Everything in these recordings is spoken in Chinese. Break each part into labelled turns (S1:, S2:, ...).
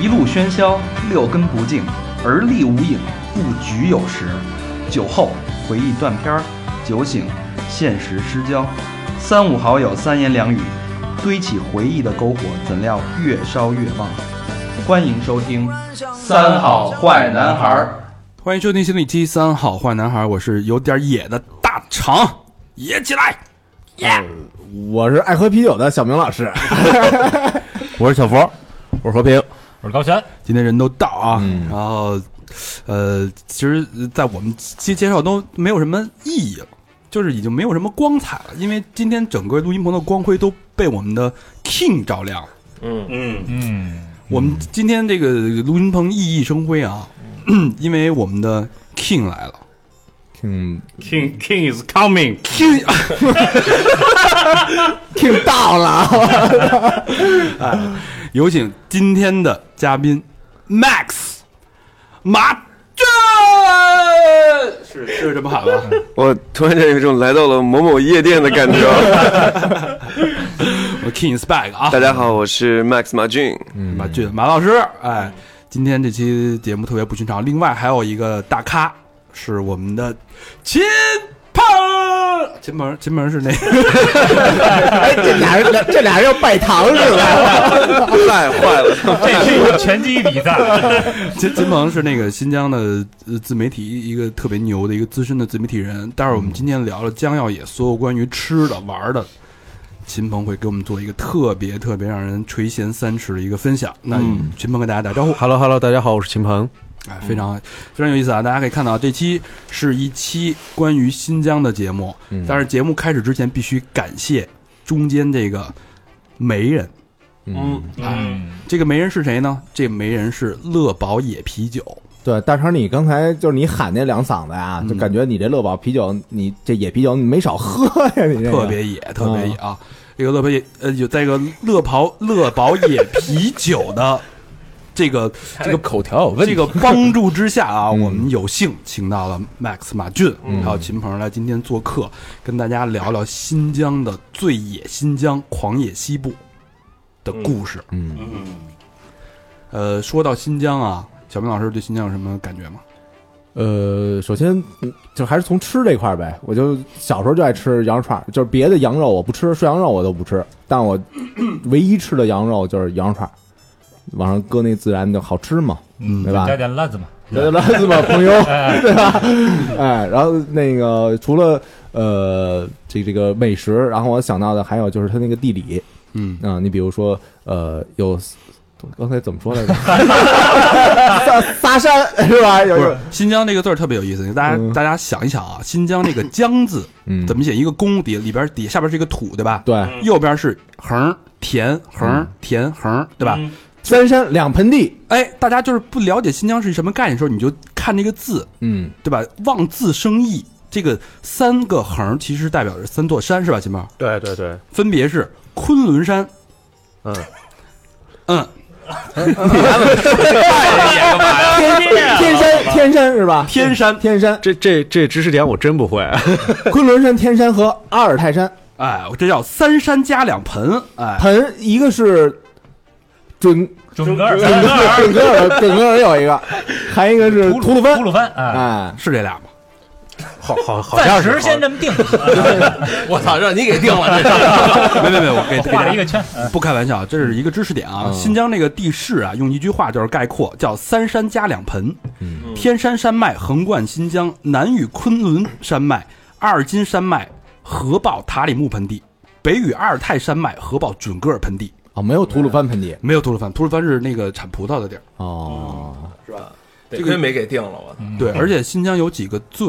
S1: 一路喧嚣，六根不净，而立无影，不局有时。酒后回忆断片儿，酒醒现实失焦。三五好友三言两语，堆起回忆的篝火，怎料越烧越旺。欢迎收听《三好坏男孩儿》。
S2: 欢迎收听新的一期《三好坏男孩》，我是有点野的大肠，野起来！
S3: 我是爱喝啤酒的小明老师，
S4: 我是小佛，
S3: 我是和平。
S4: 我是高璇。
S2: 今天人都到啊，然后，呃，其实，在我们介介绍都没有什么意义了，就是已经没有什么光彩了，因为今天整个录音棚的光辉都被我们的 King 照亮。
S4: 嗯，
S2: 我们今天这个录音棚熠熠生辉啊， 因为我们的 King 来了。
S3: 嗯
S5: King King is coming，
S2: King
S3: ，King 到了，
S2: 有请今天的嘉宾 Max 马正，是是这么 喊吧？
S6: 我突然间有一种来到了某某夜店的感 觉。啊
S2: 我 King is back 啊！嗯
S6: 大家好，我是 Max 马俊。
S2: 马俊马老师，哎，今天这期节目特别不寻常。另外还有一个大咖是我们的秦鹏，秦鹏，秦鹏是那个
S3: 哎，这俩人这俩人要拜堂是吧？
S6: 太坏了，
S4: 这是一个拳击比赛，
S2: 秦秦鹏是那个新疆的呃自媒体一个特别牛的一个资深的自媒体人。待会儿我们今天聊了江耀野所有关于吃的玩儿的。秦鹏会给我们做一个特别特别让人垂涎三尺的一个分享。那
S7: 嗯
S2: 秦鹏跟大家打招呼。
S7: Hello Hello，大家好，我是秦鹏。
S2: 哎，非常非常有意思啊！大家可以看到，这期是一期关于新疆的节目，
S7: 嗯
S2: 但是节目开始之前必须感谢中间这个媒人。
S3: 嗯，
S4: 嗯，
S2: 这个媒人是谁呢？这媒人是乐宝野啤酒。
S3: 对，大成，你刚才就是你喊那两嗓子呀，就感觉你这乐宝啤酒，你这野啤酒你没少喝呀，你这个
S2: 特别野，特别野啊！这个乐宝野，呃，有在这个乐宝乐宝野啤酒的这个这个口条有问题，这个 帮助之下啊，我们有幸请到了 Max 马俊还有秦鹏来今天做客，跟大家聊聊新疆的最野新疆狂野西部的故事。
S3: 嗯
S2: 呃，说到新疆啊，小明老师对新疆有什么感觉吗？
S3: 呃，首先嗯就还是从吃这块儿呗，我就小时候就爱吃羊肉串儿，就是别的羊肉我不吃，涮羊肉我都不吃，但我唯一吃的羊肉就是羊肉串儿，往上搁那孜然就好吃嘛，
S4: 嗯
S3: 对吧
S4: 加点辣子嘛，
S3: 得了是吧，朋友，
S7: 哎
S3: 对吧？哎，然后那个除了呃这这个美食，然后我想到的还有就是它那个地理
S2: 嗯，
S3: 啊、你比如说呃有。刚才怎么说来 着？仨仨山是吧？有
S2: 不
S3: 有
S2: 是，新疆这个字儿特别有意思，大家、
S3: 嗯
S2: 大家想一 想啊，新疆这个“疆”字
S3: 嗯
S2: 怎么写？一个弓底里边底下边是一个土，对吧？
S3: 对嗯
S2: 右边是横田横田横，对吧？
S7: 嗯
S3: 三山两盆地，
S2: 哎，大家就是不了解新疆是什么概念的时候，你就看这个字，
S3: 嗯，
S2: 对吧？望字生义，这个三个横其实代表着三座山，是吧，秦鹏？
S7: 对对对，
S2: 分别是昆仑山，
S7: 嗯
S2: 嗯，
S3: 天山天山是吧？
S2: 天山，
S3: 天山、
S7: 这这这知识点我真不会。
S3: 昆仑山、天山和阿尔泰山
S2: 哎，我这叫三山加两盆，哎，
S3: 盆，一个是准
S4: 准格尔
S3: 准格尔准格尔准格尔有一个，还一个是吐鲁番
S4: 吐，鲁番啊，
S3: 哎，
S2: 是这俩 吗？
S7: 好好好
S4: 暂时先这么定，
S7: 我操，让你给定了这
S2: 没没没，我给给
S4: 画
S2: 大
S4: 了
S2: 家
S4: 一个圈，
S2: 不开玩笑，这是一个知识点啊。新疆这个地势啊，用一句话就是概括，叫“三山加两盆”。天山山脉横贯新疆，南与昆仑山脉、阿尔金山脉合抱塔里木盆地，北与阿尔泰山脉合抱准格尔盆地。
S3: 哦，没有吐鲁番盆地
S2: 没有吐鲁番，吐鲁番是那个产葡萄的地儿。
S3: 哦，
S7: 这个没给定了，我操！
S2: 对，而且新疆有几个最，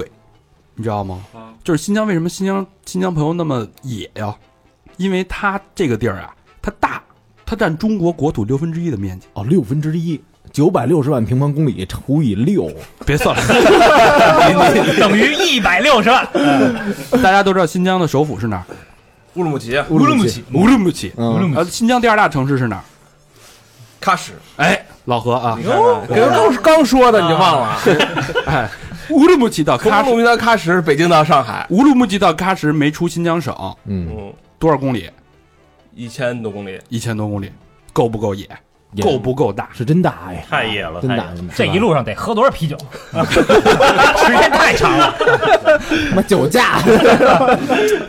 S2: 你知道吗？就是新疆为什么新疆新疆朋友那么野呀、因为它这个地儿啊，它大，它占中国国土六分之一的面积。
S3: 哦，六分之一，九百六十万平方公里除以六，
S2: 别算了，
S4: 等于一百六十万，
S2: 大家都知道新疆的首府是哪儿？
S7: 乌鲁木齐、
S3: 乌鲁木齐，
S2: 乌鲁木齐。
S3: 嗯
S4: 乌鲁木
S2: 呃，新疆第二大城市是哪儿？
S7: 喀什，
S2: 哎，老何啊，
S7: 跟刚刚说的你就忘了？
S2: 哎，乌鲁木齐到
S7: 从
S2: 喀
S7: 乌鲁木
S2: 什，
S7: 齐到喀什，北京到上海，
S2: 乌鲁木齐到喀什没出新疆省
S3: 嗯，
S2: 多少公里？
S7: 一千多公里，
S2: 一千多公里，够不够野？
S3: 野
S2: 够不够大？
S3: 是真大哎，
S5: 太野了，
S3: 真
S5: 太野
S3: 大
S5: 了。，
S4: 这一
S3: 路
S4: 路上得喝多少啤酒？啊 时间太长了，
S3: 他妈酒驾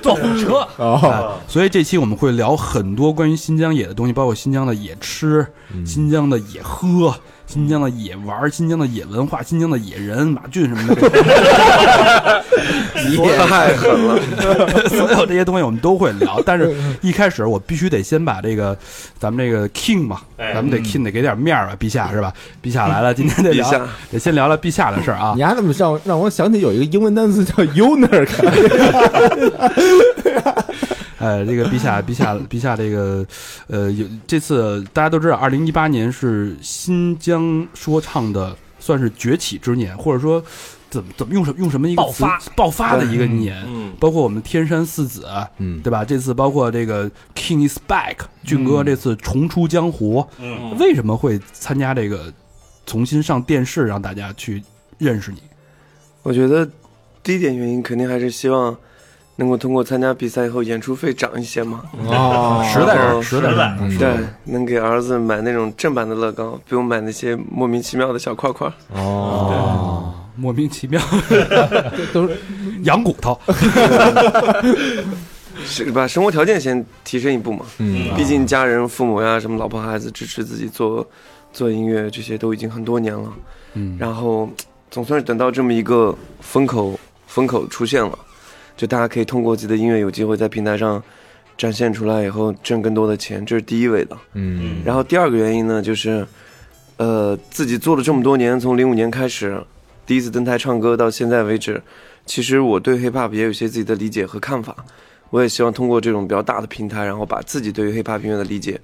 S4: 坐火车。
S3: 哦，
S2: 所以这期我们会聊很多关于新疆野的东西，包括新疆的野吃、
S6: 嗯
S2: 新疆的野喝、新疆的野玩、新疆的野文化、新疆的野人、马俊什么 的，
S6: 你太狠了，
S2: 所有这些东西我们都会聊。但是一开始我必须得先把这个咱们这个 King 嘛，
S5: 哎
S2: 咱们得 King 得给点面儿吧，陛下是吧？陛下来了，今天得聊
S6: 嗯陛下，
S2: 得先聊聊陛下的事儿啊
S3: 你。还怎么让让我想起有一个英文单词叫 eunuch，
S2: 呃，这个陛下，陛下，陛下，这个，呃，有这次大家都知道，二零一八年是新疆说唱的算是崛起之年，或者说怎么怎么用什么用什么一个
S4: 爆发
S2: 词爆发的一个年，
S7: 嗯，
S2: 包括我们天山四子，
S3: 嗯
S2: 对吧？这次包括这个 King is back，俊哥这次重出江湖，
S5: 嗯
S2: 为什么会参加这个重新上电视让大家去认识你？
S6: 我觉得第一点原因肯定还是希望能够通过参加比赛以后演出费涨一些嘛。
S3: 哦，
S2: 实在是，
S6: 哦
S2: 实在
S5: 实在
S2: 是，
S3: 嗯
S6: 对，能给儿子买那种正版的乐高，不用买那些莫名其妙的小块块。
S3: 哦，
S2: 莫名其 妙，
S3: 都是
S2: 羊骨 头。
S6: 是把生活条件先提升一步嘛。
S3: 嗯
S6: 毕竟家人、父母呀，什么老婆孩子支持自己做做音乐，这些都已经很多年了。
S2: 嗯，
S6: 然后总算是等到这么一个风口风口出现了，就大家可以通过自己的音乐有机会在平台上展现出来以后挣更多的钱，这是第一位的。
S3: 嗯
S6: 然后第二个原因呢，就是呃自己做了这么多年，从零五年开始第一次登台唱歌到现在为止，其实我对 hiphop 也有一些自己的理解和看法。我也希望通过这种比较大的平台，然后把自己对于 hiphop 音乐的理解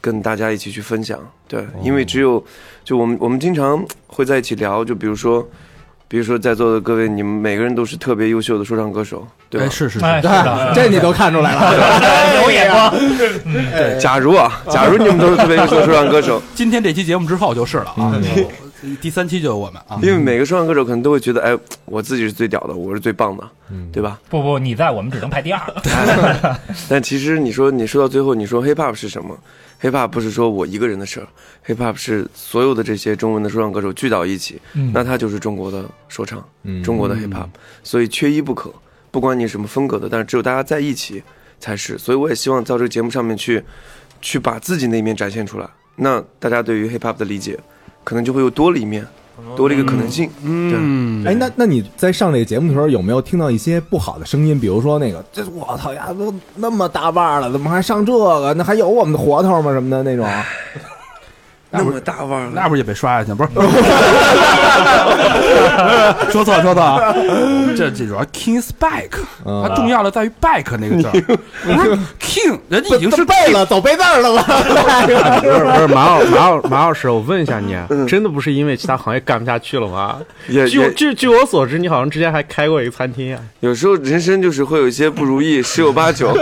S6: 跟大家一起去分享。
S2: 哦
S6: 对，因为只有就我们我们经常会在一起聊，就比如说。比如说，在座的各位，你们每个人都是特别优秀的说唱歌手，对吧
S2: 哎，？是是是，
S4: 哎，是的，
S3: 这你都看出来了，
S4: 有眼光。
S6: 假如啊，假如你们都是特别优秀的说唱歌手，
S2: 今天这期节目之后就是了啊，第三期就是我们啊
S6: 嗯因，为每个说唱歌手可能都会觉得，哎，我自己是最屌的，我是最棒的，
S3: 嗯
S6: 对吧？
S4: 不不，你在我们只能排第二。
S6: 但其实你说，你说到最后，你说 hip hop 是什么？hip hop 不是说我一个人的事儿，hip hop 是所有的这些中文的说唱歌手聚到一起，
S4: 嗯
S6: 那它就是中国的说唱，
S3: 嗯
S6: 中国的 hip hop，、所以缺一不可。不管你什么风格的，但是只有大家在一起才是。所以我也希望到这个节目上面去，去把自己那一面展现出来。那大家对于 hip hop 的理解，可能就会又多了一面，多了一个可能性。
S2: 嗯，
S3: 哎，那那你在上这个节目的时候，有没有听到一些不好的声音？比如说那个，这我操呀，都那么大腕儿了，怎么还上这个？那还有我们的活头吗？什么的那种？
S6: 那么大腕儿，
S2: 那不是也被刷下去？不 是，说错了说错啊！这这主要 King's back，
S3: 嗯
S6: 啊
S2: 它重要的在于 back 那个字儿， 不是 King，人家已经是
S3: 背了，走背字儿了吧？
S8: 不是不是马老马老马老师，我问一下你啊，真的不是因为其他行业干不下去了吗？
S6: 嗯也
S8: 据我
S6: 也
S8: 据据我所知，你好像之前还开过一个餐厅啊。
S6: 有时候人生就是会有一些不如意，十有 八九。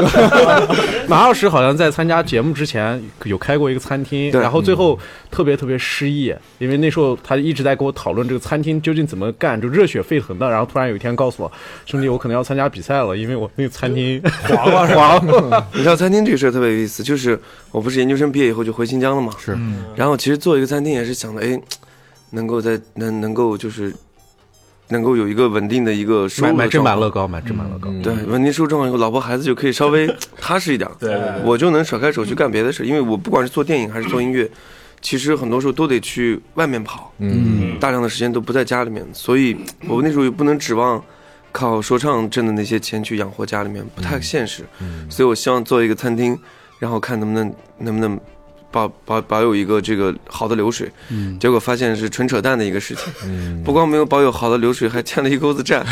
S8: 马老师好像在参加节目之前有开过一个餐厅，
S6: 对嗯
S8: 然后最后特别特别失意，因为那时候他一直在跟我讨论这个餐厅究竟怎么干，就热血沸腾的。然后突然有一天告诉我，兄弟，我可能要参加比赛了，因为我那个餐厅黄了黄了。
S6: 你知道餐厅这个事儿特别有意思，就是我不是研究生毕业以后就回新疆了嘛，
S2: 是
S6: 然后其实做一个餐厅也是想的，哎，能够在能能够就是能够有一个稳定的一个收
S8: 买
S6: 入
S8: 买
S6: 的
S8: 正
S6: 状
S8: 版
S6: 况，
S8: 乐高，买正版乐高。
S7: 嗯
S6: 对，稳定收入状况以后，老婆孩子就可 以稍微踏实一点，
S7: 对对
S6: 我就能甩开手去干别的事，因为我不管是做电影还是做音乐，其实很多时候都得去外面跑，
S3: 嗯
S6: 大量的时间都不在家里面，所以 我那时候也不能指望靠说唱挣的那些钱去养活家里面，不太现实。
S7: 嗯
S6: 所以我希望做一个餐厅，然后看能不能能不能保保保有一个这个好的流水。
S2: 嗯
S6: 结果发现是纯扯淡的一个事情，
S7: 嗯
S6: 不光没有保有好的流水，还欠了一钩子债。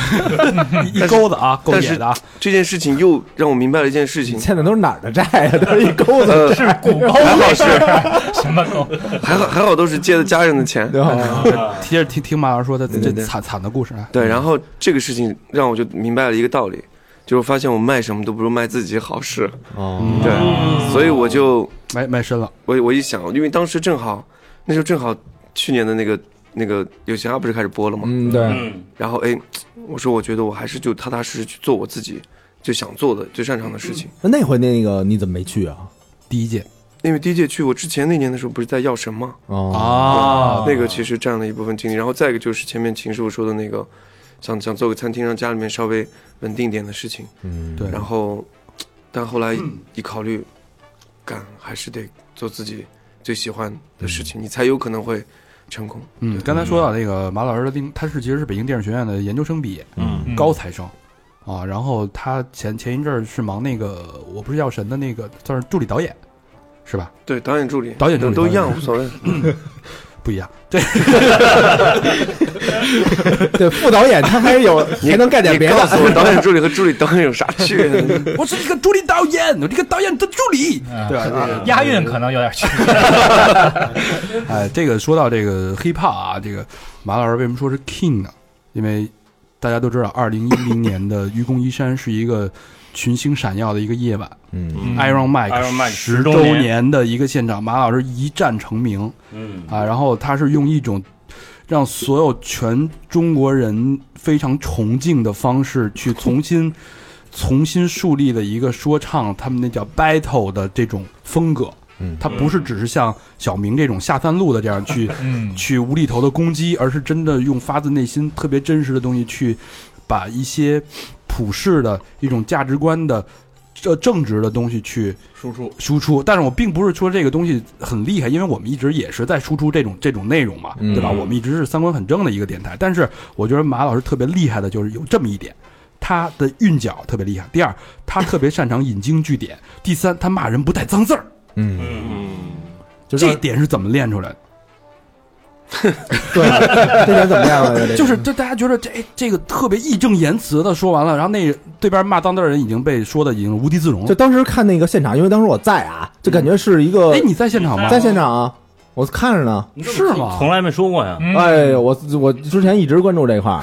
S2: 一一钩子啊，够
S6: 但是
S2: 野的啊，
S6: 这件事情又让我明白了一件 事情
S3: 你，欠的都是哪儿的债啊？都是一钩子。
S6: 呃，
S4: 骨沟还是什么沟？
S6: 还好还好都是借的家人的钱。
S3: 对啊吧？
S2: 接着听听马老师说的这
S6: 啊对对
S2: 惨惨的故事啊，
S6: 对，然后这个事情让我就明白了一个道理，就是发现我卖什么都不如卖自己好是。
S3: 哦，
S6: 对，所以我就
S2: 卖卖身了，
S6: 我我一想，因为当时正好那时候正好去年的那个那个有钱啊不是开始播了嘛，
S3: 嗯，对，
S5: 嗯，
S6: 然后哎，我说我觉得我还是
S3: 嗯
S6: 就踏踏实实去做我自己最想做的、最擅长的事情。
S3: 那那回那个你怎么没去啊？
S2: 第一届
S6: 因为第一届去我之前那年的时候不是在药神吗？
S3: 哦，
S2: 啊
S6: 那个其实占了一部分精力。然后再一个就是前面秦师傅说的那个，想想做个餐厅，让家里面稍微稳定点的事情。
S3: 嗯，
S2: 对
S6: 然后，但后来一考虑，干还是得做自己最喜欢的事情，你才有可能会成功。
S2: 嗯，刚才说到那个马老师的定，他是其实是北京电影学院的研究生毕业，
S3: 嗯
S2: 高材生啊。然后他前前一阵儿是忙那个，我不是药神的那个，算是助理导演，是吧？
S6: 对，导演助理、
S2: 导演助理
S6: 都都一
S2: 导
S6: 样，
S2: 演
S6: 无 所谓。
S2: 不一样，对，
S3: 对，副导演他还 有还能干点
S6: 你
S3: 别
S6: 告
S3: 的，
S6: 诉我，导演助理和助理导演有啥区别？
S2: 我是一个助理导演，我这个导演的助理，对吧？
S4: 押韵可能有点区别。
S2: 哎，这个说到这个 hiphop 啊，这个马老师为什么说是 king 呢？因为大家都知道，二零一零年的愚公移山是一个群星闪耀的一个夜晚，
S3: 嗯，
S4: 嗯
S5: Iron
S2: Iron Mike
S5: Mike
S2: 十
S5: 10
S2: 周
S5: 周
S2: 年的一个现场，马老师一战成名
S5: 嗯
S2: 啊，然后他是用一种让所有全中国人非常崇敬的方式去重新 重新树立的一个说唱，他们那叫 battle 的这种风格
S3: 嗯。
S2: 他不是只是像小明这种下三路的这样去
S4: 嗯
S2: 去无厘头的攻击，而是真的用发自内心、特别真实的东西去把一些普世的一种价值观的这正直的东西去
S7: 输出
S2: 输出，但是我并不是说这个东西很厉害，因为我们一直也是在输出这种这种内容嘛，
S3: 嗯
S2: 对吧？我们一直是三观很正的一个电台，但是我觉得马老师特别厉害的就是有这么一点，他的韵脚特别厉害。第二，他特别擅长引经据典。第三，他骂人不带脏字儿，
S3: 嗯，
S5: 嗯，
S3: 就
S2: 这
S3: 是
S2: 点是怎么练出来的？
S3: 对，这人怎么样了？这
S2: 就是这大家觉得这哎这个特别义正言辞的说完了，然后那对边骂脏字儿的人已经被说的已经无地自容
S3: 就
S2: 了。
S3: 当时看那个现场，因为当时我在啊，就感觉是一个
S2: 哎，你在现场吗？
S3: 在现场啊，我看着呢。
S2: 是
S9: 啊
S2: 吗？
S5: 从来没说 过呀。
S4: 嗯
S3: 哎，我我之前一直关注这 块儿，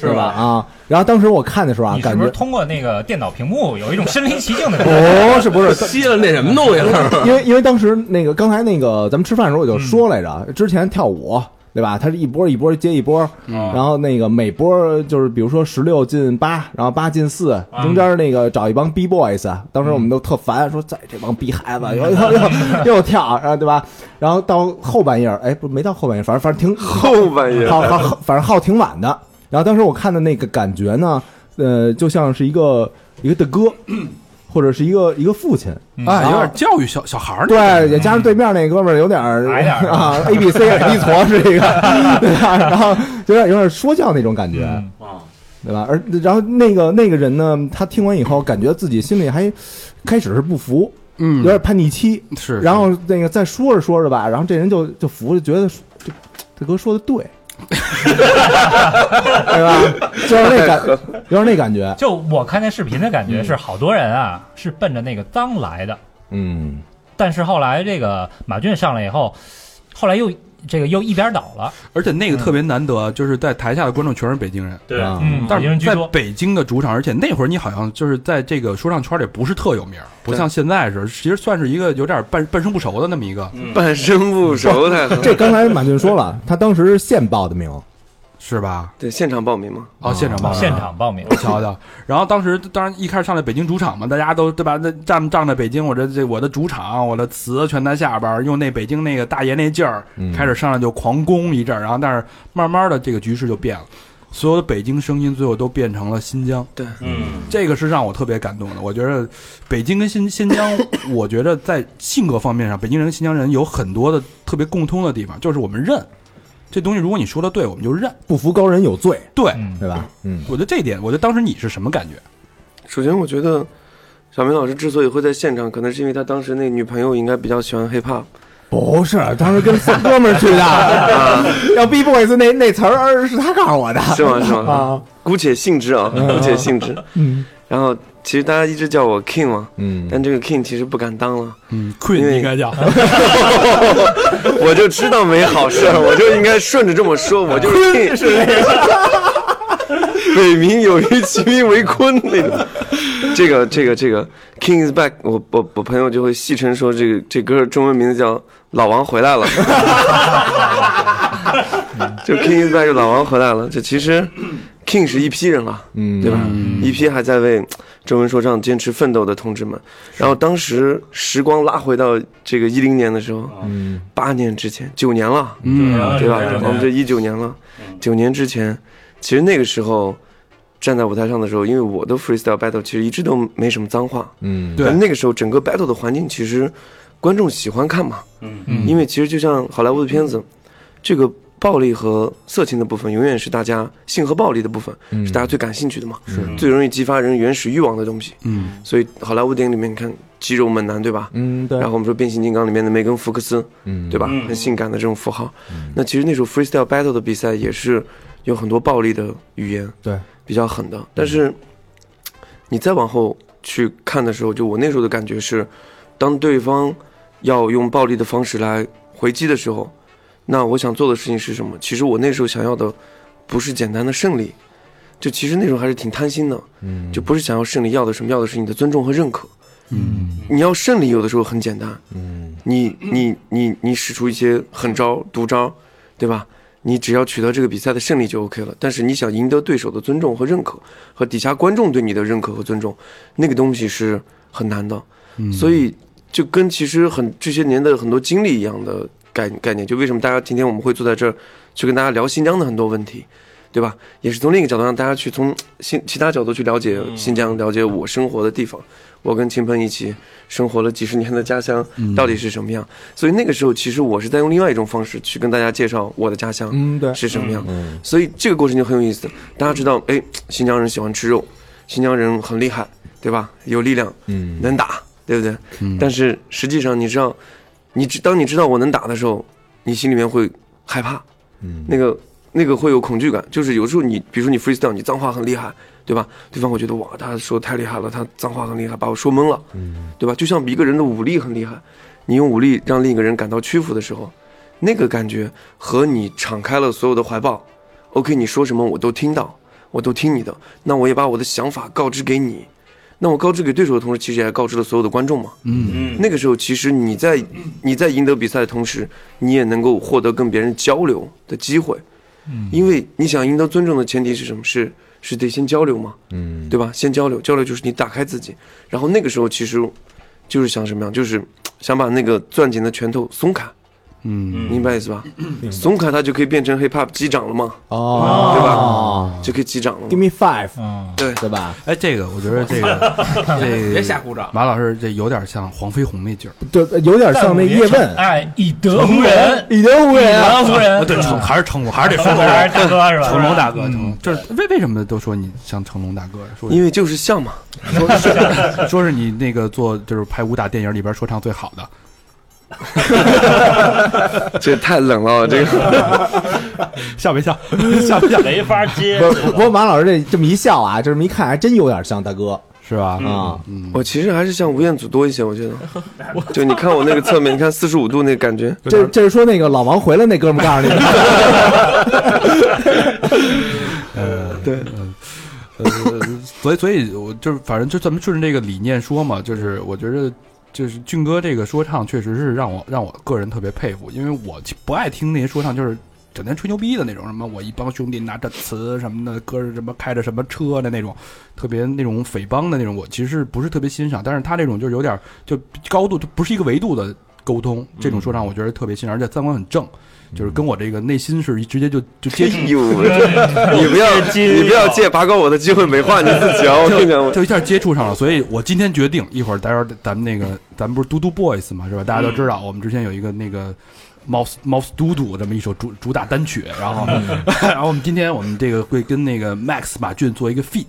S3: 是吧？啊，然后当时我看的时候啊，
S4: 你是
S3: 感
S4: 不是
S3: 觉
S4: 通过那个电脑屏幕有一种身临其境的感觉？
S3: 不是不是，
S7: 吸了那什么东西了？
S3: 因为因为当时那个刚才那个咱们吃饭的时候我就
S2: 嗯
S3: 说来着，之前跳舞对吧？它是一波一波接一波，
S2: 啊
S3: 然后那个每波就是比如说十六进八，然后八进
S2: 啊
S3: 四，中间那个找一帮 B boys，当时我们都特烦，说在这帮逼孩子又又 又又跳，啊然后对吧？然后到后半夜，哎，不没到后半夜，反正反正挺
S6: 后半夜
S3: 好好好，反正号挺晚的。然后当时我看的那个感觉呢，呃，就像是一个一个的哥， 或者是一个一个父亲，
S2: 啊，有
S3: 然后
S2: 点教育小小孩儿那种
S3: 对，也加上对面那哥们儿有点儿
S4: 矮点儿
S3: 啊，A B C 一矬是一个，对吧？然后有点有点说教那种感觉，
S4: 嗯
S2: 啊
S3: 对吧？而然后那个那个人呢，他听完以后，感觉自己心里还开始是不服，有
S2: 嗯，
S3: 点叛逆期，
S2: 是。
S3: 然后那个再说着说着吧，然后这人就就服了，觉得说这这哥说的对，对吧？就是那感，就是那感觉，
S4: 就我看那视频的感觉是，好多人啊是奔着那个脏来的，
S3: 嗯，
S4: 但是后来这个马俊上来以后，后来又这个又一边倒了，
S2: 而且那个
S3: 嗯
S2: 特别难得，就是在台下的观众全是北京人，
S5: 对
S3: 啊
S4: 嗯，
S2: 但
S4: 北京人
S2: 是
S4: 居
S2: 在
S4: 多，
S2: 北京的主场，而且那会儿你好像就是在这个说唱圈里不是特有名儿，不像现在是，其实算是一个有点半半生不熟的那么一个，
S3: 嗯
S6: 半生 不熟太好。
S3: 这刚才马俊说了，他当时是现报的名，
S2: 是吧？
S6: 对，现场报名嘛，
S2: 哦，现场报名
S4: 现。场报名
S2: 我瞧瞧，然后当时当然一开始上来北京主场嘛，大家都对吧？那站仗着北京，我这这我的主场，我的词全在下边儿，用那北京那个大爷那劲儿，开始上来就狂攻一阵儿，然后但是慢慢的这个局势就变了，所有的北京声音最后都变成了新疆。
S5: 嗯，
S2: 这个是让我特别感动的。我觉得北京跟新新疆，我觉得在性格方面上，北京人跟新疆人有很多的特别共通的地方，就是我们认这东西，如果你说的对，我们就认。
S3: 不服高人有罪，
S2: 对，
S4: 嗯，
S3: 对吧？嗯
S2: 我觉得这一点，我觉得当时你是什么感觉？
S6: 首先，我觉得小明老师之所以会在现场，可能是因为他当时那女朋友应该比较喜欢 hiphop。
S3: 不是，当时跟三哥们儿去 的，要 B boys 那那词儿是他告诉我的，
S6: 是吗？是吗？
S3: 啊，
S6: 姑且信之啊，姑且信之。
S3: 嗯
S6: 然后，其实大家一直叫我 King 嘛，
S3: 嗯，
S6: 但这个 King 其实不敢当了。
S2: 嗯，Queen 应该叫
S6: 我就知道没好事，我就应该顺着这么说，我就是 King。北冥有鱼，其名为鲲。那个，这个，这个，这个，King is back 我。我我朋友就会戏称说，这个这歌中文名字叫《老王回来了》， 就 King is back，老王回来了。这其实 King 是一批人了，
S3: 嗯
S6: 对吧？一批还在为中文说唱坚持奋斗的同志们。然后当时时光拉回到这个一零年的时候，
S3: 嗯，
S6: 八年之前，九年了，
S2: 嗯
S6: 对吧
S4: 对对？对
S6: 我们这一九年了，九年之前，其实那个时候站在舞台上的时候，因为我的 freestyle battle 其实一直都没什么脏话，
S3: 嗯，
S2: 对
S6: 但那个时候整个 battle 的环境其实观众喜欢看嘛，
S4: 嗯
S6: 因为其实就像好莱坞的片子，这个暴力和色情的部分永远是大家性和暴力的部分
S3: 嗯
S6: 是大家最感兴趣的嘛，
S3: 是
S6: 最容易激发人原始欲望的东西。
S2: 嗯
S6: 所以好莱坞电影里面你看肌肉猛男对吧？
S3: 嗯，对，
S6: 然后我们说变形金刚里面的梅根福克斯
S3: 嗯，
S6: 对吧？很性感的这种符号。那其实那时候 freestyle battle 的比赛也是有很多暴力的语言，
S3: 对，嗯
S6: 比较狠的。但是你再往后去看的时候，就我那时候的感觉是，当对方要用暴力的方式来回击的时候，那我想做的事情是什么？其实我那时候想要的不是简单的胜利，就其实那时候还是挺贪心的，
S3: 嗯，
S6: 就不是想要胜利，要的什么？要的是你的尊重和认可。
S2: 嗯
S6: 你要胜利，有的时候很简单，
S3: 嗯，
S6: 你你你你使出一些狠招、毒招，对吧？你只要取得这个比赛的胜利就 OK 了。但是你想赢得对手的尊重和认可，和底下观众对你的认可和尊重，那个东西是很难的。所以就跟其实很这些年的很多经历一样的概概念，就为什么大家今天我们会坐在这儿去跟大家聊新疆的很多问题，对吧？也是从另一个角度让大家去从新其他角度去了解新疆，了解我生活的地方。我跟秦鹏一起生活了几十年的家乡到底是什么样？所以那个时候，其实我是在用另外一种方式去跟大家介绍我的家乡
S3: 嗯，对，
S6: 是什么样。
S3: 嗯，
S6: 所以这个过程就很有意思。大家知道，哎，新疆人喜欢吃肉，新疆人很厉害，对吧？有力量，
S3: 嗯，
S6: 能打，对不对？但是实际上，你知道，你知当你知道我能打的时候，你心里面会害怕，
S3: 嗯
S6: 那个那个会有恐惧感。就是有时候你，比如说你 freestyle，你脏话很厉害，对吧？对方会觉得哇，他说太厉害了，他脏话很厉害，把我说懵了，
S3: 嗯
S6: 对吧？就像一个人的武力很厉害，你用武力让另一个人感到屈服的时候，那个感觉和你敞开了所有的怀抱，OK，你说什么我都听到，我都听你的，那我也把我的想法告知给你。那我告知给对手的同时，其实也告知了所有的观众嘛。
S2: 嗯
S5: 嗯
S6: 那个时候，其实你在你在赢得比赛的同时，你也能够获得跟别人交流的机会，
S3: 嗯
S6: 因为你想赢得尊重的前提是什么？是是得先交流嘛，
S3: 嗯，
S6: 对吧？先交流，交流就是你打开自己，然后那个时候其实就是想什么样，就是想把那个攥紧的拳头松开，
S2: 嗯
S6: 明白意思吧？松开它就可以变成 hip hop 击掌了嘛，
S3: 嗯哦，
S6: 对吧
S3: 吧
S6: 就可以击掌了嘛
S3: ？Give。me five，
S4: 嗯，
S3: 对吧？
S2: 哎，这个我觉得这 个这
S7: 别瞎鼓掌。
S2: 马老师这有点像黄飞鸿那劲儿，
S3: 对，有点像那叶问，
S4: 哎，以德服人，
S3: 已经
S4: 以
S3: 无人啊，
S4: 德服人，
S2: 呃对，成还是成龙， 还是得说
S4: 成龙还是大哥是吧？
S2: 成龙大哥，
S4: 嗯
S2: 成龙就是为为什么都说你像成龙大哥呀？说
S6: 因为就是像嘛，
S2: 说是说是你那个做就是拍武打电影里边说唱最好的，
S6: 这太冷了，这个
S2: 笑没笑？笑没笑？
S10: 没法接。
S3: 不不过马老师这这么一笑啊，这么一看还真有点像大哥
S2: 是吧？
S3: 啊，
S2: 嗯，
S6: 我其实还是像吴彦祖多一些，我觉得。就你看我那个侧面，你看四十五度那个感觉，
S3: 这这是说那个老王回来那哥们儿告诉你的，
S2: 呃，所以所以我就是反正就咱们顺着这个理念说嘛，就是我觉得就是俊哥这个说唱确实是让我让我个人特别佩服，因为我不爱听那些说唱，就是。整天吹牛逼的那种，什么我一帮兄弟拿着词什么的，哥儿什么开着什么车的那种，特别那种匪帮的那种，我其实不是特别欣赏。但是他这种就是有点儿就高度，就不是一个维度的沟通，这种说唱我觉得特别欣赏，而且三观很正，就是跟我这个内心是一直接就就 接近
S6: 哎呦，你不要你不要借拔高我的机会美化你自己啊！我跟你 讲，我
S2: 就一下接触上了，所以我今天决定，一会儿待会儿咱们那个，咱们不是嘟嘟 boys 嘛，是吧？大家都知道，我们之前有一个那个 mouse mouse 嘟嘟这么一首主主打单曲，然后， 然后我们今天我们这个会跟那个 Max 马俊做一个 feat，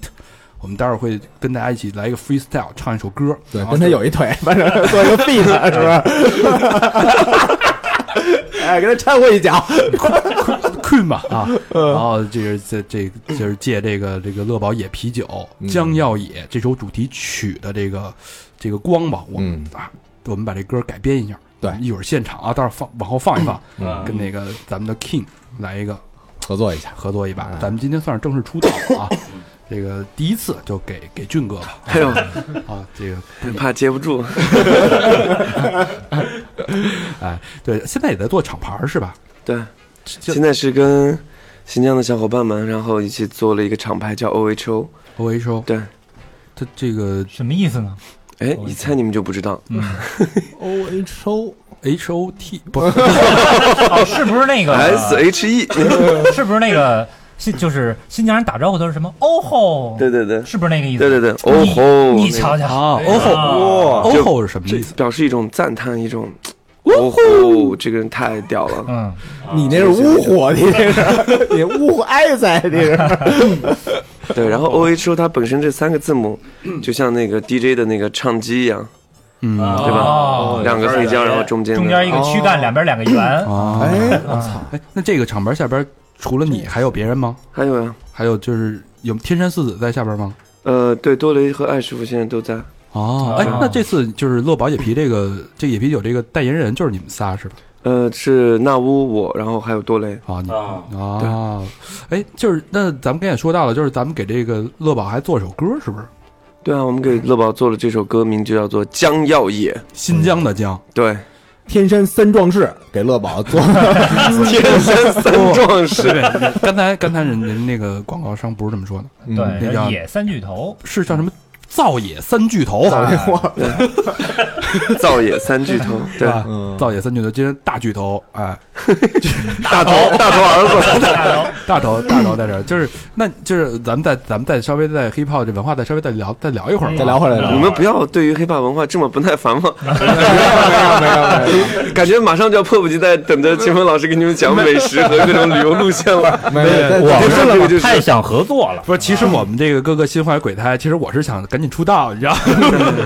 S2: 我们待会儿会跟大家一起来一个 freestyle，唱一首歌，
S3: 对
S2: 然，后
S3: 跟他有一腿，反正做 一个 B 的，是不是？ 哎，给他掺和一脚，
S2: 困嘛啊，
S3: 嗯
S2: 然后这个这这就是借这个这个乐宝野啤酒
S3: 嗯
S2: 《将要野》这首主题曲的这个这个光吧，我们啊，我们把这歌改编一下，
S3: 嗯对
S2: 一会儿现场啊，到时候放往后放一放
S3: 嗯，
S2: 跟那个咱们的 King 来一个
S3: 合作一下，
S2: 合作一把，
S3: 嗯
S2: 咱们今天算是正式出道了啊，这个第一次就给给俊哥 吧
S6: 哎呦，
S2: 啊，这个
S6: 怕接不住。
S2: 哎，对，现在也在做厂牌儿是吧？
S6: 对，
S2: 这
S6: 现在是跟新疆的小伙伴们，然后一起做了一个厂牌叫 OHO。
S2: OHO
S6: 对，
S2: 他这个
S4: 什么意思呢？
S6: 哎，一猜你们就不知道，
S3: O H O
S2: H O T 不
S4: 哦，是不是那个
S6: S H E，
S4: 是不是那个新就是新疆人打招呼都是什么哦吼？
S6: 对对对
S4: 是不是那个意思？
S6: 对对对，哦
S4: 你
S6: 吼，
S4: 你瞧瞧
S2: 啊，哦吼，
S4: 哇，
S2: 哦吼是什么意思？
S6: 表示一种赞叹，一种哦吼，这个人太屌了。
S4: 嗯，
S3: 你那是污火，你这是， 你污火哀哉，你这是。
S6: 对，然后 O H O 它本身这三个字母，就像那个 DJ 的那个唱机一样，
S2: 嗯
S6: 对吧
S4: 哦
S6: 两个黑胶，然后中间
S4: 中间一个躯干，两边两个圆。
S2: 啊，
S3: 哎，
S2: 哎，那这个厂牌下边除了你还有别人吗？
S6: 还有啊呀，
S2: 还有就是有天山四子在下边吗？
S6: 呃，对，多雷和艾师傅现在都在。
S2: 哦，哎
S4: 啊，
S2: 那这次就是乐宝野啤这个这个野啤酒这个代言人就是你们仨是吧？
S6: 呃，是纳乌我，然后还有多雷，
S2: 啊，你啊，哎，就是那咱们刚才也说到了，就是咱们给这个乐宝还做首歌是不是？
S6: 对啊，我们给乐宝做了这首歌，名就叫做《江耀野》。
S2: 新疆的疆，
S6: 对，
S3: 天山三壮士给乐宝做，
S6: 天山三壮士，
S2: 对， 刚才刚才人人那个广告商不是这么说的，
S3: 嗯
S2: 那
S4: 对，
S2: 叫
S4: 野三巨头，
S2: 是叫什么造野三巨头，
S6: 造野三巨头，
S2: 对
S6: 对，
S2: 吧？
S3: 嗯
S2: 造野三巨头，今天大巨头，哎，
S6: 大头大头儿子，
S4: 大头
S2: 大头大头在这儿，就是那就是咱们再咱们再稍微再 hiphop 这文化再稍微再聊再聊一会儿吧，
S3: 再聊回来
S7: 啊
S6: 你
S3: 了。
S6: 们不要对于黑怕文化这么不耐烦 嘛，
S3: 没有没有
S6: 感觉马上就要迫不及待等着秦风老师给你们讲美食和各种旅游路线 了。
S3: 没有，再
S6: 我
S3: 再
S6: 们这个就是
S7: 太想合作了，
S2: 不是，其实我们这个各个心怀鬼胎，其实我是想赶紧出道，你知道吗？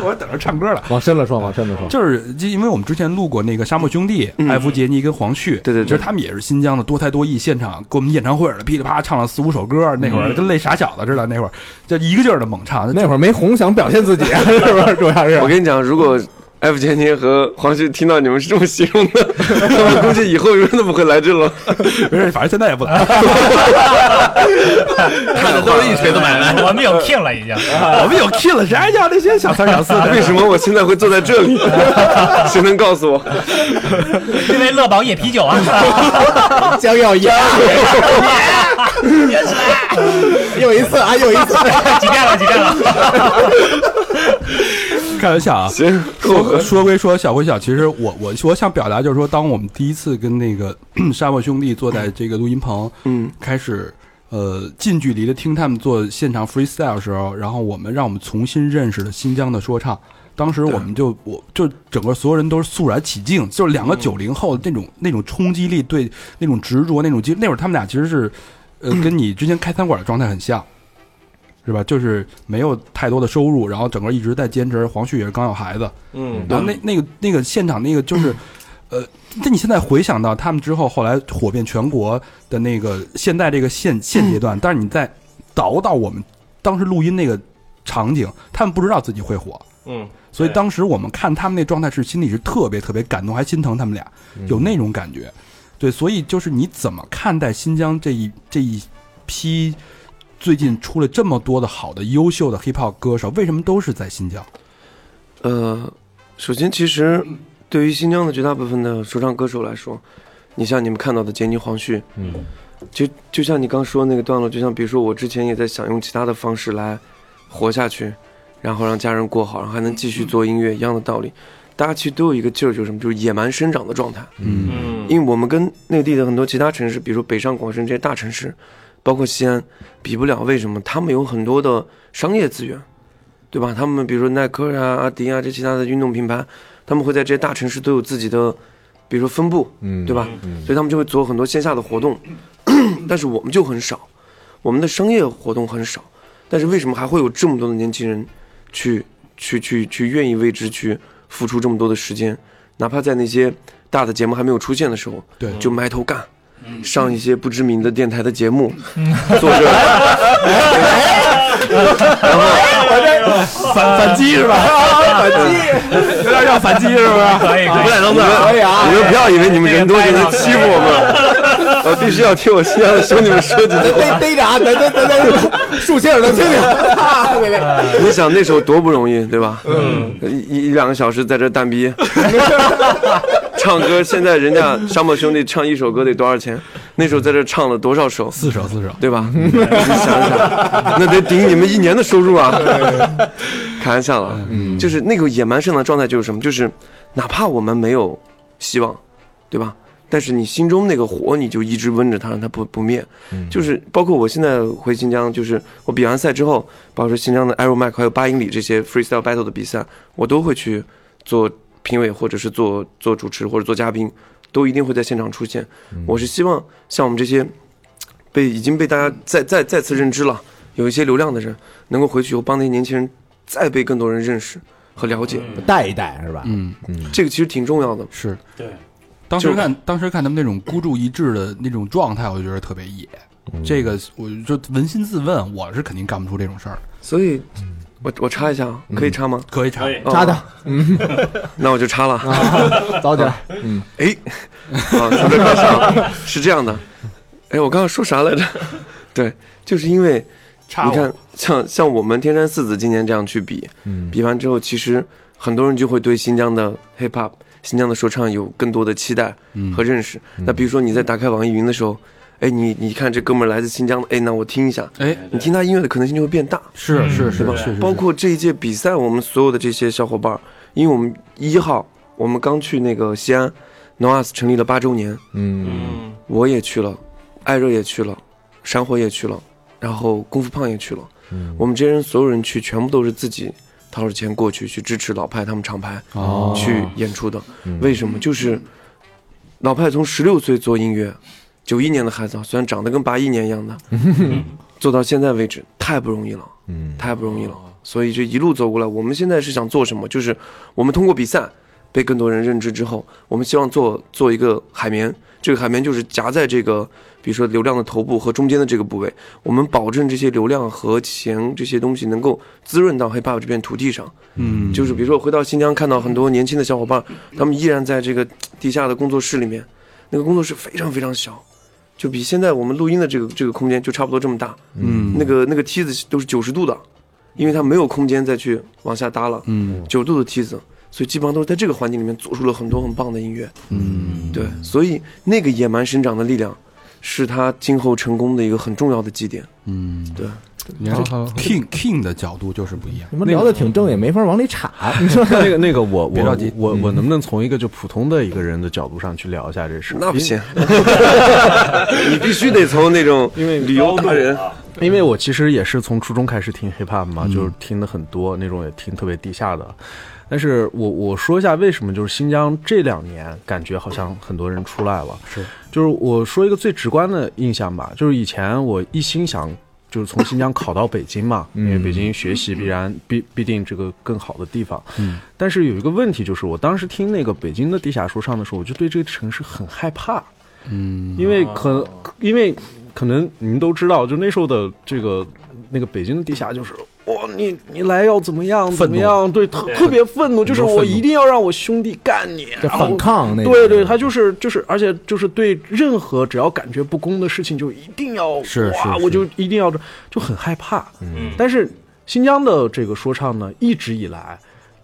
S2: 我等着唱歌了。
S3: 往深了说，往深了说。
S2: 就是就因为我们之前录过那个沙漠兄弟、
S6: 嗯
S2: 艾弗杰尼跟黄旭，
S6: 对对对
S2: 就是他们也是新疆的多才多艺，现场给我们演唱会似的，噼里啪啦唱了四五首歌，那会儿跟累傻小子似的，那会儿就一个劲儿的猛唱，
S3: 那会儿没红，想表现自己，啊 是不是？主要是
S6: 我跟你讲，如果。艾弗杰尼和黄旭听到你们是这么形容的，他们估计以后永远都不会 来这了。
S2: 没事，反正现在也不来。
S7: 看的都是一锤子买卖。
S4: 我们有 king 了已经。
S2: 我们有 kill 了，谁还要那些小三小四 的？
S6: 为什么我现在会坐在这里？ 谁能告诉我？
S4: 因为乐宝野啤酒啊，
S3: 将要演， 又一次啊，又一次。
S4: 几遍了几遍了。
S2: 开玩笑啊！
S6: 行， 够
S2: 说
S6: 了。
S2: 说归说，小归小，其实我我我想表达就是说，当我们第一次跟那个 沙漠兄弟坐在这个录音棚，
S6: 嗯，
S2: 开始呃近距离的听他们做现场 freestyle 的时候，然后我们让我们重新认识了新疆的说唱。当时我们就我就整个所有人都是肃然起敬，就是两个九零后的那种、那种冲击力，对那种执着，那种激那会儿他们俩其实是，呃，跟你之前开餐馆的状态很像，是吧？就是没有太多的收入，然后整个一直在坚持。黄旭也是刚有孩子，
S7: 嗯，
S2: 然后那那个那个现场那个就是，呃，那你现在回想到他们之后，后来火遍全国的那个现在这个现现阶段，但是你再倒到我们当时录音那个场景，他们不知道自己会火，
S7: 嗯，
S2: 所以当时我们看他们那状态是心里是特别特别感动，还心疼他们俩，有那种感觉。对，所以就是你怎么看待新疆这一这一批最近出了这么多的好的优秀的 hiphop 歌手，为什么都是在新疆？
S6: 呃，首先，其实对于新疆的绝大部分的说唱歌手来说，你像你们看到的杰尼、黄旭，
S3: 嗯，
S6: 就就像你刚说那个段落，就像比如说我之前也在想用其他的方式来活下去，然后让家人过好，然后还能继续做音乐一样的道理。大家其实都有一个劲儿，就是什么，就是野蛮生长的状态。
S2: 嗯
S7: 嗯，
S6: 因为我们跟内地的很多其他城市，比如北上广深这些大城市，包括西安，比不了。为什么？他们有很多的商业资源，对吧？他们比如说耐克啊、阿迪啊这其他的运动品牌，他们会在这些大城市都有自己的，比如说分布，
S3: 嗯
S6: 对吧？所以他们就会做很多线下的活动， 但是我们就很少，我们的商业活动很少。但是为什么还会有这么多的年轻人去去去去愿意为之去付出这么多的时间？哪怕在那些大的节目还没有出现的时候，
S2: 对
S6: 就埋头干，
S2: 嗯
S6: 上一些不知名的电台的节目， 做着
S3: 反反击 是吧？反击，
S2: 有点要反击是不是？
S4: 可以可以，
S6: 能不能？
S3: 可以啊
S6: 你们不要以为你们人多就能欺负我 们，哦我必须要替我西安的兄弟们说几句话。
S3: 逮逮着啊，咱咱咱咱竖起耳朵听听。啊对对对
S6: 你想那首多不容易，对吧？嗯，一一两个小时在这蛋 逼，唱歌。现在人家沙漠兄弟唱一首歌得多少钱？那时候在这唱了多少首？四
S2: 首，四首，
S6: 对吧？你想想，那得顶你们一年的收入啊！开玩笑了，嗯，就是那个野蛮生长状态就是什么？就是哪怕我们没有希望，对吧？但是你心中那个火，你就一直温着它，让它不不灭。就是包括我现在回新疆，就是我比完赛之后，包括说新疆的 Aero Mac 还有八英里这些 freestyle battle 的比赛，我都会去做评委，或者是做做主持，或者做嘉宾，都一定会在现场出现。我是希望像我们这些被已经被大家再再再次认知了，有一些流量的人，能够回去以后帮那些年轻人再被更多人认识和了解，
S7: 带一带是吧？
S2: 嗯
S7: 嗯，
S6: 这个其实挺重要的。
S2: 是
S6: 对，
S2: 当时看，当时看他们那种孤注一掷的那种状态，我就觉得特别野。这个我就扪心自问，我是肯定干不出这种事儿。
S6: 所以，我我插一下，啊，可以插吗？哦
S2: 可以插，
S7: 插的，啊嗯，
S6: 那我就插了，
S7: 早点，嗯，
S6: 哎，啊，准备开始 了，是这样的，哎，我刚刚说啥来着？ 对，就是因为
S2: 插
S6: 你
S2: 我
S6: 看，像像我们天山四子今年这样去比，
S7: 嗯
S6: 比完之后，其实很多人就会对新疆的 hip hop、新疆的说唱有更多的期待
S2: 嗯
S6: 和认识。那比如说你在打开网易云的时候。哎，你你看这哥们儿来自新疆的，哎，那我听一下，
S2: 哎，
S6: 你听他音乐的可能性就会变大，
S2: 是是是
S6: 对吧
S2: 是是是
S6: 包括这一届比赛，我们所有的这些小伙伴儿，因为我们一号，我们刚去那个西安 NOAS 成立了八周年，
S7: 嗯，
S6: 我也去了，艾热也去了，山火也去了，然后功夫胖也去了。
S7: 嗯
S6: 我们这些人所有人去，全部都是自己掏着钱过去去支持老派他们厂牌、
S2: 哦
S6: 去演出的。
S7: 嗯
S6: 为什么？就是老派从十六岁做音乐，九一年的孩子啊，虽然长得跟八一年 一样的，做到现在为止太不容易了，
S7: 嗯
S6: 太不容易了。所以这一路走过来，我们现在是想做什么？就是我们通过比赛被更多人认知之后，我们希望做做一个海绵，这个海绵就是夹在这个，比如说流量的头部和中间的这个部位，我们保证这些流量和钱这些东西能够滋润到 hiphop 这片土地上。
S2: 嗯，
S6: 就是比如说我回到新疆，看到很多年轻的小伙伴，他们依然在这个地下的工作室里面，那个工作室非常非常小，就比现在我们录音的这个这个空间就差不多这么大。
S2: 嗯
S6: 那个那个梯子都是九十度的，因为它没有空间再去往下搭了。
S2: 嗯
S6: 九十度的梯子，所以基本上都是在这个环境里面做出了很多很棒的音乐。
S2: 嗯，
S6: 对，所以那个野蛮生长的力量，是他今后成功的一个很重要的基点。
S2: 嗯，
S6: 对，
S2: 你看 King King 的角度就是不一样。
S7: 你们聊的挺正，也没法往里插，你说
S10: 那个那个我
S2: 别着
S10: 我
S2: 急
S10: 我我能不能从一个就普通的一个人的角度上去聊一下这事？
S6: 那不行， 你必须得从那种
S10: 因为
S6: 旅游达人，啊
S10: 因为我其实也是从初中开始听 hiphop 嘛，就是听的很多，那种也听特别地下的。但是我我说一下为什么，就是新疆这两年感觉好像很多人出来了，
S2: 是，
S10: 就是我说一个最直观的印象吧，就是以前我一心想就是从新疆考到北京嘛，
S2: 嗯
S10: 因为北京学习必然必必定这个更好的地方，
S2: 嗯，
S10: 但是有一个问题就是，我当时听那个北京的地下说唱的时候，我就对这个城市很害怕，
S2: 嗯，
S10: 因为可因为可能你们都知道，就那时候的这个那个北京的地下就是。哇，你你来要怎么样？
S2: 愤
S10: 怎
S2: 怒
S10: 么样？对，特特别愤怒，就是
S2: 很多
S10: 我
S2: 愤怒
S10: 一定要让我兄弟干你，
S7: 这
S10: 然后
S7: 反抗那种
S10: 啊对对，他就是就是，而且就是对任何只要感觉不公的事情，就一定要
S2: 是
S10: 哇，
S2: 是是
S10: 我就一定要就很害怕。嗯，但是新疆的这个说唱呢，一直以来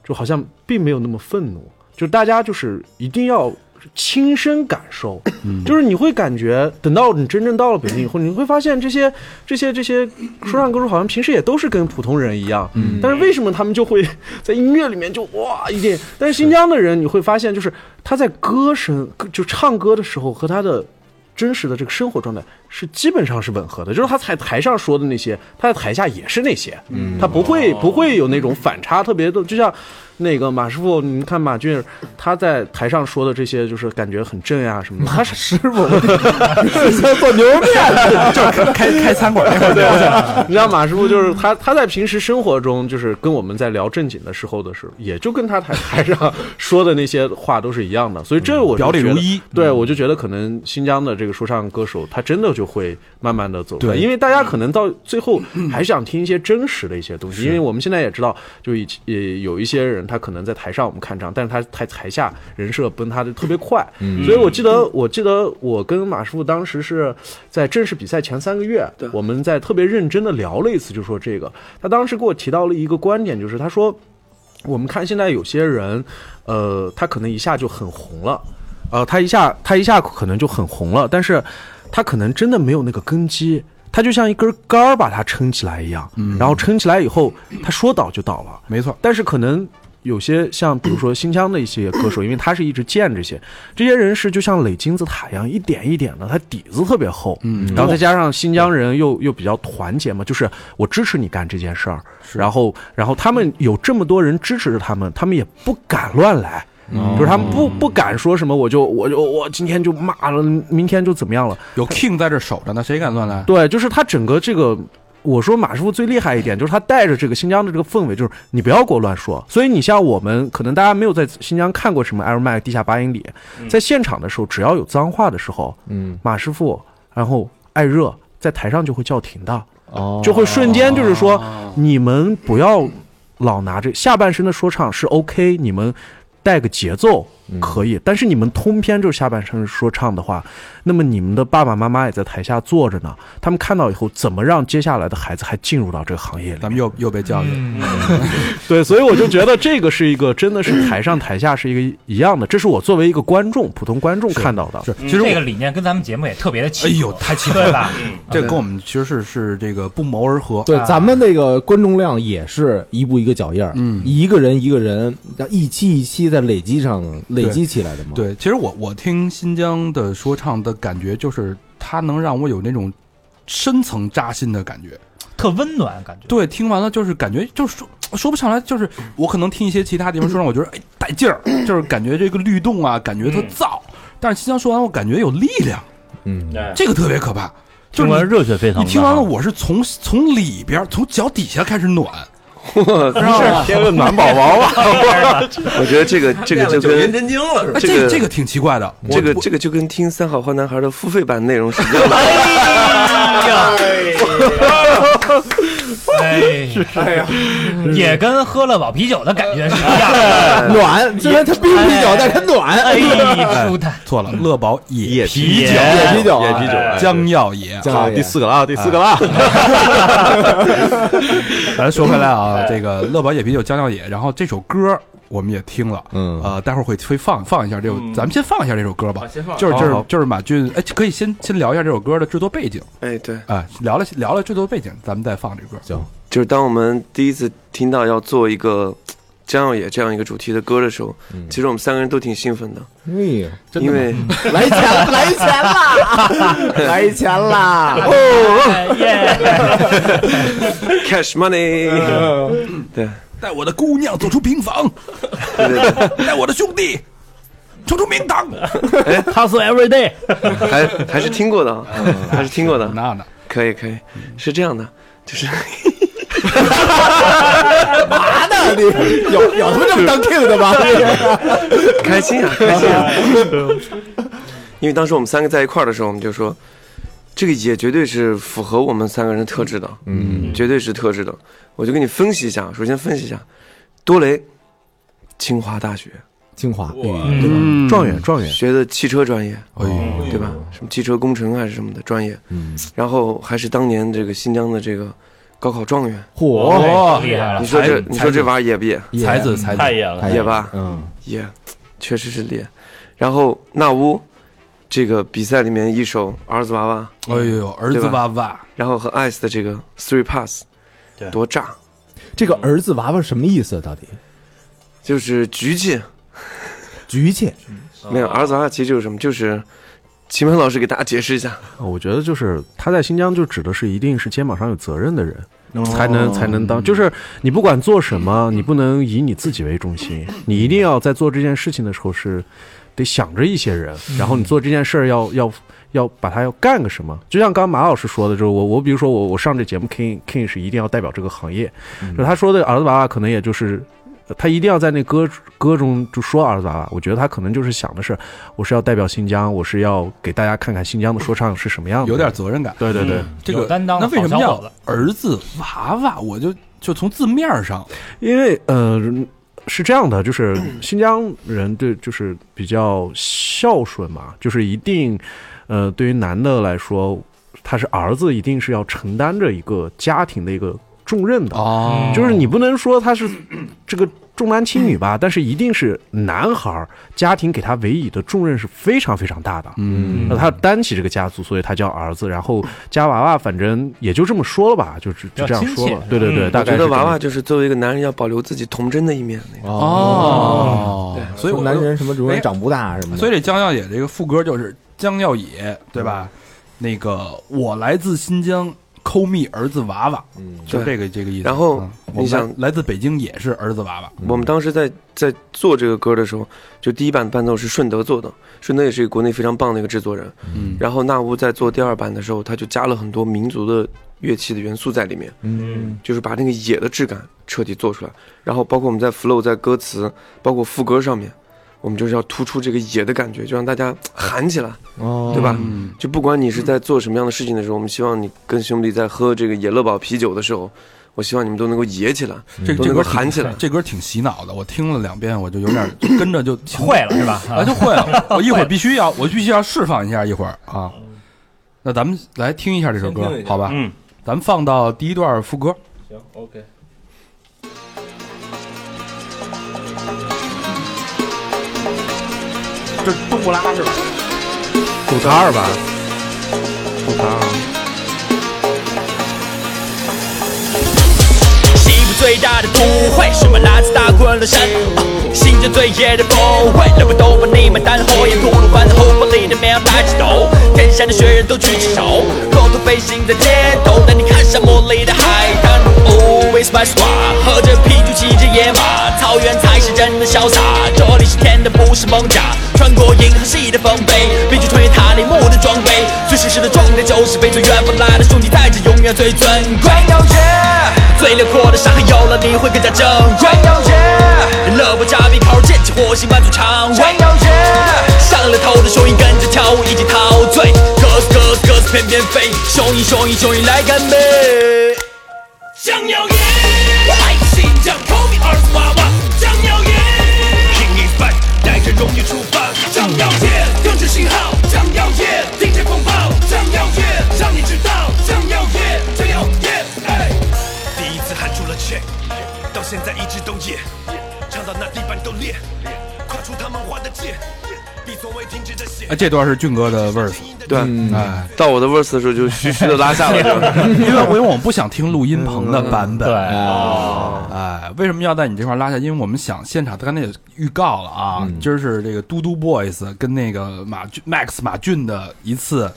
S10: 就好像并没有那么愤怒，就大家就是一定要亲身感受，
S2: 嗯
S10: 就是你会感觉等到你真正到了北京以后，你会发现这些这些这些说唱歌手好像平时也都是跟普通人一样，但是为什么他们就会 在音乐里面就哇一点？但是新疆的人你会发现，就是他在歌声就唱歌的时候和他的真实的这个生活状态是基本上是吻合的，就是他在台上说的那些，他在台下也是那些，嗯，他不会不会有那种反差特别的，就像那个马师傅，你看马俊他在台上说的这些，就是感觉很正呀、什么的，他是
S7: 做牛面，
S2: 就是开开餐馆那会儿聊去了。
S10: 你知道马师傅就是他，他在平时生活中就是跟我们在聊正经的时候的时候，也就跟他台台上说的那些话都是一样的，所以这我就
S2: 嗯表里
S10: 觉得
S2: 如一嗯
S10: 对，我就觉得可能新疆的这个说唱歌手，他真的就会慢慢的走出来，
S2: 对嗯
S10: 因为大家可能到最后还是想听一些真实的一些东西，因为我们现在也知道，就以也有一些人他可能在台上我们看涨，但是他台台下人设崩塌的特别快，
S2: 嗯
S10: 所以我记得我记得我跟马师傅当时是在正式比赛前三个月，我们在特别认真的聊了一次，就说这个，他当时给我提到了一个观点，就是他说。我们看现在有些人，呃，他可能一下就很红了，呃，他一下他一下可能就很红了，但是他可能真的没有那个根基，他就像一根杆儿把它撑起来一样，
S2: 嗯
S10: 然后撑起来以后，他说倒就倒了，
S2: 没错。
S10: 但是可能有些像比如说新疆的一些歌手，因为他是一直建这些，这些人是就像垒金字塔一样，一点一点的，他底子特别厚，
S2: 嗯
S10: 然后再加上新疆人又又比较团结嘛，就是我支持你干这件事儿，然后然后他们有这么多人支持着他们，他们也不敢乱来。
S2: 哦
S10: 就是他们不不敢说什么，我就我就我今天就骂了，明天就怎么样了。
S2: 有 King 在这守着呢，谁敢乱来？
S10: 对，就是他整个这个，我说马师傅最厉害一点，就是他带着这个新疆的这个氛围，就是你不要给我乱说。所以你像我们，可能大家没有在新疆看过什么 Air Mac 地下八英里，在现场的时候，只要有脏话的时候，
S3: 嗯，
S10: 马师傅，然后艾热在台上就会叫停的，
S3: 哦，
S10: 就会瞬间就是说，你们不要老拿这下半身的说唱是 OK，你们带个节奏可以，但是你们通篇就是下半身说唱的话，那么你们的爸爸妈妈也在台下坐着呢，他们看到以后怎么让接下来的孩子还进入到这个行业里
S2: 咱？们又又被教育了。
S10: 对，所以我就觉得这个是一个真的是台上台下是一个一样的，这是我作为一个观众 普通观众看到的。
S2: 是，其实我
S4: 嗯这个理念跟咱们节目也特别的契合，
S2: 哎呦太契合
S4: 对吧？
S2: 这个跟我们其实是是这个不谋而合。
S3: 对
S4: 啊，
S3: 咱们那个观众量也是一步一个脚印儿，
S2: 嗯
S3: 一个人一个人，然后一期一期在累积上累积起来的嘛。，
S2: 对，其实我我听新疆的说唱的感觉，就是它能让我有那种深层扎心的感觉。
S4: 特温暖感觉。嗯
S2: 对，听完了就是感觉就是说说不上来，就是我可能听一些其他地方说唱，我觉得哎带劲 儿，就是感觉这个律动啊，感觉特燥。
S4: 嗯
S2: 但是新疆说完，我感觉有力量，
S3: 嗯，
S4: 哎
S2: 这个特别可怕。就
S7: 听
S2: 是
S7: 完
S2: 你
S7: 热血沸腾。
S2: 你听完了，我是从从里边儿从脚底下开始暖，
S7: 啊
S8: 天问暖宝宝 吧，
S6: 我觉得这个这个就跟
S7: 真经了，
S2: 哎，
S6: 这
S2: 这
S6: 个
S2: 这个挺奇怪的。我
S6: 这个
S2: 我
S6: 这个就跟听《三好坏男孩》的付费版内容是一样的。
S4: 哎，哎呀，也跟喝了老啤酒的感觉是一样的。
S3: 暖，虽然它冰啤酒，但是它暖。
S4: 哎，舒坦，
S2: 错了，乐宝野
S8: 啤
S2: 酒，
S3: 野啤酒啊，
S8: 啤酒啊，
S2: 江耀野。
S3: 江
S8: 好，
S3: 老爷
S8: 第四个了啊，第四个了啊，
S2: 咱说回来啊，这个乐宝野啤酒江耀野，然后这首歌我们也听了，
S3: 嗯
S2: 呃，待会儿会会放放一下这首，咱们先放一下这首歌吧。
S7: 先放
S2: 就是就
S8: 好
S2: 是
S8: 好
S2: 就是马俊，哎，可以先先聊一下这首歌的制作背景
S6: 哎，对，
S2: 啊、聊了聊了制作背景，咱们再放这歌。
S3: 行，
S6: 就是当我们第一次听到要做一个江耀野这样一个主题的歌的时候，其实我们三个人都挺兴奋的，
S3: 哎呦，嗯真
S6: 因
S3: 的吗
S6: 为
S3: 来钱了，来钱啦， 来钱啦！
S2: 哦
S4: 哎耶！
S6: cash money，对
S2: 带我的姑娘走出平房，
S6: 对对对，
S2: 带我的兄弟冲出名堂。
S4: Hustle every day，
S6: 还还是听过的，啊，
S3: 嗯
S6: 还是听过的，
S2: 那呢？
S6: 可以可以，是这样的，就是
S3: 嘛呢？你有有他妈这么当 king 的 吗？
S6: 开心啊，开 心啊！因为当时我们三个在一块儿的时候，我们就说，这个也绝对是符合我们三个人特质的，嗯，绝对是特质的。我就给你分析一下，首先分析一下，多雷，清华大学
S3: 清华，
S2: 嗯
S10: 状元，状元，
S6: 学的汽车专业，
S2: 哎呦，
S6: 对吧？什么汽车工程还啊是什么的专业，嗯，然后还是当年这个新疆的这个高考状元。
S3: 嚯，
S4: 厉害
S9: 啊
S4: 了
S6: 你！说这
S2: 才，
S6: 你说这玩意儿野不野？
S3: 也
S2: 才子才
S7: 太
S2: 子，
S7: 野了，
S3: 哎
S6: 野吧，
S3: 嗯，
S6: 也、确实是烈。然后纳乌这个比赛里面一首儿子娃娃，
S2: 哎呦，儿子
S6: 对
S2: 娃
S6: 吧
S2: 娃，
S6: 然后和 Ice 的这个 Three Pass，
S7: 对
S6: 多炸，
S3: 这个儿子娃娃什么意思？到底
S6: 就是局气。
S3: 局气
S6: 没有儿子娃娃其实就是什么，就是秦鹏老师给大家解释一下，
S10: 呃我觉得就是他在新疆就指的是一定是肩膀上有责任的人，才能才能当。就是你不管做什么，你不能以你自己为中心，你一定要在做这件事情的时候是得想着一些人，然后你做这件事儿要要要把它要干个什么。就像刚刚马老师说的，就是我我比如说我我上这节目 King King 是一定要代表这个行业，就他说的儿子娃娃可能也就是。呃他一定要在那歌歌中就说儿子娃娃，我觉得他可能就是想的是，我是要代表新疆，我是要给大家看看新疆的说唱是什么样的，
S2: 有点责任感。
S10: 对对对，
S2: 这个
S4: 有担当
S2: 那为什么
S4: 好小
S2: 叫
S4: 伙子
S2: 儿子娃娃？我就就从字面上，
S10: 因为呃是这样的，就是 新疆人对就是比较孝顺嘛，就是一定呃对于男的来说，他是儿子，一定是要承担着一个家庭的一个重任的，
S2: 哦
S10: 就是你不能说他是这个重男轻女吧，但是一定是男孩儿家庭给他委以的重任是非常非常大的。
S2: 嗯
S10: 那他担起这个家族，所以他叫儿子，然后加娃娃，反正也就这么说了吧，就只就这样说了。对对对，
S6: 嗯
S10: 大概是
S6: 我觉得
S10: 这么
S6: 娃娃就是作为一个男人要保留自己童真的一面。那个
S2: 哦
S6: 对，
S2: 所以我
S3: 男人什么永
S2: 哎
S3: 远长不大什么的，
S2: 所以这江耀野这个副歌就是江耀野，对吧？那个我来自新疆，抠蜜儿子娃娃，
S3: 嗯
S2: 就
S6: 对
S2: 这个这个意思。
S6: 然后
S2: 嗯
S6: 你
S2: 我们
S6: 想
S2: 来来自北京也是儿子娃娃，
S6: 我们当时在在做这个歌的时候，就第一版伴奏是顺德做的，顺德也是一个国内非常棒的一个制作人。
S2: 嗯
S6: 然后那乌在做第二版的时候，他就加了很多民族的乐器的元素在里面，
S3: 嗯
S6: 就是把那个野的质感彻底做出来。然后包括我们在 flow、在歌词、包括副歌上面，我们就是要突出这个野的感觉，就让大家喊起来。
S3: 哦
S6: 对吧
S2: 嗯
S6: 就不管你是在做什么样的事情的时候，我们希望你跟兄弟在喝这个野乐堡啤酒的时候，我希望你们都能够野起来，
S2: 这
S6: 都
S2: 这歌
S6: 能够喊起来
S2: 挺。这歌挺洗脑的，我听了两遍，我就有点就跟 着就
S4: 会了是吧？
S2: 啊，就会了。我一会儿必须要，我必须要释放一下一会儿啊。那咱们来听一下这首歌
S3: 先听一，下
S2: 好吧？
S7: 嗯，
S2: 咱们放到第一段副歌。
S7: 行，OK。这是杜布拉是吧？
S10: 杜达尔吧，杜达尔。
S11: 西部最大的都会，什么来自大昆仑山，啊新疆最野的 boy，让我都把你们当火焰吐鲁番的后方里的绵羊抬起头，天山的雪人都举起手，狗头飞行在街头，带你看沙漠里的海滩。Always my squad，喝着啤酒骑着野马，草原才是真的潇洒，这里是天的不是蒙甲，穿过银河系的丰碑，必须穿越塔里木的装备，最实时的状态就是被最远方来的兄弟带着，永远最尊贵。最辽阔的沙海有了你会更加珍贵。乐不加比烤肉溅起火星满足肠胃。上了头的雄鹰跟着跳舞一起陶醉，鸽子鸽子鸽子翩翩飞，雄鹰雄鹰雄鹰来干杯。
S7: 江耀爷，来自新疆，口笔二子娃娃。江耀爷，King is back，带着荣誉出发。江耀爷，跟着信号。江耀爷，听见风暴。江耀爷，让你知道。江耀爷，江耀爷，哎。第一次喊出了 check，到现在一直都耶，唱到那地板都裂，跨出他们画的界，比从未停止的写。
S2: 哎，这段是俊哥的 verse，
S6: 对，
S2: 哎，
S6: 到我的 verse 的时候就虚虚的拉下了，就
S2: 因为我因为我们不想听录音棚的版本，啊
S4: 对，
S2: 哎，为什么要在你这块拉下？因为我们想现场，刚才也预告了啊，今儿是这个嘟嘟 boys 跟那个马俊 Max 马俊的一次，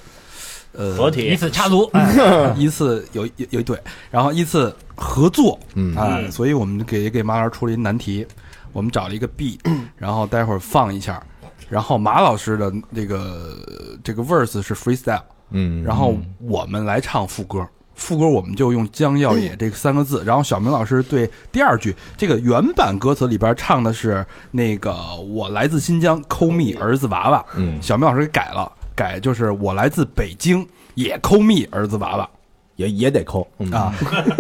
S2: 呃，
S7: 合
S4: 一
S7: 体，
S4: 次插足，哎
S2: 一次有有有一对，然后一次合作，嗯啊，所以我们给给马老师出了一难题，我们找了一个 B，然后待会儿放一下，然后马老师的这个这个 verse 是 freestyle，
S3: 嗯，
S2: 然后我们来唱副歌，副歌我们就用“江耀
S3: 嗯
S2: 野”这三个字，然后小明老师对第二句这个原版歌词里边唱的是那个“我来自新疆，抠蜜儿子娃娃”，
S3: 嗯
S2: 小明老师给改了，改就是“我来自北京，也抠蜜儿子娃娃”。
S3: 也也得抠嗯
S2: 啊，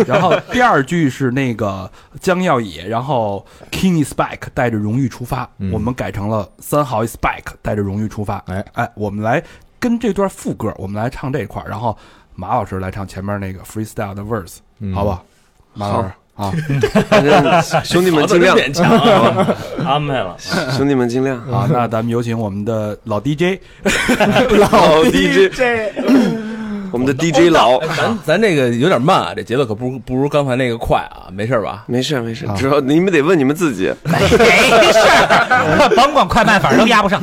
S2: 然后第二句是那个江耀野，然后 King is back 带着荣誉出发，我们改成了三好 is back 带着荣誉出发。
S3: 哎
S2: 哎，我们来跟这段副歌，我们来唱这块儿，然后马老师来唱前面那个 freestyle 的 verse，、好不好？马老师啊，
S6: 反正兄弟们尽量，
S7: 勉强啊，安排了。
S6: 兄弟们尽量。
S2: 好，啊那咱们有请我们的老 DJ
S6: 老 DJ，我们的 DJ 老，
S9: 咱咱这个有点慢啊，这节奏可不如不如刚才那个快啊，没事吧？
S6: 没事儿没事儿，主要你们得问你们自己。
S4: 没事儿，甭管快慢，反正都压不上。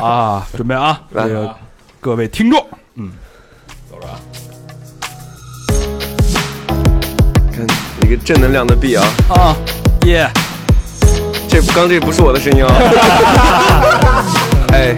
S2: 啊，准备啊，
S6: 来
S2: 这个各位听众，嗯，
S6: 看一个正能量的 B 啊，
S2: 啊，耶、
S6: 这刚这不是我的声音啊。哎，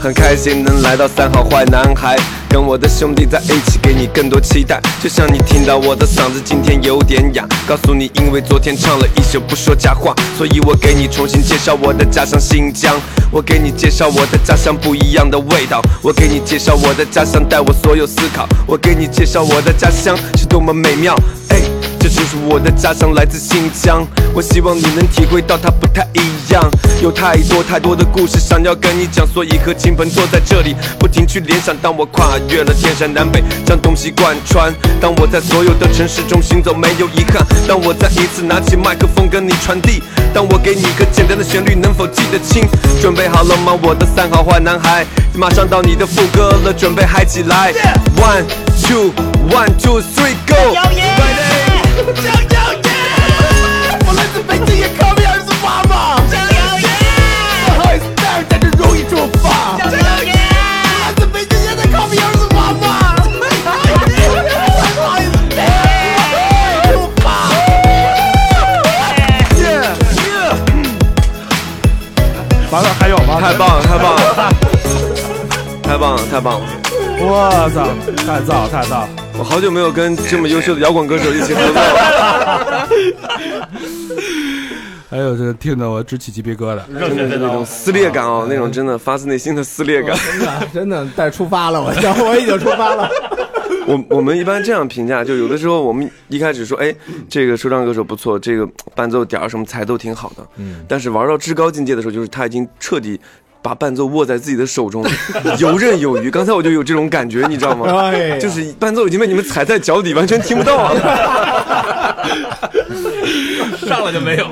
S6: 很开心能来到三好坏男孩，跟我的兄弟在一起，给你更多期待。就像你听到我的嗓子今天有点哑，告诉你，因为昨天唱了一首不说假话，所以我给你重新介绍我的家乡新疆，我给你介绍我的家乡不一样的味道，我给你介绍我的家乡带我所有思考，我给你介绍我的家乡是多么美妙。哎。这这就是我的家乡，来自新疆。我希望你能体会到它不太一样，有太多太多的故事想要跟你讲，所以和亲朋坐在这里，不停去联想。当我跨越了天山南北，将东西贯穿。当我在所有的城市中行走，没有遗憾。当我再一次拿起麦克风跟你传递，当我给你个简单的旋律，能否记得清？准备好了吗，我的三好坏男孩？马上到你的副歌了，准备嗨起来！One two one two three go！
S7: 张耀扬，张耀扬，我来自北京，也康明二四八嘛。张耀扬，不好意思，但是在这容易出发。张耀扬，我来自北京，也在康明二四八嘛。不好意思，哎出发。
S6: 完了，还有吗？太棒了，太棒了，太棒了，太棒了！
S2: 我操，太燥太燥！
S6: 我好久没有跟这么优秀的摇滚歌手一起合作了。
S2: 哎呦，这听得我直起鸡皮疙瘩，
S6: 真的是那种撕裂感哦，那种真的发自内心的撕裂感。
S7: 哦
S3: 真的，但是出发了，我想我已经出发 了。
S6: 我我们一般这样评价，就有的时候我们一开始说，哎，这个说唱歌手不错，这个嗯伴奏点儿什么才都挺好的，
S7: 嗯
S6: 但是玩到至高境界的时候，就是他已经彻底。把伴奏握在自己的 手中，游刃有余。刚才我就有这种感觉，你知道吗
S7: 哎呀？
S6: 就是伴奏已经被你们踩在脚底，完全听不到啊！
S9: 上来就没有。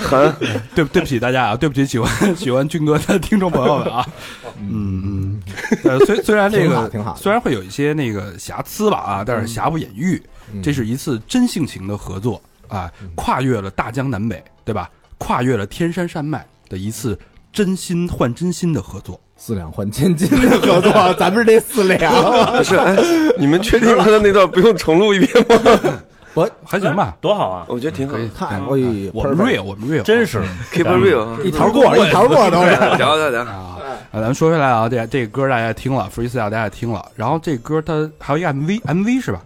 S6: 很
S2: 对对不起大家啊，对不起喜欢 喜欢军哥的听众朋友们 啊，嗯嗯，呃，虽虽然这
S3: 挺好
S2: 个
S3: 挺好嗯
S2: 虽然会有一些那个瑕疵吧啊，但是瑕不掩瑜，这是一次真性情的合作啊，
S3: 嗯
S2: 跨越了大江南北，对吧？跨越了天山山脉的一次真心换真心的合作，
S3: 四两换千金的合作，咱们这四两
S6: 不是，哎，你们确定刚才那段不用重录一遍吗？
S3: 我
S2: 还行吧，
S6: 多好啊！我觉得挺好。
S3: 看，哎呦，
S2: 我们 real，我们 real，
S6: 真是 keep it real，
S3: 一条过一条过都是
S6: 聊聊聊。
S2: 啊，咱们说回来啊，这这个歌大家也听了，freestyle 大家也听了，然后这歌它还有一个 MV，MV 是吧？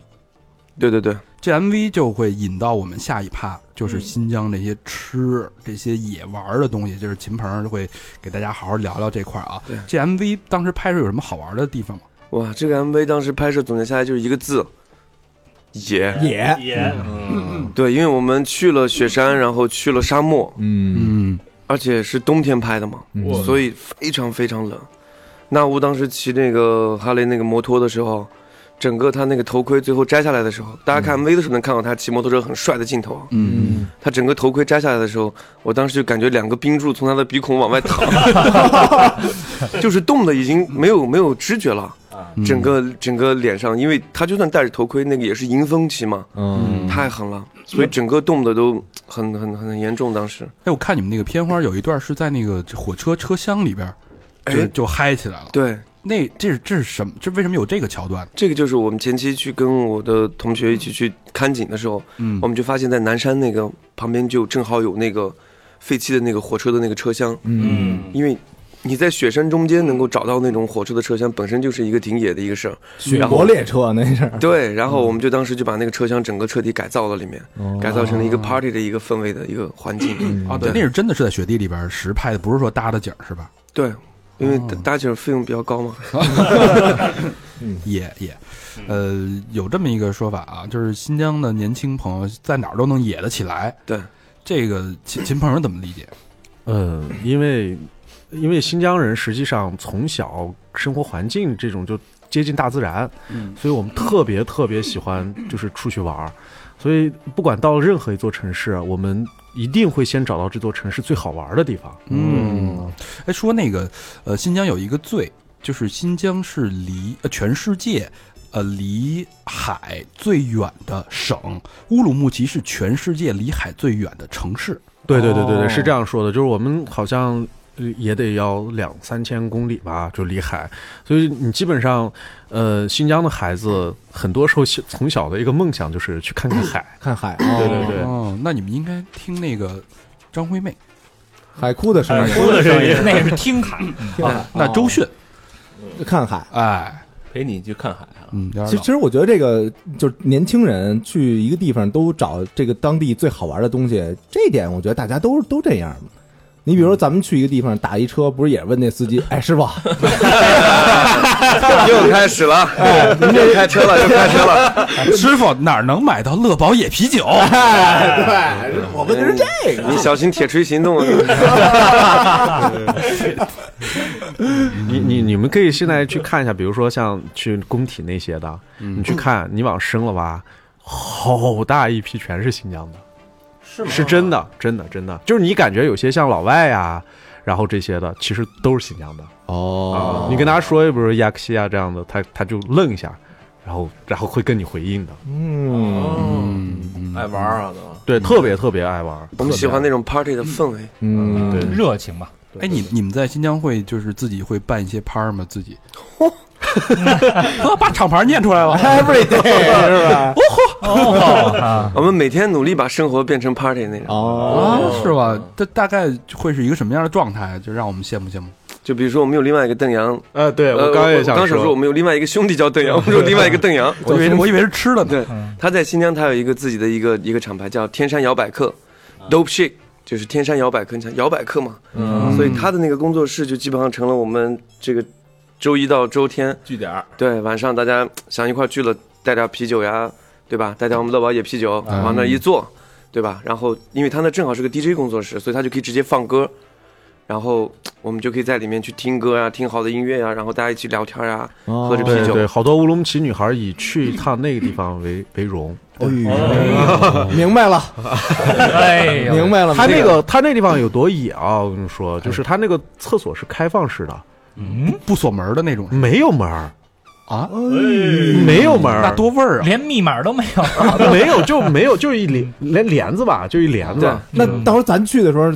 S6: 对对对，
S2: 这 MV 就会引到我们下一趴，就是新疆这些吃、这些野玩儿的东西，就是秦鹏就会给大家好好聊聊这块儿啊。这 MV 当时拍摄有什么好玩的地方吗？
S6: 哇，这个 MV 当时拍摄总结下来就是一个字，野
S3: 野
S9: 哎
S7: 野
S6: 对，因为我们去了雪山，然后去了沙漠，
S2: 嗯，
S6: 而且是冬天拍的嘛，
S7: 哇
S6: 所以非常非常冷。那乌当时骑那个哈雷那个摩托的时候，整个他那个头盔最后摘下来的时候，大家看 MV 的时候能看到他骑摩托车很帅的镜头。啊
S2: 嗯，
S6: 他整个头盔摘下来的时候，我当时就感觉两个冰柱从他的鼻孔往外淌， 就是冻的已经没有没有知觉了，
S2: 嗯
S6: 整个整个脸上，因为他就算戴着头盔，那个也是迎风骑嘛，
S3: 嗯
S6: 太狠了，所以整个冻的都很很很严重。当时，
S2: 哎，我看你们那个片花有一段是在那个火车车厢里边儿，就
S6: 哎
S2: 就嗨起来了。
S6: 对，
S2: 那这是这是什么？这为什么有这个桥段？
S6: 这个就是我们前期去跟我的同学一起去看景的时候，
S2: 嗯
S6: 我们就发现，在南山那个旁边就正好有那个废弃的那个火车的那个车厢，
S7: 嗯，
S6: 因为。你在雪山中间能够找到那种火车的车厢，本身就是一个挺野的一个事儿。
S3: 雪
S6: 然后
S3: 国列车那是，
S6: 对，然后我们就当时就把那个车厢整个彻底改造了，里面、
S3: 哦
S6: 改造成了一个 party 的一个氛围的一个环境。
S2: 啊，对，那是真的是在雪地里边儿实拍的，不是说搭的景儿是吧？
S6: 对，因为搭搭景费用比较高嘛。
S2: 也也，呃，有这么一个说法啊，就是新疆的年轻朋友在哪儿都能野得起来。
S6: 对，
S2: 这个秦秦鹏怎么理解？
S10: 呃，因为因为新疆人实际上从小生活环境这种就接近大自然，
S2: 嗯
S10: 所以我们特别特别喜欢就是出去玩儿。所以不管到任何一座城市，我们一定会先找到这座城市最好玩儿的地方。
S2: 嗯，哎，说那个呃，新疆有一个最，就是新疆是离呃全世界呃离海最远的省，乌鲁木齐是全世界离海最远的城市。
S10: 对对对对对，是这
S2: 样。
S10: 样说的，就是我们好像呃也得要两三千公里吧，就离海，所以你基本上，呃，新疆的孩子很多时候小从小的一个梦想就是去看看海，
S3: 看海，
S10: 对对对，
S2: 哦，那你们应该听那个张惠妹
S3: 海哭的声啊音，
S4: 那是听海
S3: 听海
S2: 那周迅
S3: 看海，
S2: 哎，
S9: 陪你去看海啊。
S2: 嗯，
S3: 其实，其实我觉得这个就是年轻人去一个地方都找这个当地最好玩的东西，这一点我觉得大家都都这样嘛。你比如说咱们去一个地方打一车，不是也问那司机，哎，师傅，
S6: 又开始了，又开车了，又开车了。
S2: 师傅哪儿能买到乐宝野啤酒？
S3: 哎，对，我问的是这个。
S6: 你小心铁锤行动啊！
S10: 你你你们可以现在去看一下，比如说像去工体那些的，你去看，你往深了挖，好大一批全是新疆的，
S12: 是
S10: 是真的，真的，真的，就是你感觉有些像老外呀、然后这些的，其实都是新疆的啊
S3: 哦
S10: 你跟他说，比如亚克西啊亚这样的，他他就愣一下，然后然后会跟你回应的，
S3: 嗯，
S9: 爱玩啊都。
S10: 对，特别特别爱玩，
S6: 我们喜欢那种 party 的氛围，
S3: 嗯，
S10: 对，
S2: 热情吧。
S6: 对
S2: 哎，你你们在新疆会就是自己会办一些趴儿吗？自己， 我把厂牌念出来了
S6: Everyday，是吧？
S2: 哦吼，
S6: 我们每天努力把生活变成 party 那
S3: 哦
S6: 种。
S2: 啊，是吧？这大概会是一个什么样的状态？啊就让我们羡慕羡慕。
S6: 就比如说，我们有另外一个邓阳，
S10: 呃，对
S2: 我刚也想
S6: 刚想
S2: 说，
S6: 说，我们有另外一个兄弟叫邓阳，我们有另外一个邓阳
S2: 我以为我以为是吃的呢。
S6: 对，他在新疆，他有一个自己的一个一个厂牌叫天山摇摆客，Dope Shake，就是天山摇摆客，你想摇摆客嘛，
S9: 嗯
S6: 所以他的那个工作室就基本上成了我们这个周一到周天
S9: 据点儿
S6: 对，晚上大家想一块儿聚了，带点啤酒呀，对吧？带点我们乐宝野啤酒，
S9: 嗯
S6: 往那一坐，对吧？然后，因为他那正好是个 DJ 工作室，所以他就可以直接放歌，然后我们就可以在里面去听歌啊，听好的音乐呀，然后大家一起聊天啊，喝着啤
S10: 对
S6: 酒。
S10: 对，好多乌鲁木齐女孩以去一趟那个地方为为荣。
S3: 哦明白了，
S10: 哎
S3: 呦明白了
S10: 他那
S3: 这个
S10: 个他那地方有多野啊！我跟你说，就是他那个厕所是开放式的，
S2: 嗯，不锁门的那种，
S10: 没有门儿
S3: 哎
S2: 啊，
S10: 没有
S6: 嗯
S10: 门儿，
S2: 那多味儿啊！
S4: 连密码都没有，啊
S10: 没有就没有，就一帘连帘子吧，就一帘子。
S3: 那到时候咱去的时候，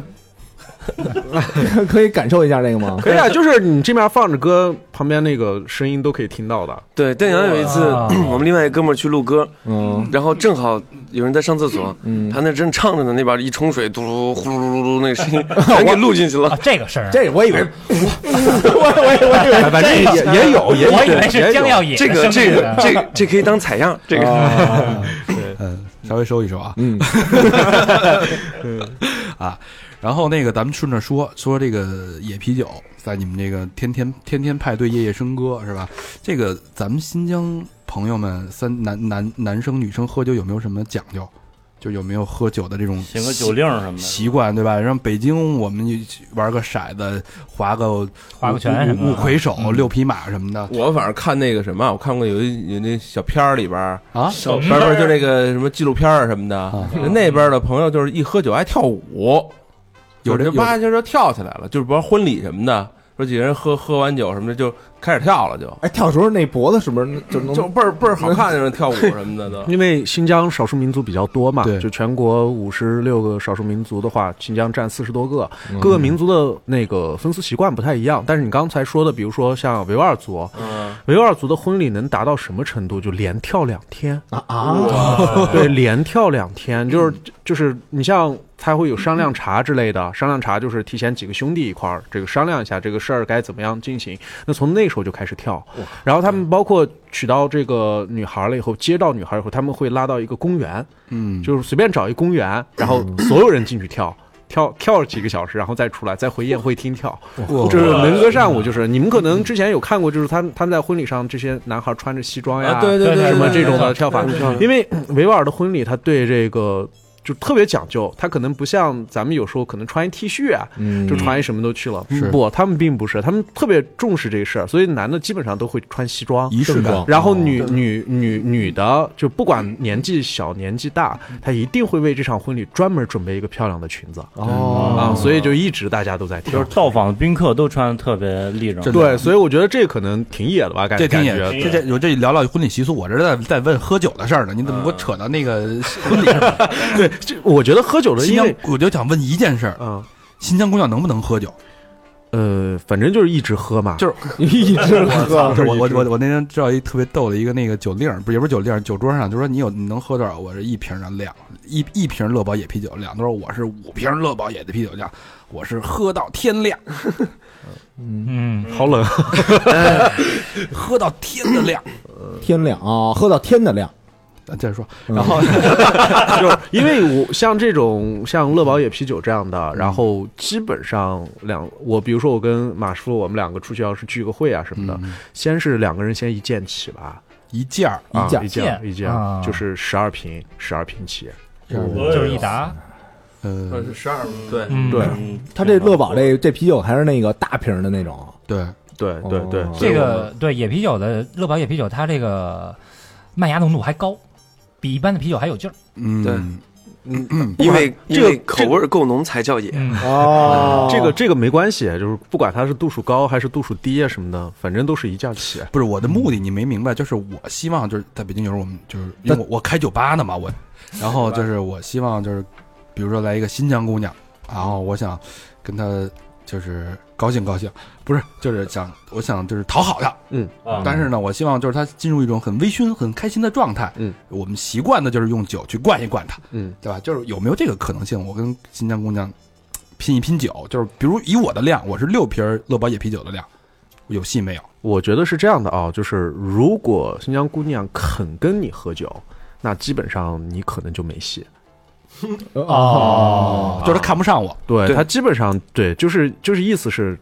S3: 可以感受一下这个吗？
S10: 可以啊，就是你这边放着歌，旁边那个声音都可以听到的。
S6: 对，邓阳有一次， 我们另外一哥们儿去录歌，
S3: 嗯，
S6: 然后正好有人在上厕所，他那正唱着呢，那边一冲水，嘟噜呼噜噜噜噜，那个声 音全给录进去了。
S4: 这个声儿啊
S3: 这 我以为
S6: 反正
S10: 哎也也有，也有，也有。
S6: 这个这个
S4: 啊
S6: 这个这可以当采样，这个。
S2: 嗯，稍微收一收啊。
S3: 嗯，
S2: 啊，然后那个咱们顺着说说这个野啤酒，在你们这个天天天天派对夜夜笙歌是吧？这个咱们新疆朋友们三男男男生女生喝酒有没有什么讲究？就有没有喝酒的这种
S12: 行个酒令儿什么的
S2: 习惯，对吧？像北京我们玩个骰子，划个
S4: 划个拳什么的
S2: 五五魁首、
S12: 嗯
S2: 六匹马什么的。
S9: 我反正看那个什么，我看过有一有那小片儿里边儿
S2: 啊
S9: 小片儿就那个什么纪录片儿什么的，那边的朋友就是一喝酒爱跳舞，
S2: 有这
S9: 就叭就说跳起来了，就是比如婚礼什么的，说几个人喝喝完酒什么的就开始跳了就，
S3: 哎，跳的时候那脖子是不是就能
S9: 就倍儿倍儿好看那种跳舞什么的都
S10: 因为新疆少数民族比较多嘛，就全国五十六个少数民族的话，新疆占四十多个，
S9: 嗯
S10: 各个民族的那个风俗习惯不太一样。但是你刚才说的，比如说像维吾尔族，
S9: 嗯
S10: 维吾尔族的婚礼能达到什么程度？就连跳两天
S3: 啊
S9: 哇
S10: 对，连跳两天，就是就是你像他会有商量茶之类的，商量茶就是提前几个兄弟一块儿这个商量一下这个事儿该怎么样进行。那从那时候就开始跳，然后他们包括娶到这个女孩了以后，接到女孩以后，他们会拉到一个公园，
S2: 嗯，
S10: 就是随便找一公园，然后所有人进去跳。跳跳几个小时，然后再出来，再回宴会厅跳，
S2: 哇
S10: 就是能歌善舞。就是你们可能之前有看过，就是他们他们在婚礼上，这些男孩穿着西装呀，
S9: 啊对对对对
S10: 什么
S9: 对对
S10: 这种
S9: 对
S10: 的跳法
S9: 对对。对
S10: 因为维吾尔的婚礼，他对这个就特别讲究，他可能不像咱们有时候可能穿一 T 恤啊，
S3: 嗯
S10: 就穿一什么都去了
S3: 是。
S10: 不，他们并不是，他们特别重视这个事儿，所以男的基本上都会穿西装，
S2: 仪式感
S10: 然后女女女女的，就不管年纪小年纪大，她一定会为这场婚礼专门准备一个漂亮的裙子。
S12: 哦
S10: 啊，所以就一直大家都在
S12: 就
S10: 跳
S12: 是。到访的宾客都穿的特别利整。
S10: 对，所以我觉得这可能挺野的吧，感
S2: 这
S10: 感
S2: 挺野
S10: 觉，
S2: 这这我这聊聊婚礼习俗，我这在在问喝酒的事儿呢，你怎么
S10: 嗯
S2: 给我扯到那个婚礼上？
S10: 对，这我觉得喝酒的
S2: 新
S10: 因
S2: 疆
S10: 为，
S2: 我就想问一件事儿，
S10: 嗯，
S2: 新疆姑娘能不能喝酒？
S10: 呃，反正就是一直喝嘛，
S2: 就是
S10: 一直喝
S2: 我操我我
S10: 啊就是一直
S2: 我我那天知道一特别逗的一个那个酒令儿，不也不是酒令儿，酒桌上就说你有你能喝多少？我是一瓶儿两一一瓶乐宝野啤酒，两多少？我是五瓶乐宝野的啤酒量，我是喝到天亮，
S4: 嗯，
S10: 好冷，
S2: 喝到天的亮。
S3: 哦天亮啊，喝到天的亮，
S2: 咱接着说，然后
S10: 就是 因为我像这种像乐宝野啤酒这样的，然后基本上两我比如说我跟马师傅我们两个出去要是聚个会啊什么的，先是两个人先一件起吧，
S2: 一件儿
S10: 啊
S2: 一件儿
S10: 一件儿一件儿
S2: 啊
S10: 就是十二瓶十二瓶起，
S2: 哦就是一
S4: 打。
S10: 呃，
S7: 十二，对
S2: 嗯
S4: 嗯
S3: 对，他这乐宝这这啤酒还是那个大瓶的那种，
S2: 对
S10: 对对对
S4: 这个对野啤酒的乐宝野啤酒，它这个麦芽浓度还高，比一般的啤酒还有劲儿。
S2: 嗯，
S6: 对，
S10: 嗯
S6: 因为
S10: 这
S6: 因
S10: 个
S6: 为口味儿够浓才叫野。
S4: 嗯
S10: 哦，这个这个没关系，就是不管它是度数高还是度数低啊什么的，反正都是一价起。
S2: 不是我的目的，你没明白，就是我希望就是在北京有时候我们就是因为我我开酒吧呢嘛，我，然后就是我希望就是，比如说来一个新疆姑娘，然后我想跟她就是高兴高兴，不是就是想我想就是讨好她，
S10: 嗯
S12: 啊
S2: 但是呢，我希望就是她进入一种很微醺、很开心的状态，
S10: 嗯，
S2: 我们习惯的就是用酒去灌一灌她，
S10: 嗯，
S2: 对吧？就是有没有这个可能性？我跟新疆姑娘拼一拼酒，就是比如以我的量，我是六瓶儿乐宝野啤酒的量，有戏没有？
S10: 我觉得是这样的啊，就是如果新疆姑娘肯跟你喝酒，那基本上你可能就没戏。
S2: 哦就是她看不上我，
S10: 对他基本上对，就是就是意思是，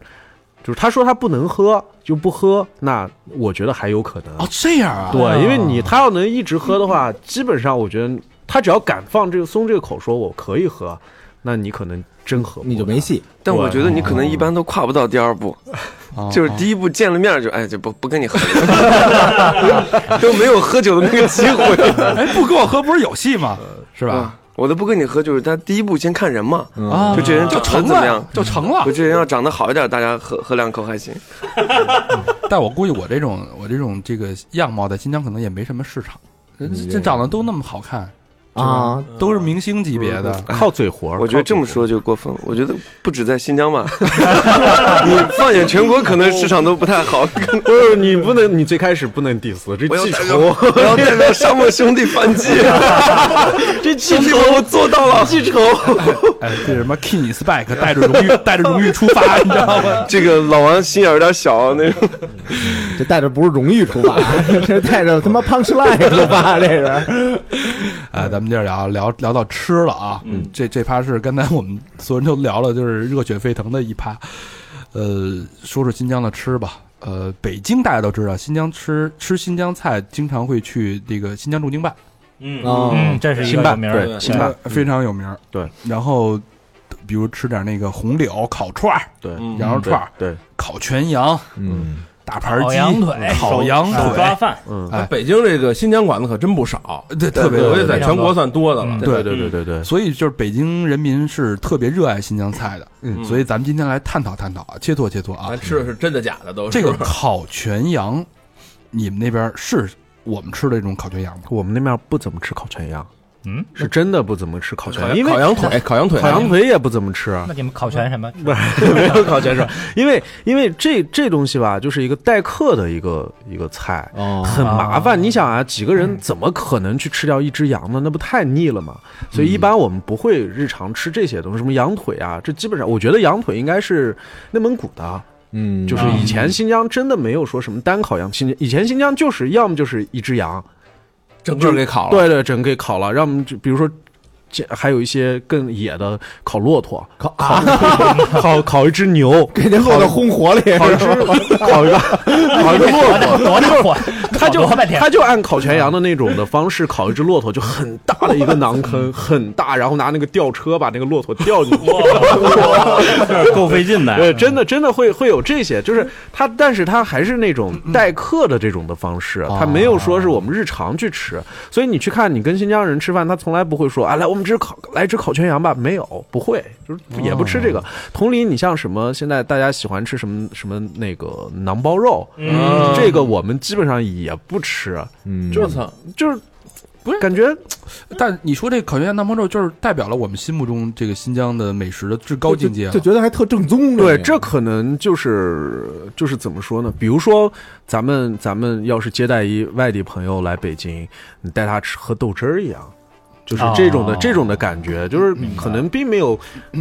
S10: 就是他说他不能喝就不喝，那我觉得还有可能。
S2: 哦，这样啊？
S10: 对，因为你他要能一直喝的话，基本上我觉得他只要敢放这个松这个口说我可以喝，那你可能真喝你就没
S3: 戏。
S6: 但我觉得你可能一般都跨不到第二步， 就是第一步见了面就哎就不不跟你喝， 都没有喝酒的那个机会。
S2: 哎，不跟我喝不是有戏吗？
S6: 呃
S2: 是吧？
S6: 我都不跟你喝，就是他第一步先看人嘛
S2: 啊，
S6: 嗯就这人
S2: 就
S6: 长得
S2: 成
S6: 怎么样
S2: 了，就成了
S6: 我这人要长得好一点，大家喝喝两口还行。
S2: 但我估计我这种我这种这个样貌在新疆可能也没什么市场，人
S6: 嗯
S2: 这长得都那么好看是吧
S6: 啊
S2: 都是明星级别的，
S6: 嗯
S10: 嘴活
S6: 我觉得这么说就过分了。我觉得不止在新疆吧， 你放眼全国，可能市场都不太好。
S10: 不 是呃你不能，你最开始不能 diss 这
S6: 我要
S10: 记
S6: 代
S10: 仇
S6: 表，我要代表沙漠兄弟反击，
S10: 这
S6: 记仇我做到了，
S10: 记仇。
S2: 哎，这什么 King is back，带着 荣誉带着荣誉出发，你知道吗？
S6: 这个老王心眼有点小啊 那种。
S3: 这带着不是荣誉出发， 这带着他妈 punch line 出发，这是。
S2: 哎，咱们接着聊聊聊到吃了啊，嗯，这这趴是刚才我们所有人都聊了，就是热血沸腾的一趴。呃，说说新疆的吃吧。呃，北京大家都知道，新疆吃吃新疆菜，经常会去那个新疆驻京办。
S12: 嗯
S4: 哦嗯这是一个
S2: 新办
S4: 有名儿
S2: 对
S4: 新办
S2: 呃非常有名儿。
S10: 对，
S2: 然后比如吃点那个红柳烤串儿，
S10: 对
S2: 羊肉串儿，
S10: 嗯对，
S2: 烤全羊，
S3: 嗯，
S2: 大盘
S12: 烤
S2: 鸡，
S12: 羊腿
S2: 烤羊
S12: 手
S2: 腿，
S12: 抓饭
S10: 嗯
S2: 哎，
S7: 北京这个新疆馆子可真不少，
S2: 对，特别
S7: 我也
S2: 多
S7: 在全国算多的了。
S2: 嗯
S7: 对
S2: 对
S7: 对
S10: 对对，
S2: 所以就是北京人民是特别热爱新疆菜的，
S7: 嗯
S2: 所以咱们今天来探讨探讨啊，切磋切磋啊
S7: 咱，吃的是真的假的都 是。
S2: 这个烤全羊，你们那边是我们吃的这种烤全羊吗？
S10: 我们那边不怎么吃烤全羊，
S4: 嗯，
S10: 是真的不怎么吃烤全
S7: 烤
S10: 羊，因为
S7: 烤羊腿烤羊腿
S10: 烤羊腿也不怎么吃。
S4: 那你们烤全什 么？
S10: 不是没有烤全是吧，因为因为这这东西吧，就是一个待客的一个一个菜，
S3: 哦
S10: 很麻烦。你想啊，几个人怎么可能去吃掉一只羊呢？那不太腻了吗？所以一般我们不会日常吃这些东西，什么羊腿啊，这基本上我觉得羊腿应该是内蒙古的。
S3: 嗯
S10: 就是以前新疆真的没有说什么单烤羊，新以前新疆就是要么就是一只羊，
S7: 整个给烤了
S10: 对对，整个给烤了。让我们就比如说，这还有一些更野的烤骆驼，烤啊烤 烤烤一只牛，给
S3: 那骆驼轰火里
S10: 烤一只烤一个烤一个骆驼，
S4: 多大火？
S10: 他就
S4: 烤多半天
S10: 他就按烤全羊的那种的方式烤一只骆驼，就很大的 一个馕坑，很大，然后拿那个吊车把那个骆驼吊进去，
S12: 够费劲的
S2: 嗯
S10: 对，真的真的会会有这些，就是他，但是他还是那种待客的这种的方式，
S2: 哦
S10: 他没有说是我们日常去吃，所以你去看你跟新疆人吃饭，他从来不会说啊，来我们吃烤来吃烤全羊吧，没有，不会，就是也不吃这
S2: 哦
S10: 个。同理，你像什么现在大家喜欢吃什么什么那个馕包肉，
S7: 嗯
S10: 这个我们基本上也不吃，
S3: 嗯
S7: 就操，
S10: 就是
S2: 不是
S10: 感觉，
S2: 但你说这烤全羊南方肉就是代表了我们心目中这个新疆的美食的至高境界了啊
S3: 就觉得还特正宗。
S10: 啊对，这可能就是就是怎么说呢？比如说，咱们咱们要是接待一外地朋友来北京，你带他吃喝豆汁儿一样，就是这种的、
S7: 哦
S10: 这种的感觉，就是可能并没有，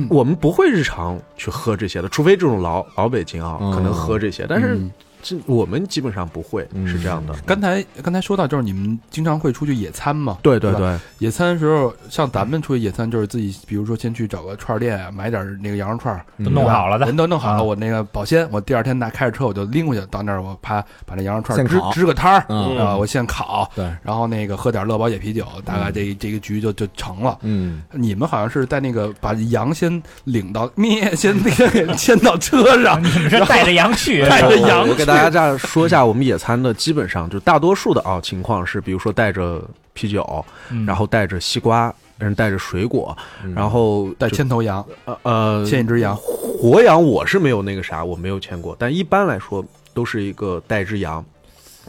S10: 我们不会日常去喝这些的，除非这种老老北京啊，可能喝这些，但是。这我们基本上不会是这样的。
S2: 刚才刚才说到，就是你们经常会出去野餐嘛？
S10: 对对
S2: 对吧
S10: 对，
S2: 野餐的时候，像咱们出去野餐，就是自己，比如说先去找个串儿店啊买点儿那个羊肉串儿，
S10: 嗯
S4: 都弄
S2: 对吧
S4: 好了的
S2: 啊人都弄好了，我那个保鲜，我第二天拿开着车我就拎过去，到那儿我啪把那羊肉串儿
S10: 现
S2: 支
S10: 烤
S2: 支个摊儿
S10: 嗯
S2: 啊，我现烤，对，然后那个喝点乐宝野啤酒，大
S10: 嗯
S2: 概这这个局就就成了。
S3: 嗯，
S2: 你们好像是在那个把羊先领到咩， 先那个给牵到车上， 你们
S4: 是带着羊 去
S2: 带着羊去，
S10: 我给大哎家这样说一下，我们野餐的基本上就大多数的啊情况是，比如说带着啤酒，
S2: 嗯
S10: 然后带着西瓜，嗯，带着水果，
S2: 嗯
S10: 然后
S2: 带牵头羊，
S10: 呃呃，
S2: 牵一只羊，
S10: 活羊我是没有那个啥，我没有牵过，但一般来说都是一个带只羊。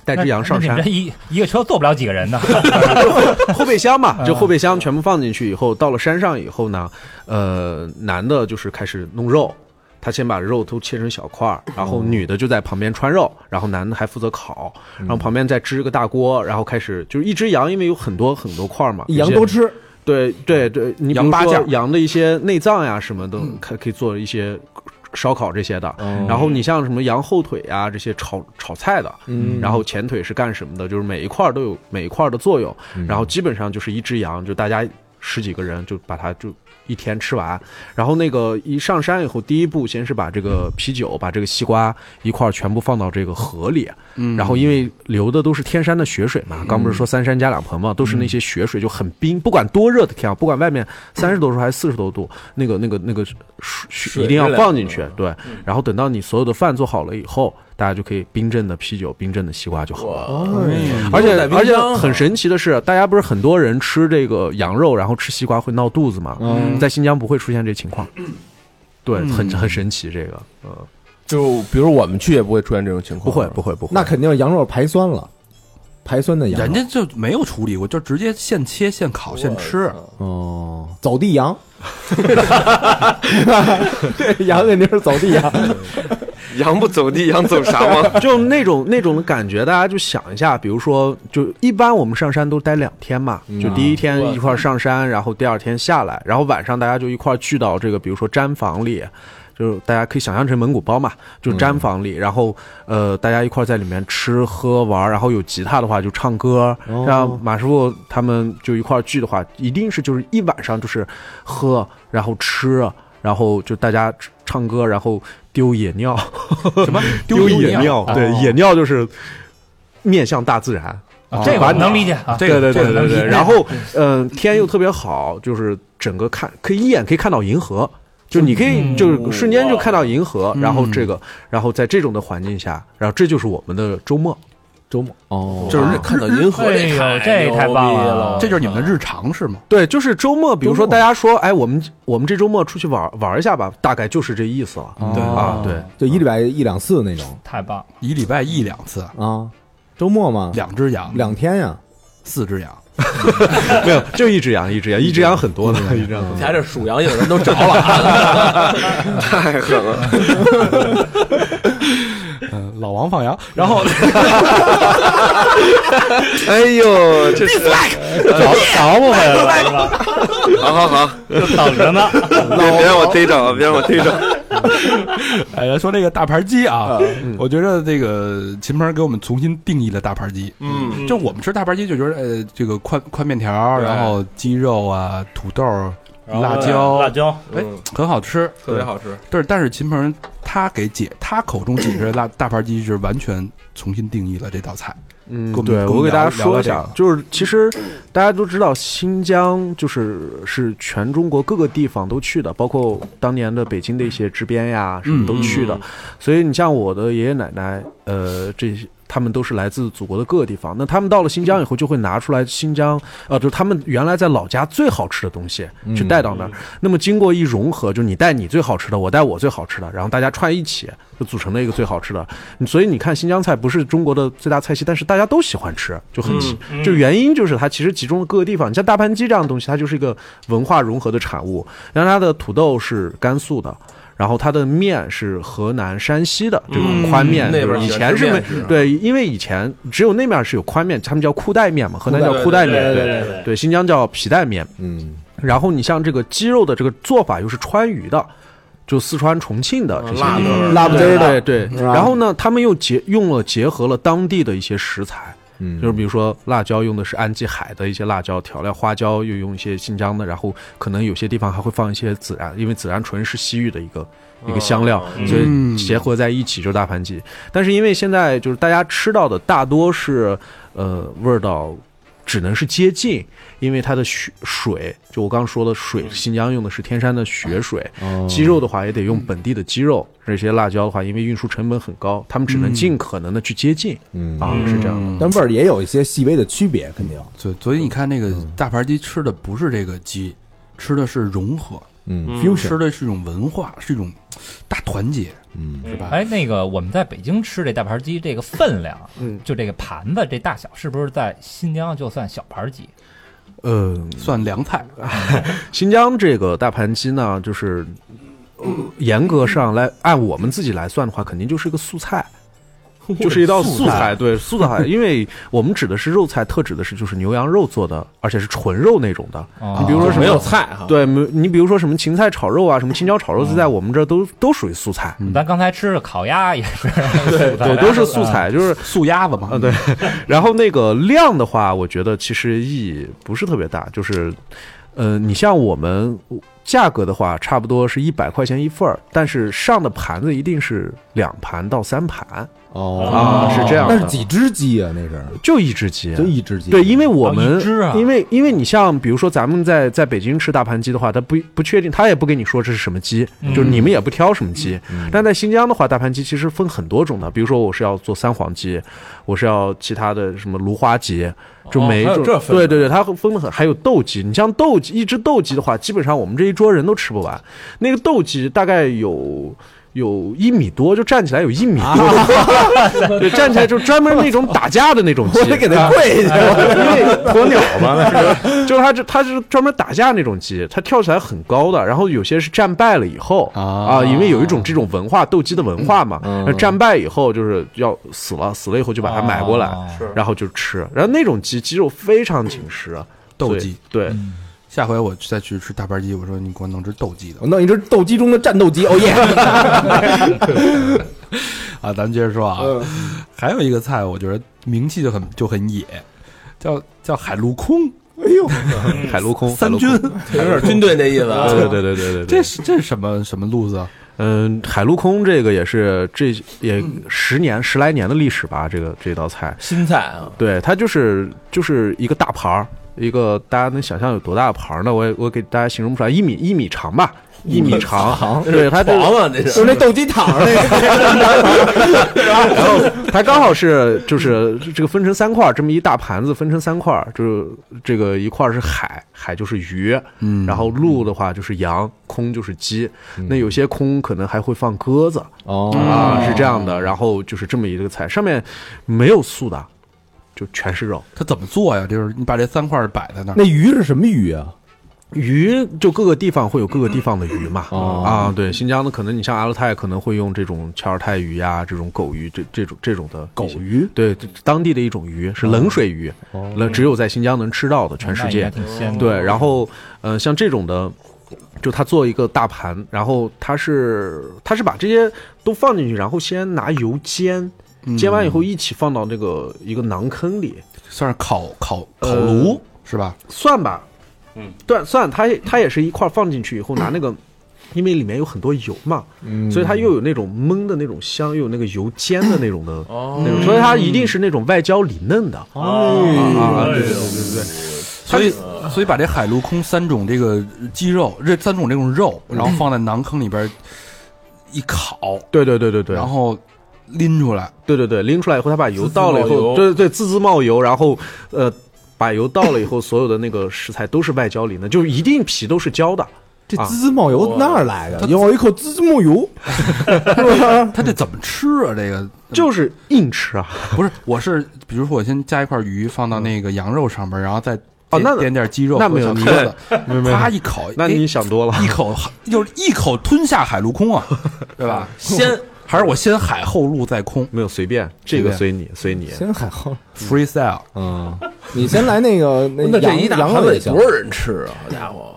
S10: 带只羊上
S4: 那你
S10: 山
S4: 们这，一一个车坐不了几个人呢。
S10: 后备箱嘛，
S4: 嗯
S10: 就后备箱全部放进去以后，到了山上以后呢，呃，男的就是开始弄肉，他先把肉都切成小块儿，然后女的就在旁边穿肉，然后男的还负责烤，然后旁边再支个大锅，然后开始就是一只羊，因为有很多很多块儿嘛，
S3: 羊都吃
S10: 有些。对对对，你比
S3: 羊
S10: 如
S3: 八嗯件
S10: 说羊的一些内脏呀什么的，可可以做一些烧烤这些的。
S3: 哦
S10: 然后你像什么羊后腿啊这些炒炒菜的，
S3: 嗯
S10: 然后前腿是干什么的，就是每一块儿都有每一块儿的作用。
S3: 嗯
S10: 然后基本上就是一只羊，就大家十几个人就把它就一天吃完。然后那个一上山以后，第一步先是把这个啤酒、把这个西瓜一块儿全部放到这个河里，
S2: 嗯
S10: 然后因为流的都是天山的雪水嘛，刚不是说三山加两盆嘛，都是那些雪水就很冰，不管多热的天啊，不管外面三十多度还是四十多度，那个那个那个水
S9: 水
S10: 一定要
S9: 越来越
S10: 放进去，对。然后等到你所有的饭做好了以后，大家就可以冰镇的啤酒、冰镇的西瓜就好了。
S9: 嗯
S10: 而且而且
S9: 啊
S10: 很神奇的是，大家不是很多人吃这个羊肉，然后吃西瓜会闹肚子嘛？
S9: 嗯
S10: 在新疆不会出现这情况，对，很
S9: 嗯
S10: 很神奇这个，嗯，
S9: 就比如我们去也不会出现这种情况，不会
S10: 不会不会。
S3: 那肯定羊肉排酸了，排酸的羊肉，
S2: 人家就没有处理过，就直接现切、现烤、现吃。
S3: 哦，走地羊，对， 羊肯定是走地羊，
S10: 羊不走地，
S6: 羊走啥嘛？
S10: 就那种那种感觉，大家就想一下，比如说，就一般我们上山都待两天嘛，就第一天一块儿上山，然后第二天下来，然后晚上大家就一块儿聚到这个，比如说毡房里。就是大家可以想象成蒙古包嘛，就毡房里，然后呃，大家一块儿在里面吃喝玩儿，然后有吉他的话就唱歌，
S9: 哦
S10: 让马师傅他们就一块儿聚的话，一定是就是一晚上就是喝，然后吃，然后就大家唱歌，然后丢野尿，什 么
S2: 丢
S10: 丢
S2: 野
S10: 野
S2: 尿
S10: 尿？对
S2: 哦，
S10: 野尿就是面向大自然
S2: 啊。这个
S10: 哦把
S2: 我能理解啊
S10: 对
S2: 这个
S10: 对
S2: 这
S10: 对
S2: 个
S10: 对
S2: 能理
S10: 对。
S4: 哎
S2: 解
S10: 然后，嗯，天又特别好，就是整个看可以一眼可以看到银河，就你可以就是瞬间就看到银河，然后这个，然后在这种的环境下，然后这就是我们的周末，
S3: 周末
S10: 哦
S9: 就是看到银河这太哎呦这太棒了牛逼了
S2: 这就是你们的日常是吗？
S10: 对，就是周末，比如说大家说，哎，我们我们这周末出去玩玩一下吧，大概就是这意思了。对啊，对，，
S3: 就一礼拜一两次那种
S4: 太棒了，
S2: 一礼拜一两次
S3: 啊，
S10: 嗯
S3: 周末嘛，
S2: 两只羊，
S3: 两天呀，
S2: 四只羊，
S10: 没有，就一只羊，一只羊，一只羊很多的，一只羊很
S9: 你还这数羊有人都着了啊，
S6: 太狠了。
S2: 嗯，老王放羊，然后
S6: 哎呦，这是
S12: 着着不回来了，
S6: 好好好，
S12: 等着呢。
S6: 别别让我逮着啊！别让我 逮着。
S2: 哎，说这个大盘鸡啊，
S10: 嗯
S2: 我觉得这个秦鹏给我们重新定义了大盘鸡。
S9: 嗯
S2: 就我们吃大盘鸡就觉得，呃，这个宽宽面条，
S9: 对
S2: 然后鸡肉啊、土豆、
S9: 然后
S2: 辣椒、
S12: 辣椒
S2: 哎
S9: 嗯，
S2: 很好吃，
S9: 特别好吃。
S2: 但是但是秦鹏他给解他口中解释的大大盘鸡是完全重新定义了这道菜。
S10: 嗯
S2: 跟我们
S10: 对，
S2: 跟
S10: 我
S2: 我
S10: 给
S2: 们
S10: 大
S2: 聊
S10: 家说一下啊
S2: 聊这，
S10: 就是其实大家都知道，新疆就是是全中国各个地方都去的，包括当年的北京的一些支边呀，什么都去的。
S9: 嗯
S10: 所以你像我的爷爷奶奶，呃，这些他们都是来自祖国的各个地方。那他们到了新疆以后，就会拿出来新疆，呃，就是他们原来在老家最好吃的东西
S9: 嗯
S10: 去带到那儿。那么经过一融合，就你带你最好吃的，我带我最好吃的，然后大家串一起，就组成了一个最好吃的。所以你看，新疆菜不是中国的最大菜系，但是大家都喜欢吃，就很奇。
S9: 嗯嗯
S10: 就原因就是它其实集中了各个地方。你像大盘鸡这样的东西，它就是一个文化融合的产物。然后它的土豆是甘肃的。然后它的面是河南、山西的这种宽面，
S9: 嗯那边
S10: 就是
S9: 儿
S10: 以
S9: 喜欢
S10: 前
S9: 吃
S10: 是没
S9: 面食
S10: 对，因为以前只有那面是有宽面，他们叫裤带面嘛，河南叫裤带面，
S9: 对对对对对
S10: 对新疆叫皮带面，
S3: 嗯。
S10: 然后你像这个鸡肉的这个做法又是川渝的，就四川、重庆的这些地
S8: 嗯
S10: 方，
S8: 辣不滋儿的
S10: 对对
S8: 是吧
S10: 然后呢，他们又结用了结合了当地的一些食材，
S8: 嗯
S10: 就是比如说辣椒用的是安吉海的一些辣椒调料，花椒又用一些新疆的，然后可能有些地方还会放一些孜然，因为孜然醇是西域的一个一个香料，
S9: 嗯
S10: 所以结合在一起就是大盘鸡。但是因为现在就是大家吃到的大多是呃味儿道。只能是接近，因为它的血水，就我刚刚说的水，新疆用的是天山的雪水，鸡肉的话也得用本地的鸡肉，这些辣椒的话，因为运输成本很高，他们只能
S3: 嗯
S10: 尽可能的去接近，
S3: 嗯
S10: 啊，是这样的。
S3: 但味儿也有一些细微的区别，肯定。
S2: 对，所以你看那个
S10: 嗯
S2: 大盘鸡吃的不是这个鸡，吃的是融合，
S3: 嗯
S2: 吃的是一种文化，是一种大团结，嗯，是
S10: 啊
S2: 吧？
S4: 哎，那个我们在北京吃这大盘鸡，这个分量，
S2: 嗯
S4: 就这个盘子这大小，是不是在新疆就算小盘鸡？
S10: 呃，
S2: 算凉菜。啊
S10: 新疆这个大盘鸡呢，就是呃严格上来按我们自己来算的话，肯定就是一个素菜。 就是一道素菜， 对素菜，因为我们指的是肉菜，特指的是就是牛羊肉做的，而且是纯肉那种的。
S9: 哦
S10: 嗯
S4: 啊
S10: 你比如说什么
S9: 没有菜哈
S10: 对，没你比如说什么芹菜炒肉啊，什么青椒炒肉，在我们这儿都都属于素菜。
S4: 咱刚才吃的烤鸭也 是素
S10: 对
S4: 菜，
S10: 对，都是素菜，
S4: 嗯
S10: 就是
S2: 素鸭子嘛。
S10: 啊，对。然后那个量的话，我觉得其实意义不是特别大，就是，呃，你像我们价格的话，差不多是一百块钱一份儿，但是上的盘子一定是两盘到三盘。
S3: 哦
S10: 啊，是这样的。
S3: 那是几只鸡啊？那是
S10: 就一只鸡，啊
S3: 就一只鸡。
S10: 对，因为我们、
S3: 一只啊
S10: 因为因为你像比如说咱们在在北京吃大盘鸡的话，他不不确定，他也不跟你说这是什么鸡，
S9: 嗯
S10: 就是你们也不挑什么鸡。但在新疆的话，大盘鸡其实分很多种的，比如说我是要做三黄鸡，我是要其他的什么芦花鸡。就
S9: 哦
S10: 每一
S9: 还有
S10: 种，
S9: 这分
S10: 对对对，它分的很，还有斗鸡。你像斗鸡，一只斗鸡的话，基本上我们这一桌人都吃不完。那个斗鸡大概有有一米多，就站起来有一米多， 对，站起来就专门那种打架的那种鸡，
S3: 我得给它跪 下
S10: 啊因为鸵鸟嘛，是 就是它这它是专门打架那种鸡，它跳起来很高的，然后有些是战败了以后啊，嗯因为有一种这种文化斗鸡的文化嘛，那战败以后就是要死了，死了以后就把它买过来，然后就吃，然后那种鸡鸡肉非常紧实，啊
S2: 斗
S10: 所以
S2: 鸡
S10: 对。
S2: 下回我再去吃大盘鸡，我说你给我弄只斗 鸡的
S3: 我弄一只斗鸡中的战斗机，哦耶！
S2: 啊！咱们接着说啊，
S10: 嗯
S2: 还有一个菜，我觉得名气就很就很野，叫叫海陆空。哎 呦，
S10: 海陆空
S2: 三军
S10: 嗯海陆空，
S2: 有
S10: 有
S2: 点
S10: 点军队那意思啊对对对对对对对
S2: 这是这是什么什么路子啊？
S10: 嗯，海陆空这个也是这也十年十来年的历史吧，这个这道菜
S9: 新菜啊，
S10: 对，它就是就是一个大盘儿，一个大家能想象有多大的盘儿呢？我也我给大家形容不出来，一米一米长吧，一米长，对，它 这
S9: 黄啊，这
S3: 就是那斗鸡躺上那
S10: 个，它刚好是就是这个分成三块儿，这么一大盘子分成三块儿，就是这个一块儿是海，海就是鱼，
S2: 嗯
S10: 然后陆的话就是羊，空就是鸡，那有些空可能还会放鸽子，
S3: 哦
S10: 啊是这样的，然后就是这么一个菜，上面没有素的，就全是肉。
S2: 它怎么做呀？就是你把这三块摆在那儿，
S10: 那鱼是什么鱼啊？鱼就各个地方会有各个地方的鱼嘛，啊，对，新疆的可能你像阿勒泰可能会用这种乔尔泰鱼呀、这种狗鱼这这种这种的狗鱼，对，这当地的一种鱼是冷水鱼，冷只有在新疆能吃到的，全世
S4: 哦那
S10: 界
S4: 应该挺鲜的
S10: 对，然后呃，像这种的，就他做一个大盘，然后他是他是把这些都放进去，然后先拿油煎，煎完以后一起放到这个一个馕坑里，
S2: 算是烤烤
S10: 呃
S2: 烤炉、是吧？
S10: 算吧，
S2: 嗯，
S10: 对，算它也它也是一块儿放进去以后拿那个，因为里面有很多油嘛，
S9: 嗯
S10: 所以它又有那种焖的那种香，又有那个油煎的那种的，
S9: 哦
S10: 那种，所以它一定是那种外焦里嫩的。
S3: 哎
S2: 哦
S10: 啊，
S2: 哎
S10: 对对对对对。
S2: 所以，所以把这海陆空三种这个鸡肉，这三种这种肉，然
S10: 嗯
S2: 后放在馕坑里边一烤，
S10: 对对对对对，
S2: 然后拎出来，
S10: 对对对，拎出来以后，他把油倒了以
S2: 滋滋冒
S10: 后，
S2: 油
S10: 对对对，滋滋冒油，然后呃，把油倒了以后，所有的那个食材都是外焦里嫩，就是一定皮都是焦的。
S2: 嗯
S3: 这
S10: 啊
S3: 滋滋冒油哪儿来的？咬一口滋滋冒 油，
S2: 他这怎么吃啊？这个
S10: 就是硬吃啊！
S2: 不是，我是比如说我先加一块鱼放到那个羊肉上边，然后再
S10: 嗯哦，那
S2: 点点点鸡肉
S10: 那
S2: 和
S10: 没
S2: 小
S10: 有，
S2: 鸽
S10: 你
S2: 子，
S10: 没有没有
S2: 啪一口，
S10: 那
S2: 哎
S10: 你想多了，
S2: 一口就是一口吞下海 陆空啊，对吧？
S9: 先
S2: 还是我先海后陆再空？
S10: 没有随便，这个随你随你，
S3: 先海后
S2: freestyle，
S3: 嗯，你先来那个 那
S9: 那这
S3: 羊
S9: 一大
S3: 羊
S9: 盘
S3: 肉
S9: 子
S3: 也
S9: 得
S3: 行
S9: 多少人吃啊？好家伙，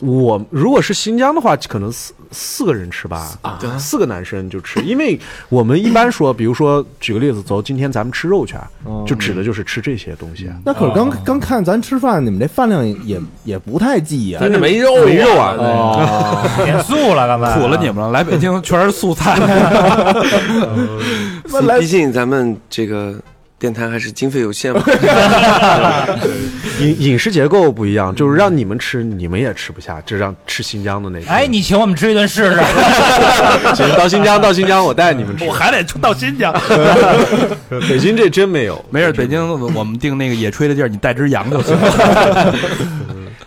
S10: 我如果是新疆的话，可能四四个人吃吧，四个啊男生就吃，因 为我们一般说，比如说举个例子，走，今天咱们吃肉去啊，就指的就是吃这些东西。啊
S3: 那可是刚刚看咱吃饭，你们这饭量也也也不太济呀，
S10: 咱这没肉啊
S2: 没肉啊
S3: 哦
S2: 减速了刚才苦了你们了来北京全是素 菜。
S6: 毕竟咱们这个电台还是经费有限嘛。
S10: 饮饮食结构不一样，就是让你们吃，你们也吃不下，就让吃新疆的那种。
S4: 哎，你请我们吃一顿 试试。
S10: 行，到新 疆，到新疆，我带你们吃。
S2: 我还得到新疆。
S10: 北京这真没有，
S2: 没事，北京我们定那个野炊的地儿，你带只羊就行。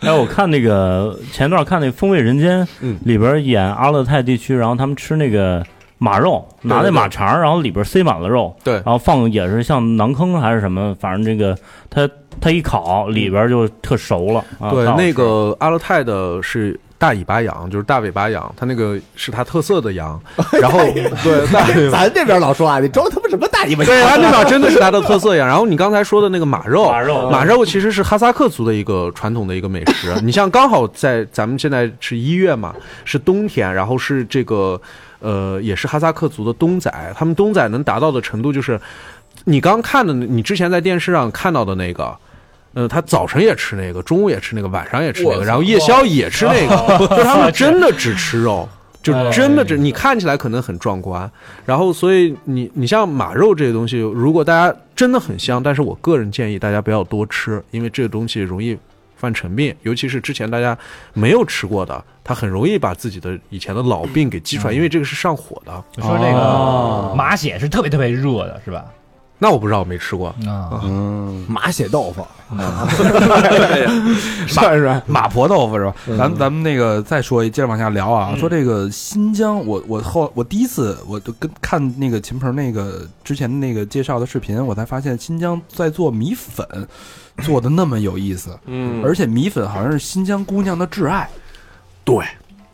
S12: 哎，我看那个前段看那《风味人间》
S10: 嗯
S12: 里边演阿勒泰地区，然后他们吃那个马肉，
S10: 对
S12: 拿那
S10: 对
S12: 马肠，然后里边塞满了肉，
S10: 对
S12: 然后放也是像馕坑还是什么，反正这个它它一烤里边就特熟了。啊
S10: 对
S12: 到，
S10: 那个阿勒泰的是大尾巴羊，就是大尾巴羊，它那个是它特色的 羊。然后对，大尾巴
S3: 咱这边老说啊，你装他妈什么大尾巴？
S10: 对，它那边真的是它的特色羊。然后你刚才说的那个马肉，马肉马肉其实是哈萨克族的一个传统的一个美食。啊你像刚好在咱们现在是一月嘛，是冬天，然后是这个呃，也是哈萨克族的冬宰，他们冬宰能达到的程度就是，你刚看的，你之前在电视上看到的那个。呃，他早晨也吃那个，中午也吃那个，晚上也吃那
S9: 我
S10: 个，
S9: 操哦
S10: 然后夜宵也吃那个，
S9: 哇
S10: 就他们真的只吃肉，就
S9: 哎
S10: 真的只你看起来可能很壮观，然后所以你你像马肉这些东西，如果大家真的很香，但是我个人建议大家不要多吃，因为这个东西容易犯陈病，尤其是之前大家没有吃过的，它很容易把自己的以前的老病给激
S9: 嗯
S10: 出来，因为这个是上火的。
S4: 就说这
S10: 哦
S4: 个马血是特别特别热的，是吧？啊
S10: 那我不知道，我没吃过。
S2: 嗯，
S3: 马血豆腐，
S2: 算
S3: 是
S2: 马婆豆腐是吧？
S10: 嗯
S2: 咱们咱们那个再说一，接着往下聊啊。说这个新疆，我我后我第一次我就跟看那个秦鹏那个之前那个介绍的视频，我才发现新疆在做米粉，做的那么有意思。
S10: 嗯
S2: 而且米粉好像是新疆姑娘的挚爱。
S10: 对，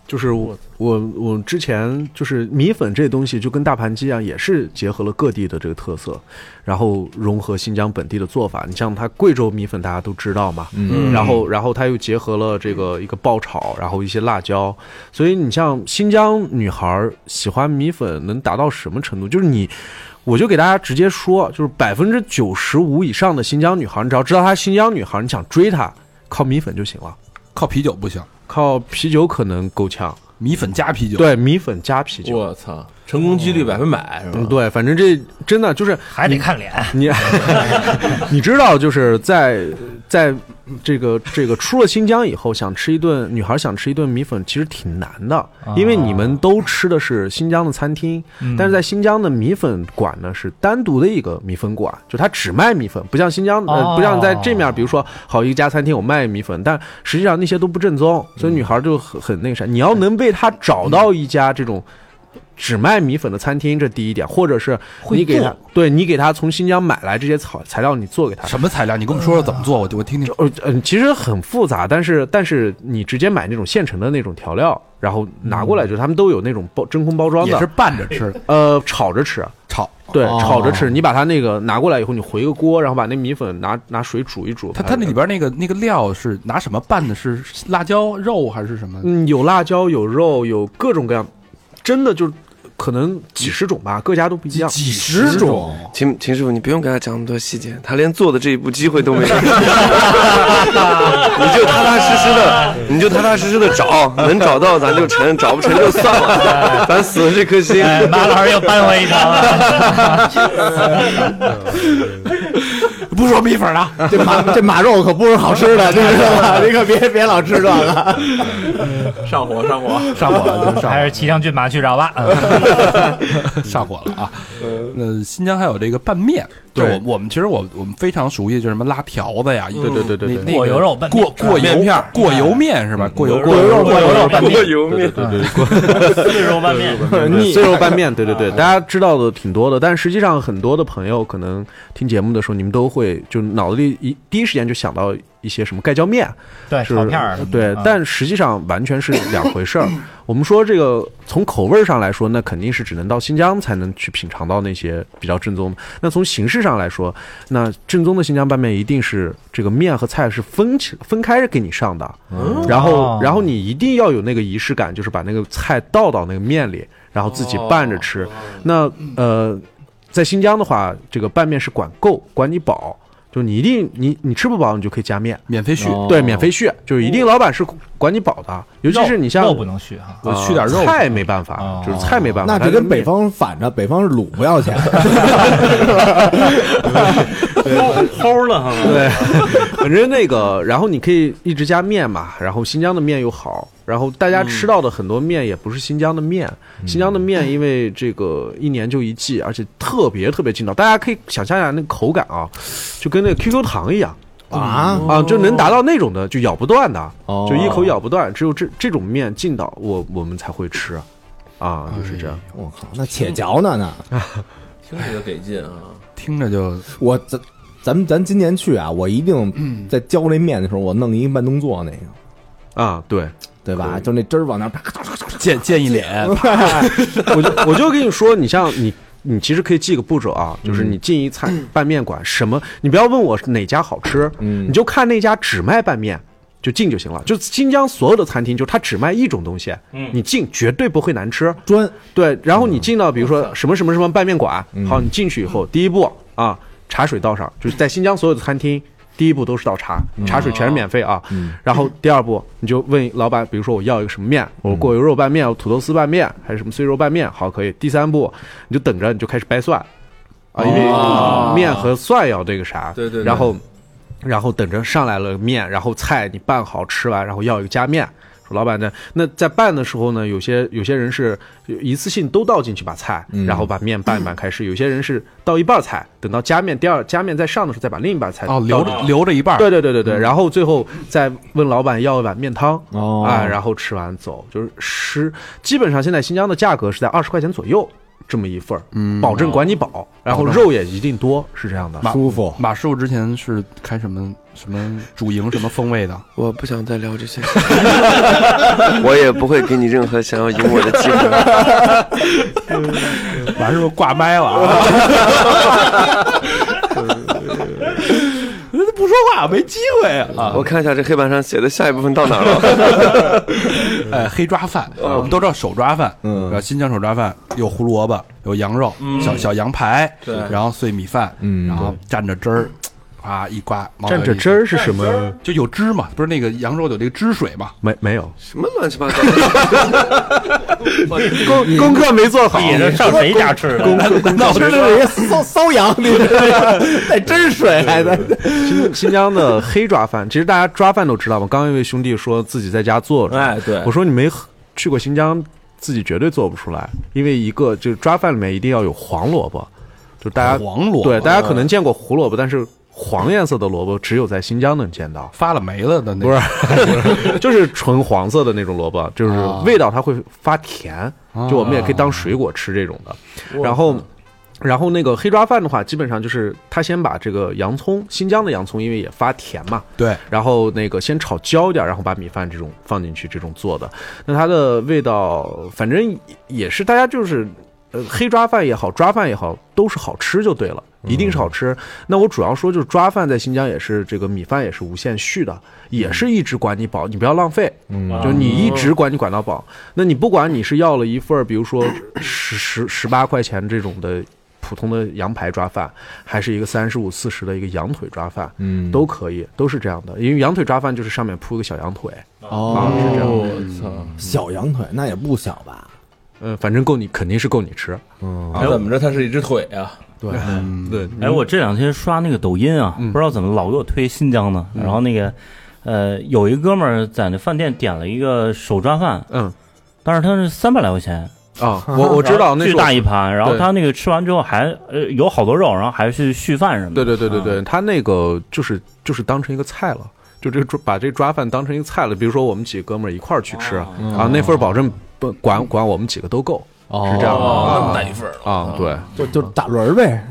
S10: 就是我我我之前就是米粉这东西就跟大盘鸡一样，也是结合了各地的这个特色，然后融合新疆本地的做法。你像它贵州米粉大家都知道嘛，
S9: 嗯
S10: 然后然后它又结合了这个一个爆炒，然后一些辣椒，所以你像新疆女孩儿喜欢米粉能达到什么程度？就是你。我就给大家直接说，就是百分之九十五以上的新疆女孩儿，你只要知道她是新疆女孩儿，你想追她，靠米粉就行了。
S2: 靠啤酒不行，
S10: 靠啤酒可能够呛。
S2: 米粉加啤酒，
S10: 对，米粉加啤酒。
S9: 我操，成功几率百分百是吧？
S10: 嗯，对，反正这真的就是还
S9: 得看脸。
S10: 你 你知道，就是在在这个这个出了新疆以后，想吃一顿女孩想吃一顿米粉，其实挺难的，因为你们都吃的是新疆的餐厅，
S9: 啊嗯
S10: 但是在新疆的米粉馆呢是单独的一个米粉馆，就它只卖米粉，不像新疆
S9: 哦
S10: 呃不像在这面，比如说好一家餐厅我卖米粉，但实际上那些都不正宗，
S9: 嗯
S10: 所以女孩就很很那个啥，你要能被她找到一家这种。只卖米粉的餐厅，这第一点，或者是你给他
S2: 会，
S10: 对你给他从新疆买来这些草材料，你做给他
S2: 什么材料？你跟我们说说怎么做，我就我听听。
S10: 呃，嗯，其实很复杂，但是但是你直接买那种现成的那种调料，然后拿过来，就是他们都有那种包真空包装的，
S2: 也是拌着吃，
S10: 呃，炒着吃，
S2: 炒
S10: 对，
S2: 哦
S10: 炒着吃。你把它那个拿过来以后，你回个锅，然后把那米粉拿拿水煮一煮。
S2: 它它那里边那个那个料是拿什么拌的？是辣椒肉还是什么？
S10: 嗯，有辣椒，有肉，有各种各样，真的就可能几十种吧，各家都不一样，
S2: 几
S10: 十种。
S6: 秦秦师傅，你不用跟他讲那么多细节，他连做的这一步机会都没有。 你就踏踏实实的，你就踏踏实实的找，能找到咱就成，找不成就算
S12: 哎
S6: 了，咱死了这颗心。
S4: 马老师又扳回一城
S2: 不说米粉了，
S3: 这马这马肉可不是好吃 的，这知道吧？你可别别老吃这个。
S9: 上火上火
S2: 上火了就是上火
S4: 还是骑上骏马去 找吧。嗯
S2: 上火了啊！呃，新疆还有这个拌面，
S10: 嗯对
S2: 就我我们其实我我们非常熟悉，就是什么拉条子呀，
S10: 对对对对对
S2: 那那个
S10: 过油肉拌面嗯
S2: 过过油
S10: 面片儿
S2: 过油面是吧？过油
S10: 过油肉过油肉拌面
S2: 过
S6: 油
S2: 面，
S10: 对对对，
S2: 碎
S10: 肉
S2: 拌面
S10: 对碎肉拌面，对对对，大家知道的挺多的，但实际上很多的朋友可能听节目的时候，你们都会会就脑子里一第一时间就想到一些什么盖浇面，
S4: 对
S10: 是不是
S4: 炒片儿什么的
S10: 对
S4: 啊，
S10: 但实际上完全是两回 事儿。我们说这个从口味儿上来说，那肯定是只能到新疆才能去品尝到那些比较正宗的。那从形式上来说，那正宗的新疆拌面一定是这个面和菜是分起分开给你上的，
S9: 嗯
S10: 然
S9: 哦
S10: 后然后你一定要有那个仪式感，就是把那个菜倒到那个面里，然后自己
S4: 哦
S10: 拌着吃。那呃，在新疆的话，这个拌面是管够，管你饱。就你一定你你吃不饱，你就可以加面，
S2: 免费续
S4: 哦
S10: 对，免费续，就是一定老板是管你饱的，尤其是你像
S4: 肉不能续啊，
S10: 我续点肉，菜没办法，
S4: 哦
S10: 就是菜没办法。
S3: 那这
S10: 但是
S3: 跟北方反着，北方是卤不要 钱，
S12: 齁了，
S10: 对， 反正那个，然后你可以一直加面嘛，然后新疆的面又好，然后大家
S4: 嗯
S10: 吃到的很多面也不是新疆的面，新疆的面因为这个一年就一季，而且特别特别劲道，大家可以想象一下那个口感啊，就跟那个 QQ 糖一样。
S3: 啊
S10: 啊，就能达到那种的，就咬不断的，啊
S3: 哦
S10: 就一口咬不断。只有这这种面劲道，我我们才会吃，啊，就是这样。
S3: 我靠，那且嚼呢呢？
S9: 听着就得劲啊！
S2: 听着就
S3: 我咱咱们咱今年去啊，我一定在浇那面的时候，我弄一慢动作那个
S10: 啊，对
S3: 对吧？就那汁儿往那儿啪，
S2: 溅溅一 脸
S10: 我就我就跟你说，你像你。你其实可以记个步骤啊，就是你进一菜拌面馆，什么你不要问我哪家好吃，你就看那家只卖拌面就进就行了。就新疆所有的餐厅，就它只卖一种东西，你进绝对不会难吃。
S3: 专
S10: 对，然后你进到比如说什么什么什么拌面馆，好，你进去以后，第一步啊，茶水倒上，就是在新疆所有的餐厅，第一步都是倒茶，茶水全是免费啊。然后第二步，你就问老板，比如说我要一个什么面，我过油肉拌面，我土豆丝拌面，还是什么碎肉拌面？好，可以。第三步，你就等着，你就开始掰蒜啊，因
S9: 哦
S10: 为面和蒜要这个啥，
S9: 对对对
S10: 然后，然后等着上来了面，然后菜你拌好吃完，然后要一个加面。说老板呢？那在拌的时候呢，有些有些人是一次性都倒进去把菜，
S9: 嗯
S10: 然后把面拌一拌开始；有些人是倒一半菜，等到加面第二加面再上的时候再把另一半菜
S2: 哦
S10: 倒
S2: 留着
S10: 进去
S2: 留着一半儿
S10: 啊对对对对对，然后最后再问老板要一碗面汤，
S3: 哦
S10: 啊，然后吃完走，就是十，基本上现在新疆的价格是在二十块钱左右这么一份儿，
S2: 嗯
S10: 保证管你饱，然后
S2: 保证
S10: 肉也一定多，是这样的，
S2: 马
S3: 服。
S2: 马师傅之前是开什么什么主营什么风 味的？
S6: 我不想再聊这些， 我也不会给你任何想要赢我的机会。
S2: 马师傅挂麦 了啊！不说话没机会啊！
S6: 我看一下这黑板上写的下一部分到哪儿 了。
S2: 哎，黑抓饭，
S10: 嗯
S2: 我们都知道手抓饭，嗯，然后新疆手抓饭有胡萝卜，有羊肉，
S9: 嗯
S2: 小小羊排，
S9: 对
S2: 然后碎米饭，
S3: 嗯
S2: 然后蘸着汁儿，啊，一刮，毛
S10: 蘸着汁儿是什么蘸汁儿？
S2: 就有汁嘛，不是那个羊肉有这个汁水嘛？
S10: 没没有，
S6: 什么乱七八糟的？功
S10: 功课没做好，
S12: 你这上谁家吃的？
S3: 那我这是一骚骚羊，你这是带汁水还在。
S10: 新新疆的黑抓饭，其实大家抓饭都知道嘛。刚刚一位兄弟说自己在家做，
S9: 哎对
S10: 我说你没去过新疆，自己绝对做不出来，因为一个就是抓饭里面一定要有黄萝卜，就大家
S2: 黄萝卜
S10: 对，大家可能见过胡萝卜，但是黄颜色的萝卜只有在新疆能见到。
S2: 发了霉了的那
S10: 不是，就是纯黄色的那种萝卜，就是味道它会发甜，就我们也可以当水果吃这种的。然后，然后那个黑抓饭的话，基本上就是他先把这个洋葱，新疆的洋葱因为也发甜嘛，
S2: 对，
S10: 然后那个先炒焦一点，然后把米饭这种放进去，这种做的，那它的味道反正也是大家就是。呃，黑抓饭也好，抓饭也好，都是好吃就对了，一定是好
S12: 嗯
S10: 吃。那我主要说就是抓饭在新疆也是这个米饭也是无限续的，也
S12: 嗯
S10: 是一直管你饱，你不要浪费。
S3: 嗯
S12: 啊
S10: 就你一
S12: 哦
S10: 直管你管到饱，那你不管你是要了一份儿，比如说十十十八块钱这种的普通的羊排抓饭，还是一个三十五四十的一个羊腿抓饭，
S3: 嗯
S10: 都可以，都是这样的。因为羊腿抓饭就是上面铺一个小羊腿，啊是这样的。
S9: 我操！
S3: 哦小羊腿那也不小吧？
S10: 嗯，反正够你，肯定是够你吃。
S3: 嗯
S9: 哎怎么着？它是一只腿啊！
S10: 对
S2: 嗯
S9: 对，
S10: 嗯
S12: 哎，我这两天刷那个抖音啊，不知道怎么老给我推新疆的。
S10: 嗯
S12: 然后那个，呃，有一哥们儿在那饭店点了一个手抓饭，
S10: 嗯，
S12: 但是他是三百来块钱
S10: 啊我我知道那是
S12: 巨
S10: 我
S12: 大一盘。然后
S10: 对
S12: 他那个吃完之后还呃有好多肉，然后还去续饭什么的。
S10: 对对对对对，他那个就是就是当成一个菜了。就这个抓把这抓饭当成一个菜了，比如说我们几个哥们儿一块儿去吃
S9: 哦
S10: 啊，那份儿保证不管管我们几个都够，是这样的
S9: 哦
S10: 啊
S9: 那么大一份儿
S10: 啊，对，
S3: 就就打轮儿呗，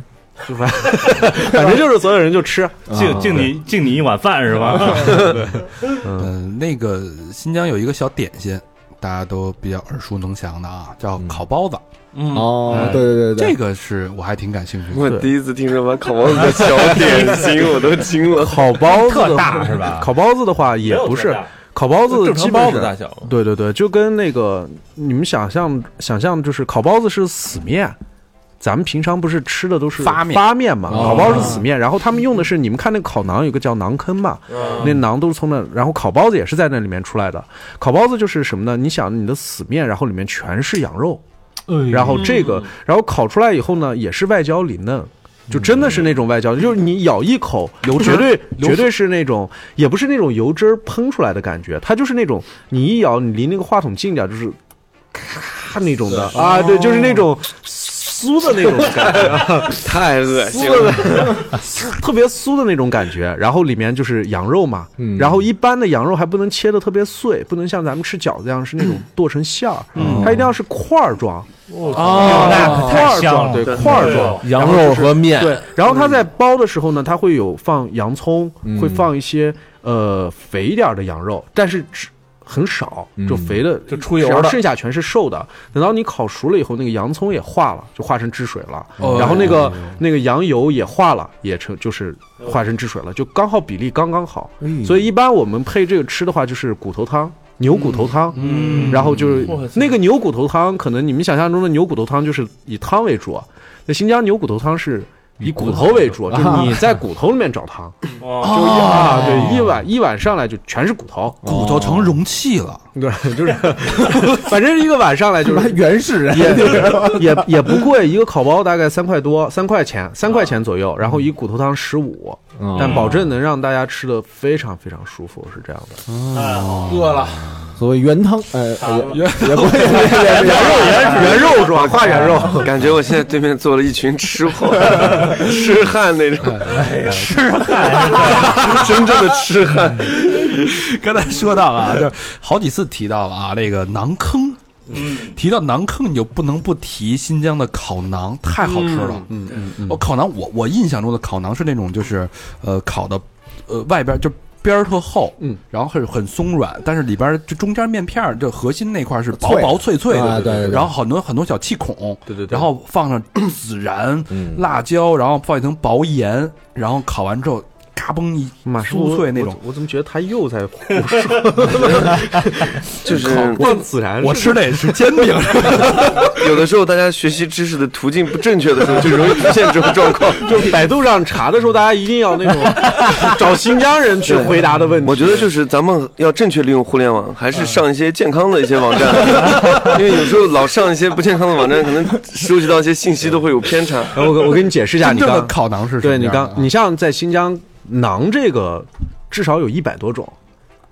S10: 就反 反正就是所有人就吃，
S12: 敬敬你敬你一碗饭是吧
S2: 对嗯，那个新疆有一个小点心，大家都比较耳熟能详的啊，叫烤包子。
S3: 嗯哦对
S2: 对对，这个是我还挺感兴趣的。
S6: 我第一次听说把烤包子小点心，我都惊了。
S10: 烤包子的话
S6: 特大是吧
S10: 烤包子的话也不
S6: 没有
S10: 是
S6: 特大。
S10: 烤包子
S9: 正常
S10: 基本
S9: 包子
S10: 是
S9: 大小
S10: 对对对，就跟那个你们想象想象，就是烤包子是死面，咱们平常不是吃的都是
S2: 发面
S10: 发面嘛，
S2: 哦
S10: 烤包是死面，然后他们用的是你们看那烤馕有个叫馕坑嘛，
S2: 嗯
S10: 那馕都是从那，然后烤包子也是在那里面出来的。烤包子就是什么呢？你想你的死面，然后里面全是羊肉，
S2: 哎
S10: 然后这个，然后烤出来以后呢，也是外焦里嫩。就真的是那种外焦，就是你咬一口，油
S2: 嗯汁
S10: 绝
S2: 儿
S10: 对
S2: 流水
S10: 绝对是那种，也不是那种油汁儿喷出来的感觉，它就是那种你一咬，你离那个话筒近点儿，就是咔那种的
S9: 是
S10: 啊，对，
S9: 哦
S10: 就是那种酥的那种 感觉，
S6: 太恶
S9: 心了
S10: 特别酥的那种感觉。然后里面就是羊肉嘛，
S9: 嗯
S10: 然后一般的羊肉还不能切的特别碎，不能像咱们吃饺子一样是那种剁成馅儿，它一定要是块儿状。
S9: 哦嗯那
S10: 块
S9: 太
S10: 儿
S9: 香
S10: 状
S9: 了
S10: 对
S9: 真的
S10: 块儿状，
S9: 羊
S10: 然后
S9: 肉
S10: 就是
S9: 和面
S10: 对，然后它在包的时候呢，它会有放洋葱，会放一些呃肥一点的羊肉，但是只很少，就肥的就出
S9: 油的
S10: 剩下全是瘦的。等到你烤熟了以后，那个洋葱也化了，就化成汁水了，
S9: 哦
S10: 然后那个那个羊油也化了，也成就是化成汁水了，就刚好比例刚刚好。所以一般我们配这个吃的话，就是骨头汤。牛骨头汤，嗯，然后就是
S9: 哇
S10: 那个牛骨头汤，可能你们想象中的牛骨头汤就是以汤为主，啊那新疆牛骨头汤是以骨头为主，啊就是你在骨头里面找汤，就一啊，对，一碗一碗上来就全是骨头，
S2: 骨头成容器了，
S10: 对，就是，反正一个晚上来就是
S3: 原始人，
S10: 也也也不贵，一个烤包大概三块多，三块钱，三块钱左右，然后一骨头汤十五，但保证能让大家吃的非常非常舒服，是这样的。
S9: 饿了，
S3: 所谓原汤，呃，也也不会
S10: 原肉是 吧？化原肉，
S6: 感觉我现在对面坐了一群吃 货、痴汉那种，
S10: 哎
S6: 痴 汉，真正的痴汉。
S2: 刚才说到啊， 就是好几次提到了啊，那个馕坑。嗯，提到馕坑，你就不能不提新疆的烤馕，太好吃了。
S9: 嗯
S2: 嗯嗯，哦，烤馕，我我印象中的烤馕是那种就是，呃，烤的，呃，外边就边儿特厚，嗯，然后很很松软，但是里边儿就中间面片儿，就核心那块儿是薄
S9: 脆
S2: 薄脆脆
S9: 啊
S2: 的，
S9: 对对对
S2: 然后很多很多小气孔，
S9: 对对对嗯
S2: 然后放上 孜然、辣椒，然后放一层薄盐，然后烤完之后，嘎嘣一
S10: 妈
S2: 酥脆那种。
S10: 我怎么觉得他又在胡说？
S6: 就是
S10: 放孜然，
S2: 我吃的也是煎饼。
S6: 有的时候大家学习知识的途径不正确的时候，就容易出现这种状况。
S10: 就百度上查的时候，大家一定要那种找新疆人去回答的问题。
S6: 我觉得就是咱们要正确利用互联网，还是上一些健康的一 些网站，因为有时候老上一些不健康的网站，可能收集到一些信息都会有偏差。
S10: 哎我我给你解释一下，你刚
S2: 烤馕是
S10: 对你刚你像在新疆馕这个至少有一百多种，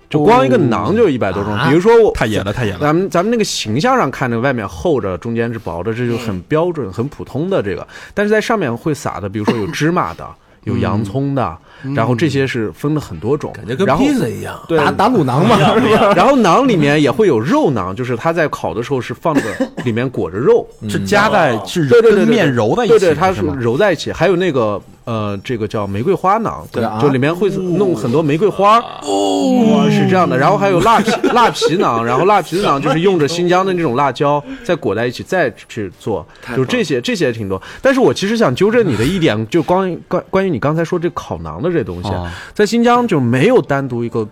S10: 就光一个馕就有一百多
S9: 哦
S10: 种。比如说我
S2: 啊太野了，太野了。
S10: 咱们咱们那个形象上看着外面厚着，中间是薄的，这就
S9: 嗯
S10: 很标准、很普通的这个。但是在上面会撒的，比如说有芝麻 的，有洋
S2: 嗯
S10: 葱的，然后这些是分了很多种，感觉
S9: 嗯跟披萨一样
S10: 对，
S9: 打
S3: 打卤
S9: 馕嘛不一样不一样
S10: 然后馕里面也会有肉馕，就是它在烤的时候 是放着里面裹着肉，
S2: 是夹在是
S10: 对对对
S2: 跟
S10: 对
S2: 面揉在一起
S10: 对对，它
S2: 是
S10: 是
S2: 吗
S10: 揉在一起。还有那个呃，这个叫玫瑰花馕，
S9: 对啊
S10: 就里面会弄很多玫瑰花，哦，是这样的。然后还有 辣皮辣皮馕，然后辣皮馕就是用着新疆的那种辣椒再裹在一起再去做，
S9: 棒
S10: 就这些这些也挺多。但是我其实想纠正你的一点，就关关关于你刚才说这烤馕的这东西啊
S9: 哦，
S10: 在新疆就没有单独一个。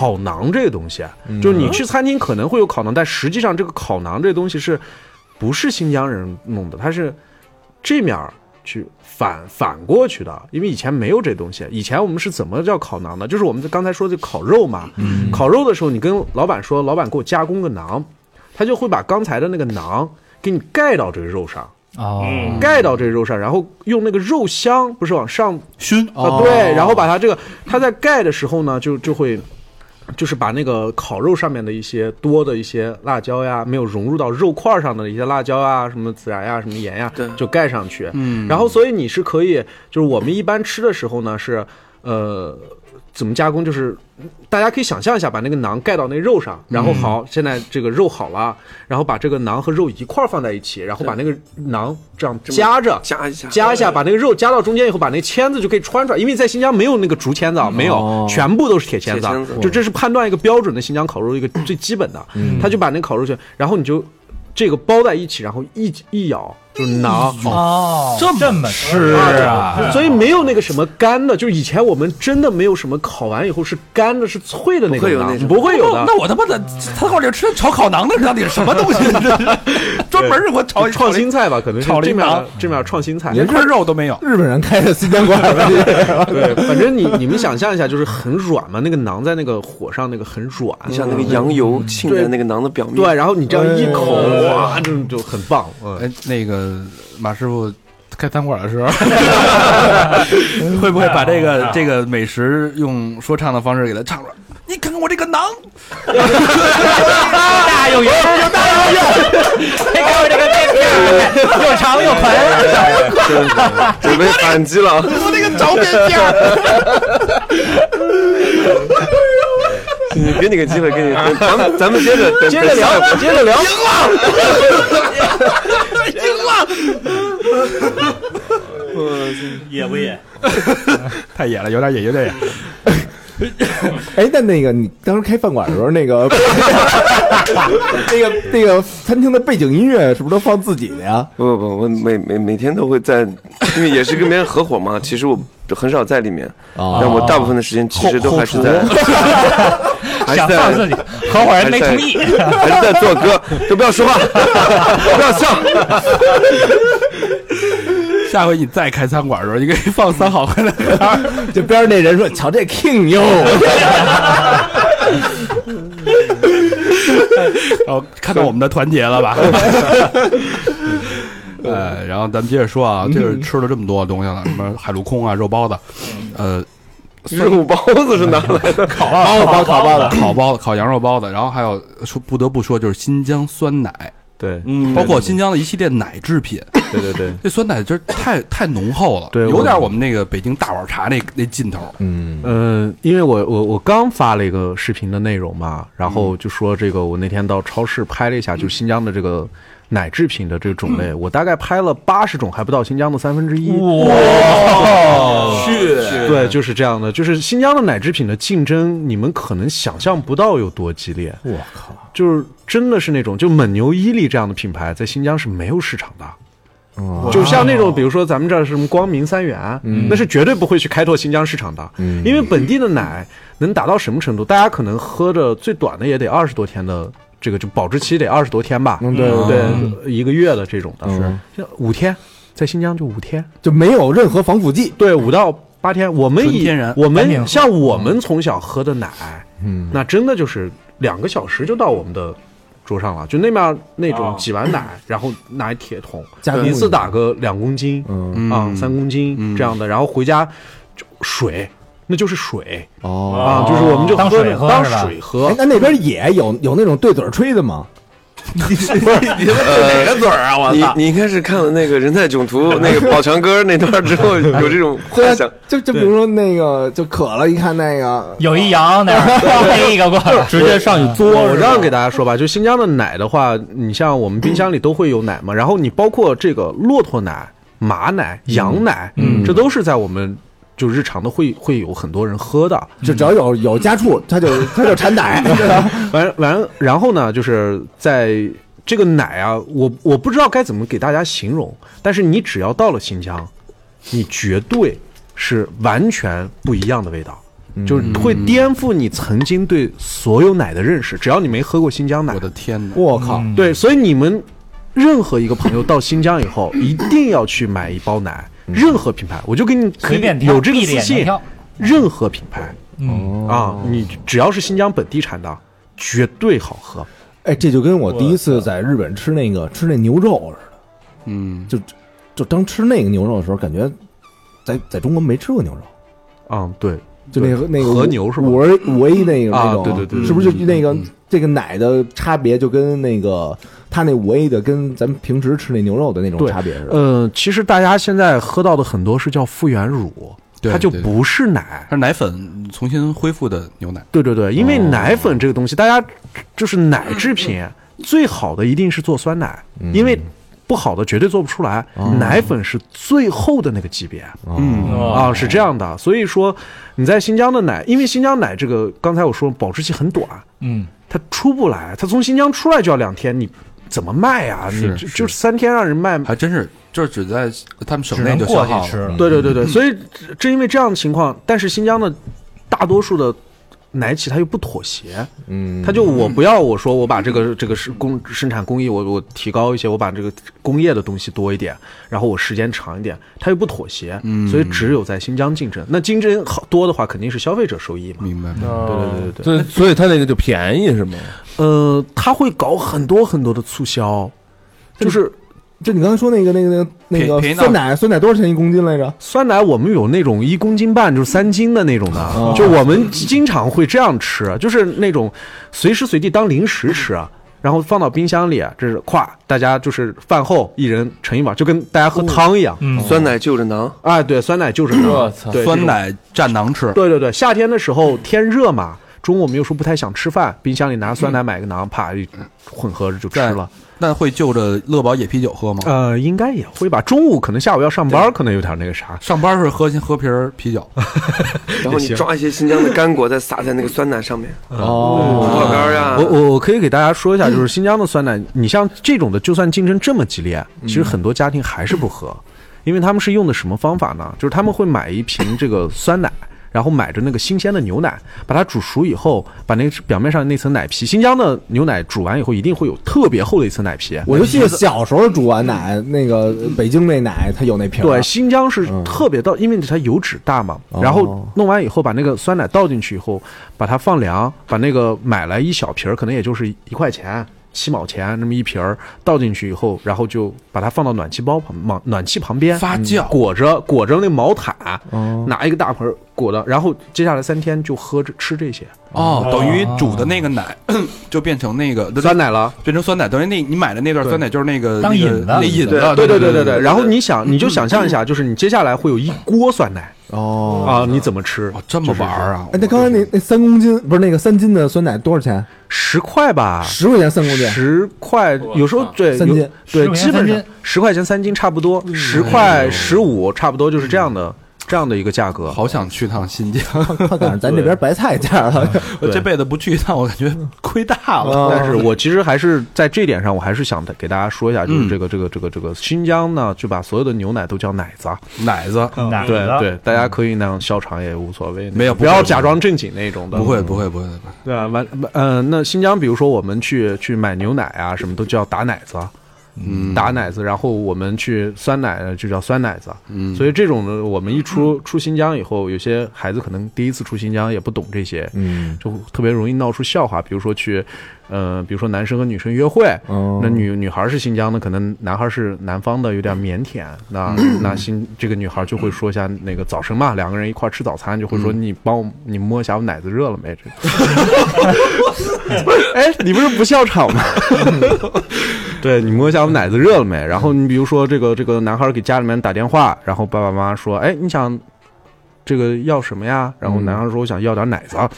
S10: 烤馕这个东西，啊
S9: 嗯
S10: 就是你去餐厅可能会有烤馕，但实际上这个烤馕这东西是不是新疆人弄的，它是这面儿去反反过去的，因为以前没有这东西。以前我们是怎么叫烤馕呢？就是我们刚才说的烤肉嘛。烤肉的时候，你跟老板说，老板给我加工个馕，他就会把刚才的那个馕给你盖到这个肉上。
S4: 哦，
S10: 盖到这肉上，然后用那个肉香不是往上
S2: 熏
S10: 啊，
S8: 哦
S10: 对，然后把它这个它在盖的时候呢，就就会就是把那个烤肉上面的一些多的一些辣椒呀，没有融入到肉块上的一些辣椒啊，什么孜然呀，什么盐呀，就盖上去。
S9: 嗯
S10: 然后所以你是可以，就是我们一般吃的时候呢是，呃，
S8: 怎么加工，就是大家可以想象一下，把那个馕盖到那肉上，然后好，现在这个肉好了，然后把这个馕和肉一块儿放在一起，然后把那个馕这样夹着
S6: 夹一下，
S8: 夹一下，把那个肉夹到中间以后，把那签子就可以穿出来，因为在新疆没有那个竹签子啊，没有，全部都是铁签子啊
S6: 铁签子，
S8: 就这是判断一个标准的新疆烤肉一个最基本的，他就把那个烤肉卷，然后你就这个包在一起，然后一一咬。就是馕
S4: 哦，这么啊
S8: 是
S10: 啊
S8: 所以没有那个什么干的，就是以前我们真的没有什么烤完以后是干的，是脆的那
S9: 不
S8: 个
S9: 会有那
S8: 馕，
S9: 种
S8: 不会有的。
S2: 那我他妈的，他到底吃炒烤馕的到底是什么 东西？这是专门是我炒
S8: 创新菜吧，可能是
S2: 炒了一
S8: 这面
S2: 馕
S8: 这面创新菜，
S2: 连块肉都没有。
S8: 日本人开的新疆馆 吧？对，反正你你们想象一下，就是很软嘛，那个馕在那个火上那个很软，
S6: 你像那个羊油浸在那个馕的表面
S8: 对，然后你这样一口，
S2: 哎
S8: 哇，就就很棒。
S10: 嗯
S2: 哎，那个马师傅开餐馆 的时候，会不会把这
S7: 哎
S2: 个这个美食用说唱的方式给它唱出来？你看看我这个馕，
S7: 大有油，大有油， 你看我这个面片，又长又
S2: 哎
S7: 宽。
S6: 准备反击了。
S7: 我那个着面片，
S6: 你给你个机会，给你，咱们咱们接着等
S7: 接着聊
S6: 等下一步
S7: 接着聊
S6: 赢了，
S12: 野不野？
S2: 太野了，有点野，有点野。
S3: 哎，那那个你当时开饭馆的时候，那个 那个那个餐厅的背景音乐是不是都放自己的呀？
S6: 不不，我每每每天都会在，因为也是跟别人合伙嘛。其实我很少在里面，
S3: 哦
S6: 但我大部分的时间其实都还是在， 还是
S7: 想
S6: 在
S7: 放自己合伙人没同意
S6: 还是在还是在做歌，都不要说话，不要笑。
S2: 下回你再开餐馆的时候，你可以放三好坏的歌。
S3: 这边儿那人说：“瞧这 King 哟。”
S2: 哦，看到我们的团结了吧？呃，然后咱们接着说啊，就是吃了这么多东西了，什么海陆空啊、肉包子，呃，
S6: 肉包子是哪来的？
S2: 烤
S6: 包
S2: 烤
S6: 烤包子
S2: 烤包子、烤羊肉包子，然后还有说不得不说就是新疆酸奶，
S10: 对，
S2: 嗯，包括嗯新疆的一系列奶制品，
S10: 对对对，
S2: 这酸奶就是太太浓厚了，
S10: 对
S2: 有点
S10: 我
S2: 我们那个北京大碗茶那那劲头，
S3: 嗯
S10: 呃，因为我我我刚发了一个视频的内容嘛，然后
S2: 嗯
S10: 就说这个我那天到超市拍了一下，就是新疆的这个奶制品的这个种
S2: 嗯
S10: 类，我大概拍了八十种，还不到新疆的三分之一。
S7: 哇
S10: 去对，就是这样的，就是新疆的奶制品的竞争，你们可能想象不到有多激烈。
S3: 我靠，
S10: 就是真的是那种，就蒙牛、伊利这样的品牌在新疆是没有市场的。
S3: 嗯
S10: 就像那种，比如说咱们这儿是什么光明三元，
S8: 嗯
S10: 那是绝对不会去开拓新疆市场的，
S8: 嗯
S10: 因为本地的奶能达到什么程度？大家可能喝着最短的也得二十多天的，这个就保质期得二十多天吧，
S3: 对
S10: 对
S3: 嗯
S10: 对，一个月的这种的，
S3: 嗯
S10: 像五天，在新疆就五天，
S3: 就没有任何防腐剂，
S10: 对，五到八天，我们
S3: 纯
S10: 以
S3: 天然
S10: 我
S3: 单品
S10: 们
S3: 喝
S10: 像我们从小喝的奶，
S3: 嗯，
S10: 那真的就是两个小时就到我们的桌上了，就那面那种
S3: 哦
S10: 挤完奶，然后拿一铁桶
S8: 加工，
S10: 一次打个两公斤，
S8: 嗯
S10: 啊三公斤这样的，然后回家就水，那就是水
S3: 哦
S10: 啊，就是我们就
S3: 当
S10: 喝
S3: 水喝
S10: 当
S3: 是吧
S10: 水喝
S3: 哎，，那那边也有有那种对嘴儿吹的吗？
S6: 你哪个嘴啊？我你你应该是看了那个《人在囧途》那个宝强哥那段之后，有这种
S3: 对
S6: 幻
S3: 啊
S6: 想。，
S3: 就就比如说那个，就渴了，一看那个
S4: 有一羊那儿飞一个过来，嗯
S10: 我这样给大家说吧，就新疆的奶的话，你像我们冰箱里都会有奶嘛，然后你包括这个骆驼奶、马奶、羊奶，
S3: 嗯
S10: 这都是在我们就日常的会会有很多人喝的，嗯
S3: 就只要有有家畜，它就它就产 奶。
S10: 完完，然后呢，就是在这个奶啊，我我不知道该怎么给大家形容，但是你只要到了新疆，你绝对是完全不一样的味道。
S3: 嗯
S10: 就是会颠覆你曾经对所有奶的认识，只要你没喝过新疆奶。我的
S2: 天哪！
S10: 我靠！
S4: 嗯
S3: 嗯
S10: 对，所以你们任何一个朋友到新疆以 后，一定要去买一包奶，任何品牌，我就给你
S4: 嗯
S10: 可
S4: 随
S10: 以
S4: 便挑
S10: 有这个
S4: 闭着
S10: 自
S4: 眼睛
S10: 信
S4: 挑，
S10: 任何品牌。
S4: 嗯
S10: 啊，你只要是新疆本地产的，绝对好喝。
S3: 哎，这就跟我第一次在日本吃那个吃那牛肉似的，嗯，就就当吃那个牛肉的时候，感觉在在中国没吃过牛肉，
S10: 嗯，对，
S3: 就那个
S10: 对
S3: 那个
S10: 和牛是吧
S3: 五 A 五 A 那个
S10: 啊
S3: 那种，
S10: 对对对对嗯
S3: 是不是就那个这个奶的差别就跟那个它那五 A 的跟咱们平时吃那牛肉的那种
S10: 对
S3: 差别似的？
S10: 呃，其实大家现在喝到的很多是叫复原乳，
S2: 对
S10: 它就
S2: 对
S10: 不是奶，
S2: 它是奶粉重新恢复的牛奶。
S10: 对对对，因
S2: 哦
S10: 为奶粉这个东西，大家就是奶制品
S2: 嗯
S10: 最好的一定是做酸奶，因为不好的绝对做不出来。
S2: 哦
S10: 奶粉是最后的那个级别，
S2: 嗯
S10: 啊是这样的。所以说你在新疆的奶，因为新疆奶这个刚才我说保质期很短，
S4: 嗯，
S10: 它出不来，它从新疆出来就要两天，你怎么卖呀？你
S2: 是
S10: 就就是三天让人卖，
S2: 还真是，就是只在他们省
S10: 只
S2: 内
S10: 能
S2: 就
S10: 过
S2: 消
S10: 去
S2: 耗
S10: 吃
S4: 嗯
S10: 了对对对对，所以这正因为这样的情况，但是新疆的大多数的奶企它又不妥协，
S3: 嗯
S10: 他就我不要我说我把这个这个是工生产工艺我我提高一些，我把这个工业的东西多一点，然后我时间长一点，他又不妥协，
S9: 嗯
S10: 所以只有在新疆竞争。那竞争好多的话，肯定是消费者受益嘛。
S2: 明白，
S10: 对对对对
S9: 所以
S10: 对。
S9: 所以它那个就便宜是吗？
S10: 呃，他会搞很多很多的促销，就是
S3: 就你刚才说那个那个那个那
S10: 便
S3: 个
S10: 宜到
S3: 酸奶，酸奶多少钱一公斤来着？
S10: 酸奶我们有那种一公斤半，就是三斤的那种的，
S6: 哦
S10: 就我们经常会这样吃，就是那种随时随地当零食吃啊。然后放到冰箱里，这是咵，大家就是饭后一人盛一碗，就跟大家喝汤一样。
S6: 嗯酸
S10: 奶就着囊，哎，对，酸奶就着
S6: 我
S10: 囊
S6: 操，
S10: 对
S2: 酸奶蘸馕吃。
S10: 对对对，夏天的时候天热嘛，中午我们又说不太想吃饭，冰箱里拿酸奶买个馕，啪一混合着就吃了。
S2: 那会就着乐宝野啤酒喝吗？
S10: 呃，应该也会吧。中午可能下午要上班，可能有点那个啥。
S2: 上班是喝先喝瓶儿啤酒，
S6: 然后你抓一些新疆的干果，再撒在那个酸奶上面。
S10: 哦
S6: 葡萄干呀、
S10: 我我我可以给大家说一下，就是新疆的酸奶，你像这种的，就算竞争这么激烈，其实很多家庭还是不喝，因为他们是用的什么方法呢？就是他们会买一瓶这个酸奶。然后买着那个新鲜的牛奶，把它煮熟以后，把那个表面上那层奶皮，新疆的牛奶煮完以后一定会有特别厚的一层奶皮。
S3: 我就记得小时候煮完奶，那个北京那奶它有那瓶儿。啊
S10: 对，新疆是特别到，因为它油脂大嘛，然后弄完以后把那个酸奶倒进去以后，把它放凉，把那个买来一小瓶儿，可能也就是一块钱。七毛钱那么一瓶儿倒进去以后，然后就把它放到暖气包旁暖暖气旁边嗯
S2: 发酵，
S10: 裹着裹着那毛毯，拿一个大盆儿裹着，然后接下来三天就喝这吃这些。
S2: 哦，等于煮的那个奶 就变成那个
S10: 酸奶了，
S2: 变成酸奶，等于那你买的那段酸奶就是那个
S10: 当
S2: 那个
S10: 引子
S2: 那引子，
S10: 对对对对对。然后你想，你就想象一下，就是你接下来会有一锅酸奶
S3: 哦
S10: 啊，你怎么吃？
S2: 这么玩儿啊？
S3: 哎，那刚才那那三公斤不是那个三斤的酸奶多少钱？
S10: 十块吧，
S3: 十块钱三公斤，
S10: 十块有时候对
S3: 三斤
S10: 有对
S3: 10，块钱
S10: 基
S3: 三嗯
S10: 本上
S3: 斤
S10: 十块钱三斤差不多，十块十五差不多就是这样的这样的一个价格。
S2: 哎好想去趟 新疆，
S3: 快赶上咱这边白菜价了。
S2: 我这辈子不去一趟，我感觉亏大了。
S10: 但是我其实还是在这点上，我还是想给大家说一
S2: 嗯
S10: 下，就是这个这个这个这个新疆呢，就把所有的牛奶都叫奶子，
S2: 奶子
S4: 嗯
S2: 奶子
S10: 对对，大家可以那样笑场也无所谓，
S2: 没有
S10: 不
S2: 不
S10: 要
S2: 会
S10: 假装正经那种的，
S2: 不会不会不会，不会
S10: 对啊，完呃，那新疆比如说我们去去买牛奶啊，什么都叫打奶子，啊
S2: 嗯，
S10: 打奶子，然后我们去酸奶呃就叫酸奶子，
S2: 嗯
S10: 所以这种呢，我们一出出新疆以后，有些孩子可能第一次出新疆也不懂这些，
S3: 嗯，
S10: 就特别容易闹出笑话，比如说去。呃，比如说男生和女生约会，
S2: 哦
S10: 那女女孩是新疆的，可能男孩是南方的，有点腼腆。啊 那、那新这个女孩就会说一下那个早晨嘛，两个人一块儿吃早餐，就会
S2: 嗯
S10: 说、你帮我你摸一下我奶子热了没？这个哎，你不是不笑场吗？ 对你摸一下我们奶子热了没？然后你比如说这个这个男孩给家里面打电话，然后爸爸妈妈说，哎，你想这个要什么呀？然后男孩说，我想要点奶子，啊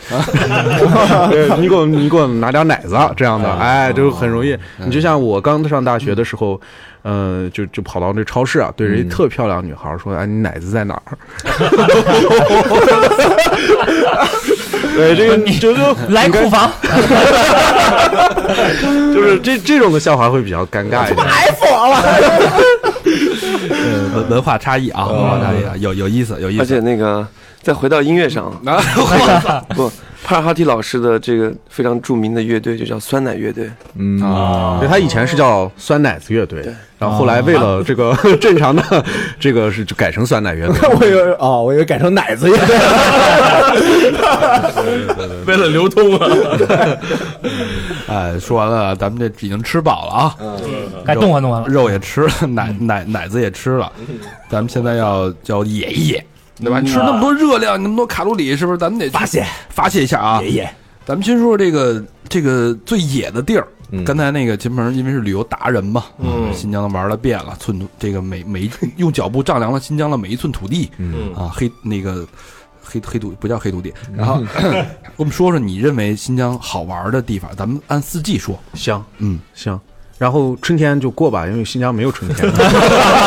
S10: 对你给我你给我拿点奶子这样的，哎，就很容易。你就像我刚上大学的时候，呃，就就跑到那超市啊，对着一特漂亮女孩说，哎，你奶子在哪 儿？对，这个你就就
S4: 来库房，
S10: 就是这这种的笑话会比较尴尬一点。
S2: 呃文文化差异啊，文化差异啊，有有意思有意
S6: 而且
S2: 思。
S6: 那个，再回到音乐上， 不，帕尔哈提老师的这个非常著名的乐队就叫酸奶乐队。
S3: 嗯
S10: 啊，对，他以前是叫酸奶子乐队，然后后来为了这个 正常的这个是就改成酸奶乐队。
S3: 我以为哦，我以为改成奶子乐队。
S2: 为了流通啊，哎，说完了，咱们这已经吃饱了啊，
S4: 该动换动换了。
S2: 肉也吃了，奶奶奶子也吃了，咱们现在要要野一野，对吧？
S9: 嗯
S2: 吃那么多热量，那么多卡路里，是不是？咱们得发泄发泄一下啊！
S9: 野一野，
S2: 咱们先说说这个这个最野的地儿，刚才那个秦鹏因为是旅游达人嘛，
S13: 嗯
S2: 新疆的玩了遍了，寸土这个每每一用脚步丈量了新疆的每一寸土地，
S13: 嗯
S2: 啊，黑那个黑黑土不叫黑土地，然后我们说说你认为新疆好玩的地方，咱们按四季说，
S10: 香，
S2: 嗯，
S10: 香。然后春天就过吧，因为新疆没有春天。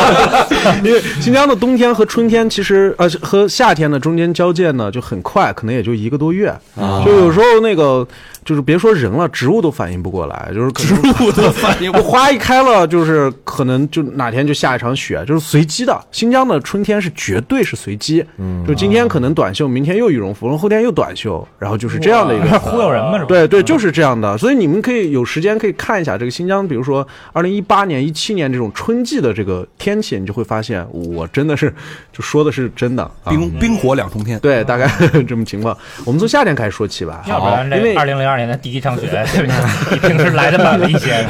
S10: 因为新疆的冬天和春天其实呃和夏天的中间交界呢就很快，可能也就一个多月。
S13: 啊
S10: 就有时候那个就是别说人了，植物都反应不过来，就是植物都反应。我花一开了，就是可能就哪天就下一场雪，就是随机的。新疆的春天是绝对是随机，嗯，就今天可能短袖，明天又羽绒服，然后后天又短袖，然后就是这样的一
S4: 哇
S10: 个
S4: 忽悠人嘛，
S10: 对对，就是这样的。所以你们可以有时间可以看一下这个新疆，比如说二零一八年、一七年这种春季的这个天气，你就会发现，我真的是就说的是真的，啊
S2: 冰冰火两重天。
S10: 对，大概这么情况。我们从夏天开始说起吧，
S4: 要不然
S10: 因
S4: 这
S10: 为
S4: 二零零二年的第一场雪比平时来的晚了一些。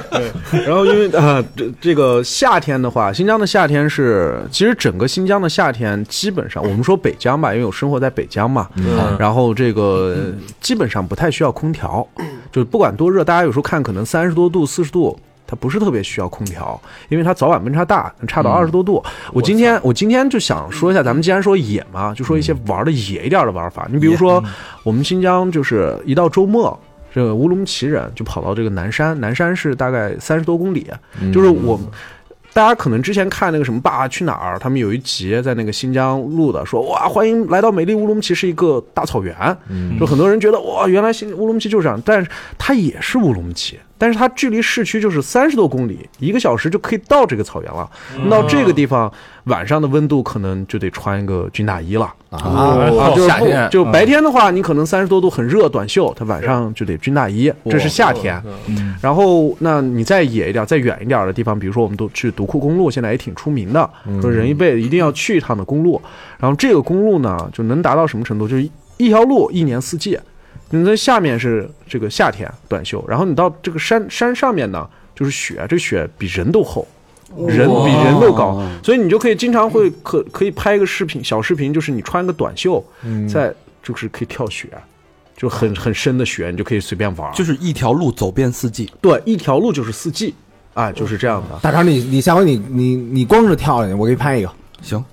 S10: 然后因为啊，这这个夏天的话，新疆的夏天是，其实整个新疆的夏天基本上，我们说北疆吧，因为我生活在北疆嘛，
S13: 嗯
S10: 然后这个基本上不太需要空调，就是不管多热，大家有时候看可能三十多度、四十度。它不是特别需要空调，因为它早晚温差大，差到二十多度。嗯我今天我今天就想说一下，咱们既然说野嘛，就说一些玩的野嗯一点的玩法。你比如说，我们新疆就是一到周末，这个乌鲁木齐人就跑到这个南山，南山是大概三十多公里，就是我。大家可能之前看那个什么《爸爸去哪儿》，他们有一集在那个新疆录的，说哇，欢迎来到美丽乌鲁木齐是一个大草原，
S13: 嗯
S10: 就很多人觉得哇，原来新乌鲁木齐就是这样，但是它也是乌鲁木齐，但是它距离市区就是三十多公里，一个小时就可以到这个草原了。
S13: 嗯
S10: 到这个地方，晚上的温度可能就得穿一个军大衣了
S13: 哦
S10: 啊，就是
S13: 夏天嗯
S10: 就白天的话，你可能三十多度很热，短袖，它晚上就得军大衣，这是夏
S13: 哦
S10: 天。然后，那你再野一点、再远一点的地方，比如说我们都去独库公路，现在也挺出名的，说人一辈子一定要去一趟的公路。然后这个公路呢，就能达到什么程度？就是一条路一年四季，你在下面是这个夏天短袖，然后你到这个山山上面呢，就是雪，这雪比人都厚。人比人都高，所以你就可以经常会可可以拍一个视频小视频，就是你穿个短袖，
S2: 嗯
S10: 在就是可以跳雪，就很很深的雪，你就可以随便玩。
S2: 就是一条路走遍四季，
S10: 对，一条路就是四季，啊，就是这样的。
S3: 大肠，你你下回你你你光是跳下去，我给你拍一个。
S2: 行，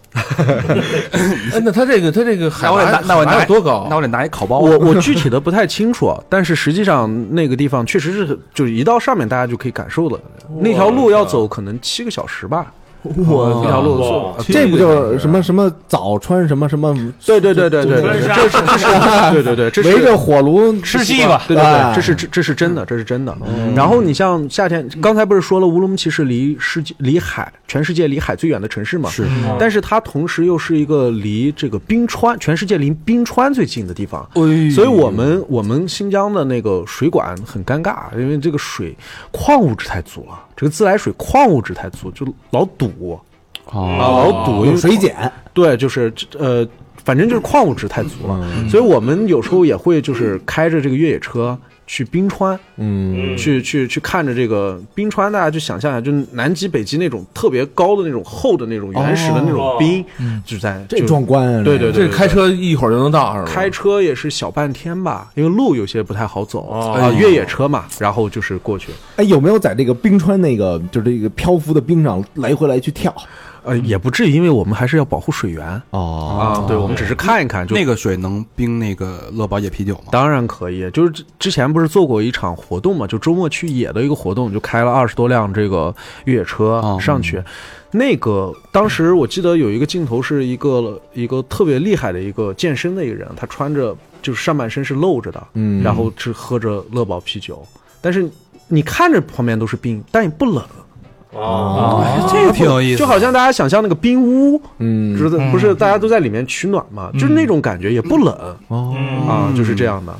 S9: 哎那他这个他这个海
S2: 那我得
S9: 拔
S2: 拿那
S9: 海
S2: 我
S9: 拔
S2: 拿
S9: 有多高？
S2: 那我得拿一烤包啊。
S10: 我我具体的不太清楚，啊 但是实际上那个地方确实是，就是一到上面大家就可以感受了。那条路要走可能七个小时吧，呃
S3: 我
S10: 那条路走
S3: 这不就是什么什么早穿什么什么？
S10: 对对对对对对，
S3: 就
S10: 这是这是对对 对，这是
S3: 围着火炉
S10: 对对
S3: 哎
S10: 对，这是这这是真的，这是真的。然后你像夏天，刚才不是说了，乌鲁木齐是离世界离海，全世界离海最远的城市嘛？
S2: 是
S10: 但是它同时又是一个离这个冰川，全世界离冰川最近的地方。
S2: 哎
S10: 所以我们我们新疆的那个水管很尴尬，因为这个水矿物质太足了，这个自来水矿物质太足，就老堵。啊，老堵，因为
S3: 水碱。
S10: 对，就是呃，反正就是矿物质太足了，所以我们有时候也会就是开着这个越野车去冰川，
S3: 嗯
S10: 去去去看着这个冰川，大家就想象一下，就南极、北极那种特别高的那种厚的那种原始的那种冰，就在
S3: 这
S10: 就
S3: 壮观啊！
S10: 对对对，
S3: 这
S10: 开
S9: 车一会儿就能到是吧？
S10: 开车也是小半天吧，因为路有些不太好走啊、
S3: 哎呦
S10: 越野车嘛，然后就是过去。
S3: 哎，有没有在这个冰川那个就是这个漂浮的冰上来回来去跳？
S10: 呃，也不至于，因为我们还是要保护水源哦啊，对，我们只是看一看，就
S2: 那个水能冰那个乐宝野啤酒吗？
S10: 当然可以，就是之之前不是做过一场活动嘛，就周末去野的一个活动，就开了二十多辆这个越野车上去。那个当时我记得有一个镜头是一个一个特别厉害的一个健身的一个人，他穿着就是上半身是露着的，
S3: 嗯
S10: 然后是喝着乐宝啤酒，但是你看着旁边都是冰，但也不冷。
S13: 哦
S2: 这个挺有意思
S10: 就好像大家想象那个冰屋，
S3: 嗯
S10: 知道不是大家都在里面取暖
S2: 嗯
S10: 嘛，就是那种感觉，也不冷
S2: 哦
S10: 啊，就是这样的。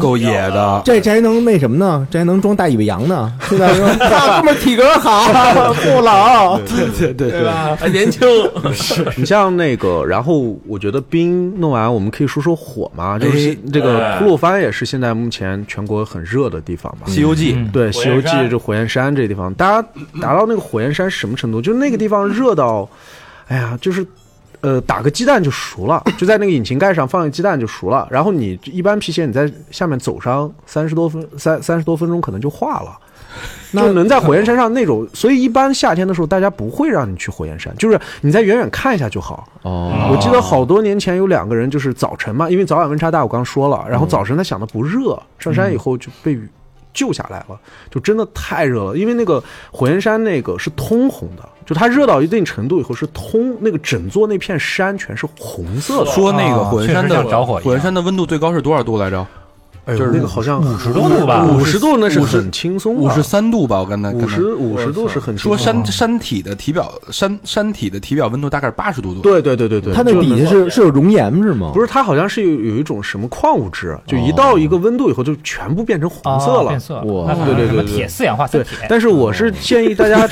S2: 够野的，
S3: 这这还能那什么呢？这还能装大尾巴羊呢？现 在说大哥们儿体格好， 不老。
S10: 对对
S3: 对吧
S9: 还年轻
S10: 是你像那个，然后我觉得冰弄完，我们可以说说火嘛，就是
S2: 哎
S10: 这个
S2: 哎
S10: 吐鲁番也是现在目前全国很热的地方嘛，《
S2: 西游记嗯
S10: 对，《
S2: 火
S10: 西游
S2: 焰
S10: 记
S2: 山》
S10: 这火焰山这地方，大家达到那个火焰山是什么程度？就是那个地方热到，哎呀，就是。呃，打个鸡蛋就熟了，就在那个引擎盖上放个鸡蛋就熟了。然后你一般皮鞋你在下面走上三十多分三三十多分钟可能就化 了。就能在火焰山上那种，所以一般夏天的时候，大家不会让你去火焰山，就是你在远远看一下就好。
S9: 哦
S10: 我记得好多年前有两个人，就是早晨嘛，因为早晚温差大，我刚说了，然后早晨他想的不热，上山以后就被雨救下来了，就真的太热了，因为那个火焰山那个是通红的，就它热到一定程度以后是通，那个整座那片山全是红色的。
S2: 说那
S4: 哦
S2: 个火焰山的
S10: 样
S2: 火焰山的温度最高是多少度来着？
S10: 哎呦
S2: 就是
S10: 那个好像
S2: 50
S10: 50
S2: 五十度
S10: 那是
S2: 50
S10: 很轻松的
S2: 五十三度吧，我刚才刚才
S10: 50 50度是很轻松
S2: 说
S10: 的
S2: 山山体的体表山山体的体表温度大概是八十度左右。
S10: 对对对对对，
S2: 它那
S10: 就
S2: 底下
S10: 能
S2: 是
S3: 是有熔岩是吗？
S10: 不是，它好像是有有一种什么矿物质，就一到一个温度以后，就全部变成红色
S4: 哦
S2: 啊
S10: 了。
S4: 变色了
S10: 哇
S4: 那可能
S10: 对对
S4: 是什
S10: 对
S4: 么
S10: 对对
S4: 铁四氧啊化三
S10: 对
S4: 铁哦
S10: 但是我是建议大家，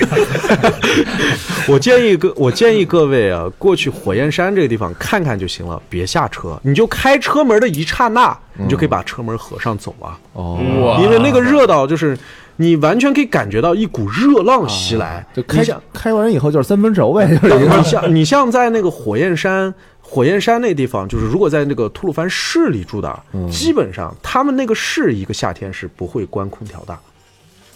S10: 我建议各我建议各位啊，过去火焰山这个地方看看就行了，别下车，你就开车门的一刹那，你就可以把车门合上走啊。
S3: 哦
S9: 哇
S10: 因为那个热到就是你完全可以感觉到一股热浪袭来，就
S3: 开
S10: 想。
S3: 开完以后就是三分熟呗，就是已经
S10: 你像你像在那个火焰山，火焰山那地方，就是如果在那个吐鲁番市里住的，基本上他们那个市一个夏天是不会关空调的。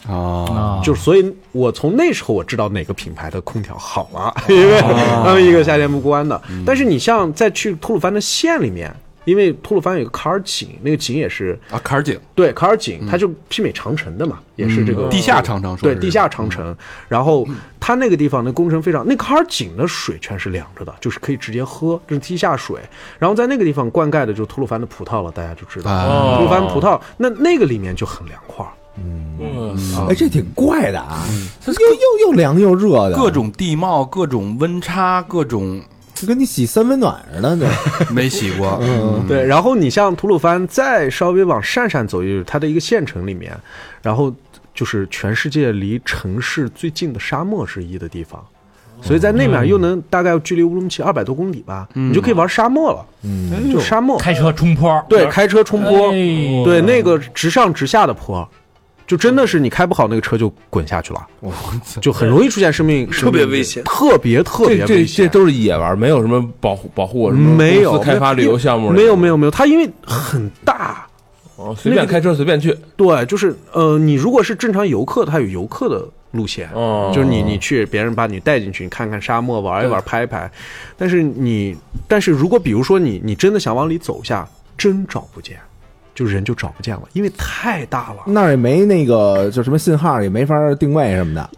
S2: 啊
S10: 就是所以，我从那时候我知道哪个品牌的空调好了，因为
S2: 哦
S10: 他们一个夏天不关的。
S2: 嗯
S10: 但是你像再去吐鲁番的县里面，因为吐鲁番有个卡尔井，那个井也是
S2: 啊卡尔井，
S10: 对卡尔井，它就媲美长城的嘛，也是这个
S2: 嗯地下长城说
S10: 对
S2: 是嗯
S10: 地下长城。然后它那个地方的工程非常，那卡尔井的水全是凉着的，就是可以直接喝，这是地下水。然后在那个地方灌溉的就是吐鲁番的葡萄了，大家就知道
S3: 啊
S10: 吐鲁番葡萄，那那个里面就很凉快。嗯
S3: 哎，这挺怪的啊，又又又凉又热的，
S2: 各种地貌、各种温差、各 种
S3: 就跟你洗三温暖似的，对，
S2: 没洗过。嗯，
S10: 对，然后你像吐鲁番，再稍微往鄯善走，就是它的一个县城里面，然后就是全世界离城市最近的沙漠之一的地方，所以在那面又能大概距离乌鲁木齐二百多公里吧，
S9: 嗯
S10: 你就可以玩沙漠了。
S3: 嗯
S10: 就沙
S9: 哎
S10: 漠，
S4: 开车冲坡，
S10: 对，开车冲坡，
S4: 哎
S10: 对，那个直上直下的坡。就真的是你开不好那个车就滚下去了，就很容易出现生命，
S6: 特别危险
S10: 特别特别
S9: 这这
S10: 危险。
S9: 这都是野玩，没有什么保护保护什么
S10: 没有
S9: 公司开发旅游项目，
S10: 没有没有没有，它因为很大，
S9: 哦随便开车随便去。
S10: 对，就是呃，你如果是正常游客，它有游客的路线，
S9: 哦
S10: 就是你你去，别人把你带进去，你看看沙漠，玩一玩，拍一拍。但是你，但是如果比如说你你真的想往里走一下，真找不见，就人就找不见了，因为太大
S4: 嗯
S10: 了。
S3: 那儿也没那个就什么信号，也没法定位什么的。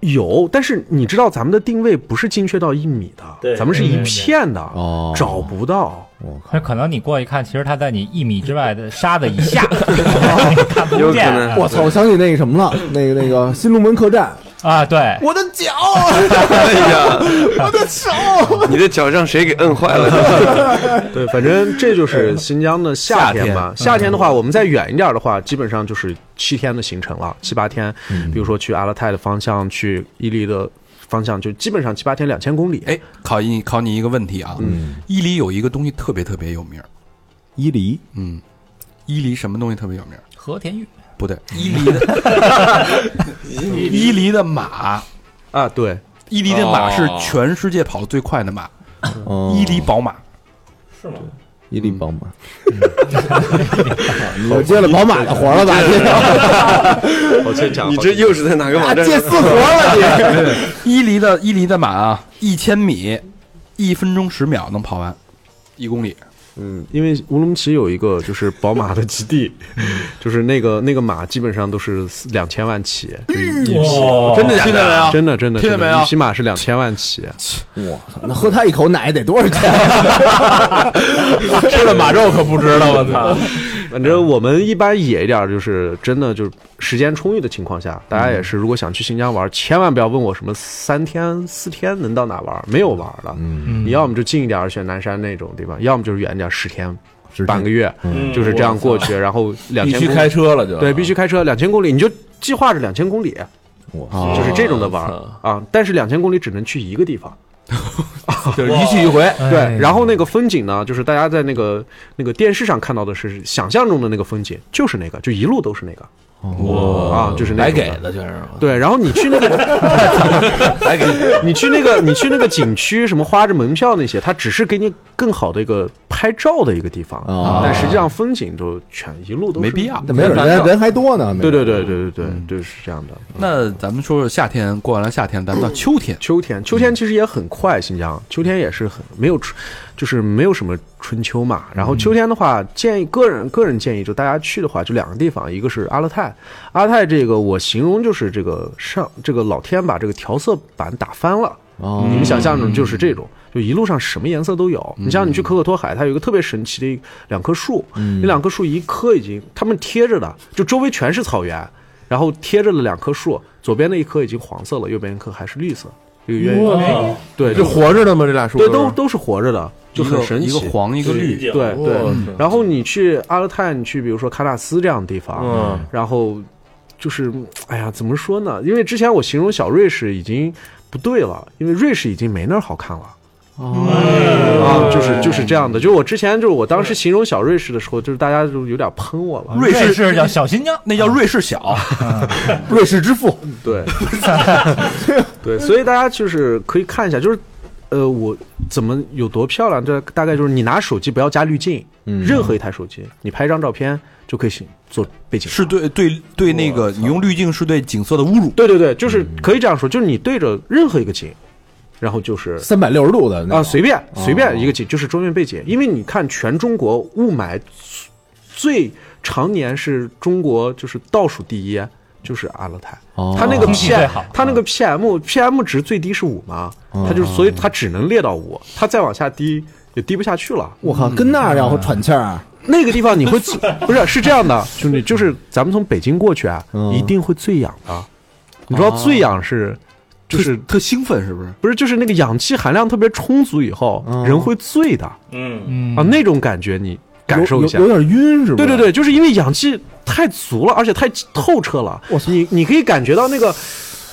S10: 有，但是你知道咱们的定位不是精确到一米的，
S3: 对
S10: 咱们是一
S4: 对对
S10: 片的，找不到。
S4: 那可能你过去看，其实它在你一米之外的沙子以下， 看不见。
S3: 我操！我想起那个什么了，那个那个新龙门客栈，
S4: 啊！对，
S3: 我的脚，
S6: 哎呀，
S3: 我的手，
S6: 你的脚让谁给摁 坏了？
S10: 对，反正这就是新疆的夏天吧。
S6: 夏天
S10: 夏天的话，我们再远一点的话，基本上就是七天的行程了，七八天。比如说去阿勒泰的方向，去伊犁的方向，就基本上七八天两千公里。
S2: 哎，考你考你一个问题啊，
S10: 嗯
S2: 伊犁有一个东西特别特别有名，
S3: 伊犁，
S2: 嗯，伊犁什么东西特别有名？
S4: 和田玉
S2: 不对，伊犁的 伊犁的马
S10: 啊，对，
S2: 伊犁的马是
S9: 哦
S2: 全世界跑得最快的马，
S10: 哦
S2: 伊犁宝马。
S12: 是吗？
S3: 伊犁宝马，我接了宝马的活了吧？
S10: 我先讲
S6: 你这又是在哪个网站上？
S3: 借四活了
S2: 没有没有伊犁的伊犁的马啊，一千米，一分钟十秒能跑完一公里。
S10: 嗯，因为乌鲁木齐有一个就是宝马的基地，就是那个那个马基本上都是两千万起，就是一匹
S2: 哦
S9: 哇真的假的听见没有
S10: 真的真的
S9: 听见
S10: 真的
S9: 没有
S10: 一匹马是两千万起，
S3: 我操，那喝他一口奶得多少钱？
S9: 吃了马肉可不值了，我操！
S10: 反正我们一般野一点，就是真的就是时间充裕的情况下，大家
S9: 嗯
S10: 也是如果想去新疆玩，千万不要问我什么三天四天能到哪玩，没有玩的。
S3: 嗯
S10: 你要么就近一点选南山那种地方，要么就是远一点十天。半个月，
S9: 嗯
S10: 就是这样过去，
S9: 我操
S10: 然后两
S9: 必
S10: 千
S9: 须开车了就
S10: 对，必须开车两千公里，你就计划着两千公里，
S9: 哦
S10: 就是这种的玩啊。但是两千公里只能去一个地方，
S9: 就是一去一回。
S4: 哎
S10: 对，然后那个风景呢，就是大家在那个那个电视上看到的是想象中的那个风景，就是那个，就一路都是那个。我啊，就是那
S9: 白
S10: 种
S9: 给的全是
S10: 对，然后你去那个，白给你去那个，你去那个景区，什么花着门票那些，它只是给你更好的一个拍照的一个地方，
S3: 哦
S10: 但实际上风景都全一路都是
S2: 没必要
S3: 那没准人人还多呢。没
S10: 对
S3: 准
S10: 对对对对对，对是这样的。
S2: 那咱们说说夏天，过完了夏天，咱们到秋天。
S10: 秋天，
S3: 嗯
S10: 秋天其实也很快，新疆秋天也是很没有春，就是没有什么春秋嘛。然
S3: 嗯
S10: 后秋天的话，建议个人个人建议，就大家去的话，就两个地方，一个是阿勒泰，阿勒泰这个我形容就是这个上这个老天把这个调色板打翻了。
S3: 哦
S10: 你们想象中就是这种，就一路上什么颜色都有。你像你去可可托海，它有一个特别神奇的一两棵树，
S3: 嗯
S10: 那两棵树一棵已经，它们贴着的，就周围全是草原，然后贴着的两棵树，左边那一棵已经黄色了，右边一棵还是绿色。这个原
S9: 哇
S2: 啊
S10: 因，对，
S9: 这活着的吗这俩树
S10: 对，
S9: 都是
S10: 都都是活着的，就很神奇，
S2: 一个一个黄一个绿
S10: 对对对
S2: 哇塞。
S10: 然后你去阿勒泰，你去比如说喀纳斯这样的地方，
S9: 嗯
S10: 然后就是哎呀，怎么说呢？因为之前我形容小瑞士已经不对了，因为瑞士已经没那儿好看了。啊，就是就是这样的，就是我之前就是我当时形容小瑞士的时候，就是大家就有点喷我了。
S4: 瑞士叫小新疆，
S2: 那叫瑞士小，
S10: 瑞士之父，对， 对，所以大家就是可以看一下，就是呃，我怎么有多漂亮？这大概就是你拿手机不要加滤镜，任何一台手机，你拍一张照片就可以行做背景，
S2: 是对对对，那个你用滤镜是对景色的侮辱。
S10: 对对对，就是可以这样说，就是你对着任何一个景，然后就是
S3: 三百六十度的那
S10: 啊，随便
S3: 哦
S10: 随便一个景，就是桌面背景，因为你看全中国雾霾最常年是中国就是倒数第一，就是阿勒泰，
S3: 哦
S10: 它那个
S3: 空气 最
S10: PM
S3: 好
S10: 它那个 PM PM 值最低是五嘛，
S3: 哦
S10: 它就是所以它只能列到五，它再往下低也低不下去了。
S3: 我靠，跟那儿要喘气儿，啊
S10: 那个地方你会 不是是这样的，兄弟，就是咱们从北京过去啊，
S3: 嗯
S10: 一定会最痒
S3: 哦
S10: 的。你知道最痒是，就是
S2: 特兴奋是不是？
S10: 不是，就是那个氧气含量特别充足以后，人会醉的。
S4: 嗯
S10: 啊，那种感觉你感受一下，
S3: 有有有点晕是吧？
S10: 对对对，就是因为氧气太足了，而且太透彻了。你你可以感觉到那个，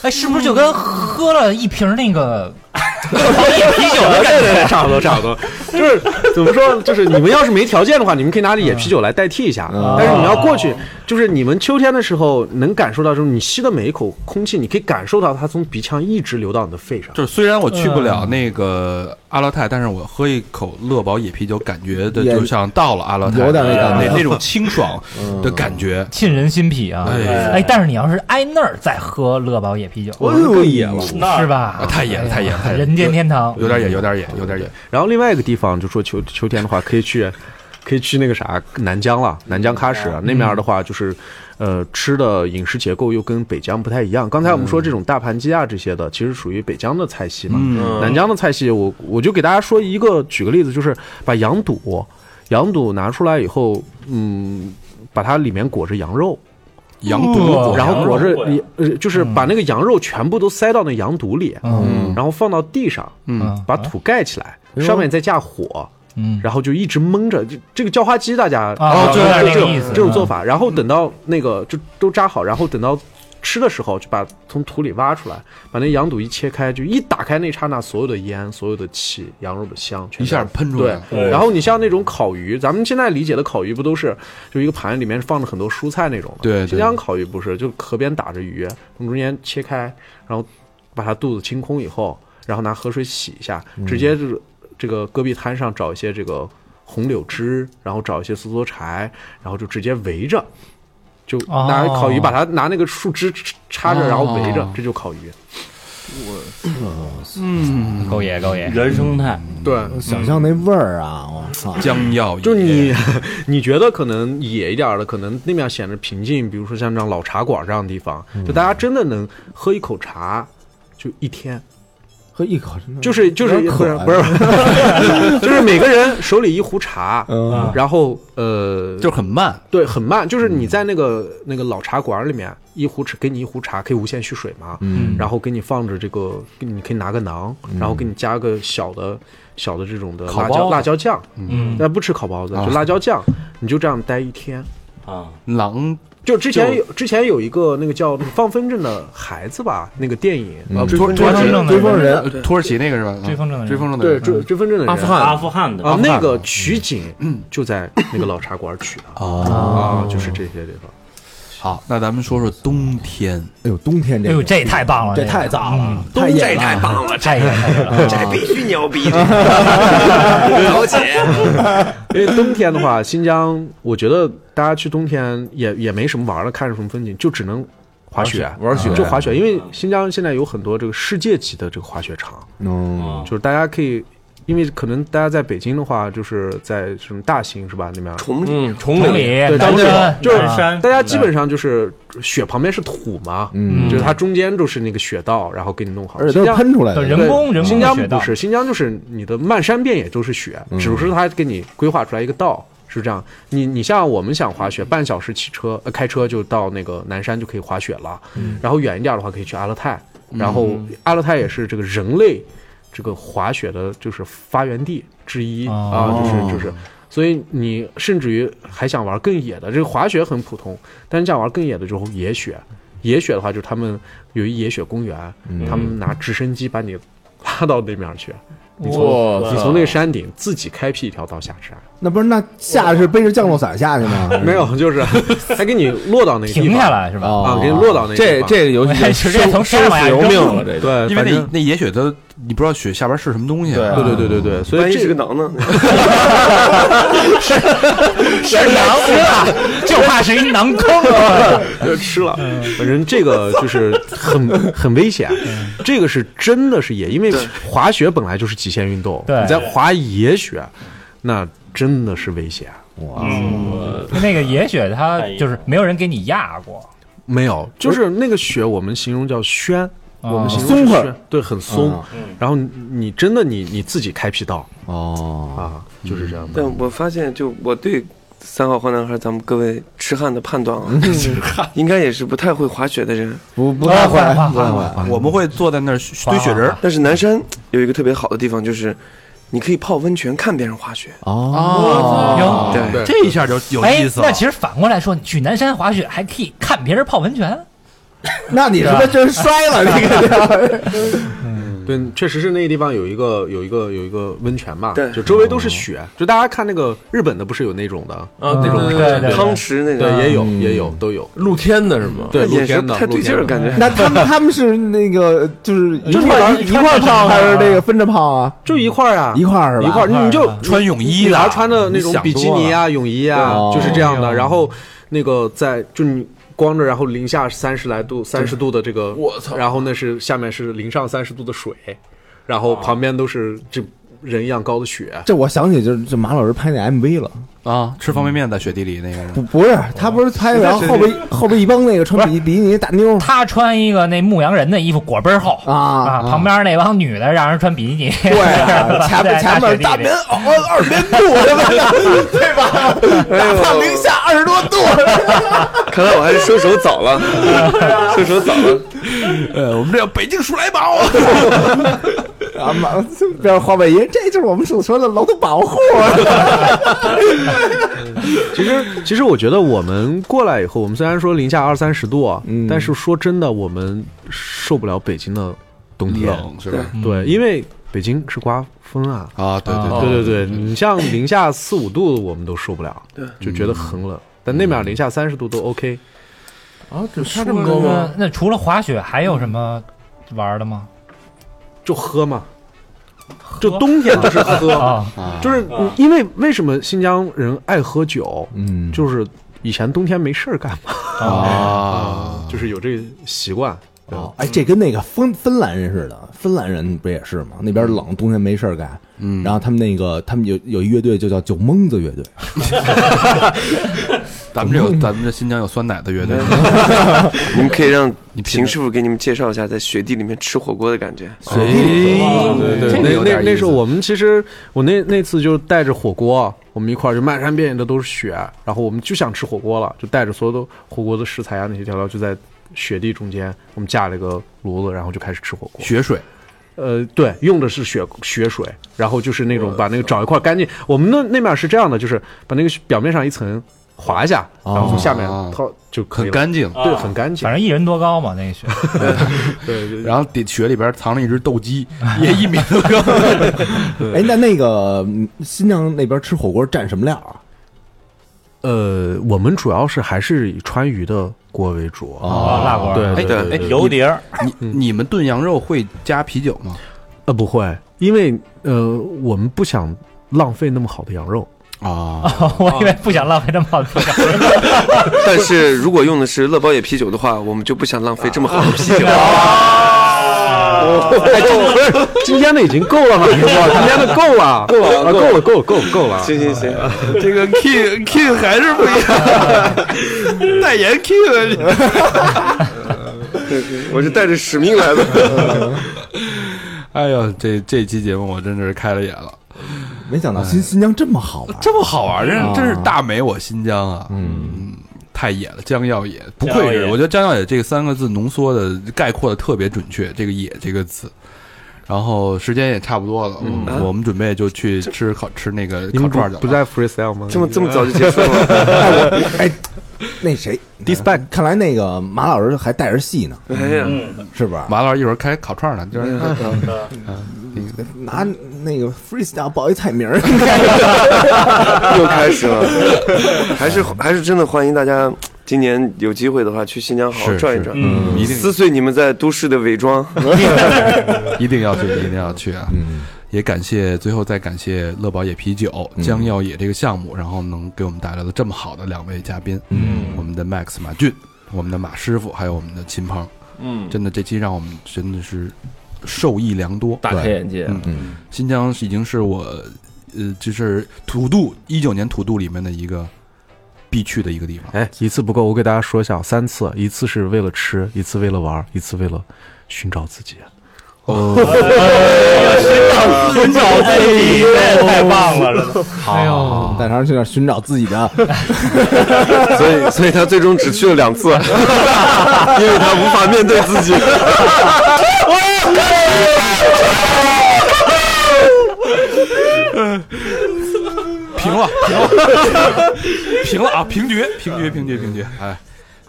S4: 哎， 是不是就跟喝了一瓶那个
S10: 哎
S4: 啤酒的感
S10: 对对
S4: 觉
S10: 对，差不 多差不多。就是怎么说，就是你们要是没条件的话，你们可以拿着野啤酒来代替一下。但是你要过去，就是你们秋天的时候能感受到，就是你吸的每一口空气，你可以感受到它从鼻腔一直流到你的肺上。
S2: 就是虽然我去不
S10: 嗯
S2: 了那个阿勒泰，但是我喝一口乐宝野啤酒，感觉的
S10: 也
S2: 就像到了阿勒泰，
S4: 有点那感觉
S2: 那那种清爽的感觉。
S4: 沁人心脾啊！
S2: 哎
S4: 哎，但是你要是挨那儿再喝乐宝野啤酒，
S2: 哎呦野了
S4: 是吧
S2: 啊？太野了太野了
S4: 哎呀
S2: 太野了
S4: 人间天堂，
S2: 有点野，有点野，有点野。
S10: 然后另外一个地方，就说秋秋天的话，可以去，可以去那个啥南疆了，南疆喀什那面的话，就是，呃，吃的饮食结构又跟北疆不太一样。刚才我们说这种大盘鸡啊这些的，其实属于北疆的菜系嘛。
S9: 嗯
S10: 南疆的菜系，我我就给大家说一个，举个例子，就是把羊肚，羊肚拿出来以后，嗯，把它里面裹着羊肉。
S2: 羊肚裹着
S10: 然后裹着
S2: 哦羊肉
S10: 你，呃，就是把那个羊肉全部都塞到那羊肚里，
S2: 嗯
S10: 然后放到地上，
S4: 啊
S2: 嗯
S10: 把土盖起来，
S2: 哎呦
S10: 上面再架火，
S4: 嗯，
S10: 然后就一直蒙着，就这个叫花鸡，大家
S4: 哦
S10: 知道吧
S4: 就有点那个
S10: 这种
S4: 意思
S10: 这种做法，然后等到那个就都扎好，然后等到吃的时候就把从土里挖出来，把那羊肚一切开，就一打开那刹那，所有的烟、所有的气、羊肉的香，全
S2: 一下喷出来
S10: 对，
S2: 对
S10: 然后你像那种烤鱼，咱们现在理解的烤鱼不都是就一个盘里面放着很多蔬菜那种的？
S2: 对对
S10: 新疆烤鱼不是，就河边打着鱼，从中间切开，然后把它肚子清空以后，然后拿河水洗一下，直接就是这个戈壁滩上找一些这个红柳枝，然后找一些梭梭柴，然后就直接围着，就拿
S9: 哦
S10: 烤鱼把它拿那个树枝插着，然后围着
S9: 哦，
S10: 这就烤鱼。
S4: 嗯，够野够野，
S12: 原生态，
S10: 对，
S3: 想象那味儿啊，
S10: 嗯
S3: 我操！
S2: 将要
S10: 就是你，你觉得可能野一点儿的，可能那面显得平静，比如说像这样老茶馆这样的地方，就
S3: 嗯
S10: 大家真的能喝一口茶，就一天。
S3: 喝一口真的
S10: 就是就是
S3: 有点
S10: 不是
S3: 渴
S10: 不 是，就是每个人手里一壶茶
S3: 嗯，
S10: 然后呃，
S2: 就很慢，
S10: 对，很慢。就是你在那个那个老茶馆里面，一壶茶给你一壶茶，可以无限续水嘛，
S9: 嗯
S10: 然后给你放着这个，给你可以拿个馕，然后给你加个小的小的这种的
S9: 烤
S10: 辣
S9: 包
S10: 椒
S9: 子
S10: 辣椒酱，
S9: 嗯
S10: 那不吃烤包子，
S9: 啊
S10: 就辣椒酱，你就这样待一天
S12: 啊，
S2: 狼。
S10: 就之前
S2: 就
S10: 有之前有一个那个叫《放风筝的孩子》吧，那个电影，
S2: 嗯
S10: 呃
S2: 追
S10: 风
S2: 追风筝的
S10: 追
S2: 人
S10: 风
S2: 呃
S10: 人，
S2: 土耳其那个是吧
S10: 追风筝的人，
S2: 追风筝的
S10: 对，
S2: 人
S10: 追
S2: 嗯
S10: 追风筝的人，
S12: 阿富汗阿富汗的
S10: 啊
S12: 阿，富汗
S10: 那个
S2: 哦
S10: 啊取景就在那个老茶馆取的啊，就是这些地方。
S2: 嗯好，那咱们说说冬天。
S3: 哎呦，冬天
S4: 哎呦，这也太棒了，
S2: 这
S4: 个
S2: 太赞了
S4: 嗯
S2: 冬
S6: 这太棒了，
S4: 这个
S6: 这必须牛逼，
S10: 了
S6: 了解。
S10: 因为冬天的话，新疆我觉得大家去冬天也也没什么玩的，看什么风景，就只能滑雪，啊
S12: 玩雪
S10: 就滑雪。因为新疆现在有很多这个世界级的这个滑雪场，
S3: 嗯，
S10: 就是大家可以。因为可能大家在北京的话，就是在什么大兴是吧？那边
S6: 崇
S12: 嗯崇
S10: 崇
S12: 礼南
S10: 对，当时
S12: 山
S10: 就是啊
S12: 南山
S10: 大家基本上就是雪旁边是土嘛，
S3: 嗯
S10: 就是它中间就是那个雪道，然后给你弄好，
S3: 而且都是
S10: 新疆
S3: 喷出来的
S10: 对
S3: 人工人工的
S10: 新疆
S3: 雪道
S10: 不是新疆就是你的漫山遍野都是雪，
S3: 嗯
S10: 只是它给你规划出来一个道。是这样，你你像我们想滑雪，半小时骑车、呃、开车就到那个南山就可以滑雪了。
S12: 嗯
S10: 然后远一点的话，可以去阿勒泰。
S12: 嗯
S10: 然后阿勒泰也是这个人类这个滑雪的，就是发源地之一、
S12: 哦
S10: 啊，就是就是，所以你甚至于还想玩更野的，这个滑雪很普通，但你想玩更野的就是野雪。野雪的话，就是他们有一野雪公园，
S12: 嗯
S10: 他们拿直升机把你拉到那边去，你
S3: 哇
S10: 从
S3: 塞
S10: 你从那个山顶自己开辟一条道下山。
S3: 那不是那下是背着降落伞下去吗？
S10: 没有，就是 还给你落到那个地方
S3: 嗯停下来是吧
S10: 啊，给你落到那个地方。哎
S2: 就
S4: 嗯
S10: 对，
S2: 因为
S10: 哎反
S2: 那
S10: 正
S2: 那野雪它，你不知道雪下边是什么东西。
S10: 对啊对对对对对所以万一这是个
S6: 囊呢？
S7: 是狼啊，就怕是一囊空。
S10: 就吃了。
S3: 嗯
S10: 反正这个就是很很危险，这个是真的是野，因为滑雪本来就是极限运动，
S4: 对
S10: 你在滑野雪，那真的是危险。哇
S4: 那个野雪，它
S2: 哎
S4: 就是没有人给你压过，
S10: 没有，就是那个雪，我们形容叫宣，
S4: 哦
S10: 我们形容
S4: 松
S10: 是
S4: 快儿
S10: 宣对，很松
S6: 嗯。
S10: 然后你你真的你你自己开辟道
S3: 哦
S10: 啊，就是这样的。
S6: 但我发现，就我对三好坏男孩咱们各位痴汉的判断 啊，应该也是不太会滑雪的人，
S3: 不
S2: 不太会不
S10: 哦
S2: 太会我们会坐在那儿堆雪
S4: 啊
S2: 人儿。
S6: 但是南山有一个特别好的地方，就是你可以泡温泉看别人滑雪。
S10: 啊
S2: 哦
S6: 对，
S2: 这一下就有意思
S4: 哎。那
S2: 啊
S9: 啊
S2: 了。
S4: 其实反过来说，你去南山滑雪还可以看别人泡温泉，
S3: 那
S4: 你是不是真摔了那
S10: 个？ 对，确实是那个地方有一个有一个有一个温泉嘛，
S6: 对
S10: 就周围都是雪，就大家看那个日本的不是有那种的，啊那种
S6: 对对对汤池那种
S10: 对，也有
S6: 嗯
S10: 也有都有，
S12: 露天的是吗
S10: 对，
S6: 那
S10: 露
S6: 也是
S10: 天的，
S6: 不太对劲儿
S10: 露天的
S3: 那他们他们是那个就是一
S10: 就是
S3: 块
S10: 玩
S3: 儿一块儿泡还是那个分着泡啊？
S10: 就一块儿啊，
S3: 一块儿是吧？
S10: 一块儿，你就女
S3: 啦
S10: 孩穿的那种比基尼啊、泳衣啊，就是这样的。然后那个在就你光着，然后零下三十来度、三十度的这个，我操！然后那是下面是零上三十度的水，然后旁边都是这人一样高的雪。
S3: 这我想起就是这马老师拍那 MV 了。
S2: 啊，吃方便面在雪地里那个人
S3: 不不是，他啊不是拍的，
S4: 谁在
S3: 然后
S4: 谁
S3: 后边后边一帮那个穿比比基尼大 妞，
S4: 他穿一个那牧羊人的衣服，裹倍儿厚啊
S3: 啊
S4: 旁边那帮女的让人穿比基尼，对
S3: 啊前面前面大棉袄、二棉 裤什么的，对吧？哎哪怕零下二十多度，
S6: 看来我还是收手早 了，收手早了。
S2: 呃，我们这叫北京鼠来宝。
S3: 啊妈！ 边花瓣爷，这就是我们所说的楼的保护。啊
S10: 其实，其实我觉得我们过来以后，我们虽然说零下二三十度啊，但是说真的，我们受不了北京的冬天，
S2: 冷是吧
S10: 对
S2: 嗯
S10: 对，因为北京是刮风啊，
S2: 啊，对对
S10: 对
S2: 对
S10: 对对，你像零下四五度，我们都受不了，
S6: 对
S10: 就觉得很冷。但那边零下三十度都 OK。
S12: 啊，
S10: 就
S12: 差
S4: 这么高吗？那除了滑雪还有什么玩的吗？
S10: 就喝嘛，就冬天就是喝，
S4: 啊
S10: 就是
S4: 啊
S10: 因为为什么新疆人爱喝酒？
S3: 嗯，
S10: 就是以前冬天没事儿干嘛
S2: 啊，
S10: 就是有这个习惯。对
S3: 哎，这跟那个芬芬兰人似的，芬兰人不也是吗？那边冷，冬天没事儿干，嗯，然后他们那个他们有有一乐队就叫酒蒙子乐队，
S2: 咱们这有咱们这新疆有酸奶的乐队，
S6: 你们可以让邢师傅给你们介绍一下在雪地里面吃火锅的感觉。
S10: 水里哎对对对，那那那时候我们其实我那那次就带着火锅，我们一块儿就漫山遍野的都是雪，然后我们就想吃火锅了，就带着所有的火锅的食材啊那些调料，就在雪地中间，我们架了一个炉子，然后就开始吃火锅。
S2: 雪水，
S10: 呃，对，用的是雪雪水，然后就是那种把那个找一块干净，我们那那面是这样的，就是把那个表面上一层划一下，然后从下面掏哦啊就可以了对，很干啊净，
S4: 反正一人多高嘛，那个雪。
S10: 对对。
S2: 然后底雪里边藏着一只斗鸡，也一 米多高。
S3: 哎，那那个嗯新疆那边吃火锅蘸什么料啊？
S10: 呃，我们主要是还是以川渝的锅为主啊
S2: 哦辣锅
S10: 对
S2: 哎
S10: 对对
S2: 哎
S10: 对
S2: 油碟儿
S10: 你
S2: 你们炖羊肉会加啤酒吗？
S10: 呃，不会，因为呃，我们不想浪费那么好的羊肉
S2: 啊。
S4: 哦我以为不想浪费那么好的啤酒。
S6: 但是如果用的是乐宝野啤酒的话，我们就不想浪费这么好 的啤酒。
S10: 哎，这不是今天的已经够了吗？今天的够了，
S6: 够了
S10: 啊够了，够了，够了，够了。啊
S6: 行行 行，
S9: 这个 King King 还是不一样，代言 King 啊
S6: 我是带着使命来 的。
S2: 哎呦，这这期节目我真的是开了眼了，
S3: 没想到新新疆这么好玩，
S2: 这么好
S10: 嗯
S2: 玩，真
S3: 啊
S2: 真是大美我新疆啊！嗯，太野了，江耀野，不愧
S3: 江耀野
S2: 是我觉得江耀野这三个字浓缩的概括的特别准确，这个“野”这个字。然后时间也差不多了，我们我们准备就去吃烤吃那个
S10: 嗯你
S2: 烤
S10: 们
S2: 串去了。
S10: 不不在 freestyle 吗？
S3: 这么这么早就
S10: 结束了
S3: 哎，我哎，那谁 d i s p a c 看来那个马老师还带着戏呢，
S6: 哎呀
S3: 是不是？
S2: 马老师一会儿开烤串呢，就是
S10: 嗯
S3: 拿那个 freestyle 报一菜名儿，
S6: 又开始了，还是还是真的欢迎大家。今年有机会的话，去新疆好好
S2: 是
S6: 转一
S2: 是
S6: 转，
S2: 嗯一定
S6: 撕碎你们在都市的伪装。
S2: 一定要去，一定要去啊！也感谢最后再感谢乐宝野啤酒、江耀野这个项目，然后能给我们带来了这么好的两位嘉宾，嗯，我们的 Max 马俊，我们的马师傅，还有我们的秦鹏，
S9: 嗯
S2: 真的这期让我们真的是受益良多，
S9: 大开眼界啊
S2: 对嗯，新疆已经是我呃，就是土度一九年土度里面的一个必去的一个地方，
S10: 哎，一次不够，我给大家说一下，三次，一次是为了吃，一次为了玩，一次为了寻找自己。哦，
S3: 寻找自己这也太棒
S9: 了！
S3: 好，带上去那儿寻找自己的， 啊
S6: 所以，所以他最终只去了两 次，因为他无法面对自己。
S2: 平了，平了，平了啊！平局，平局，平局，平局！哎，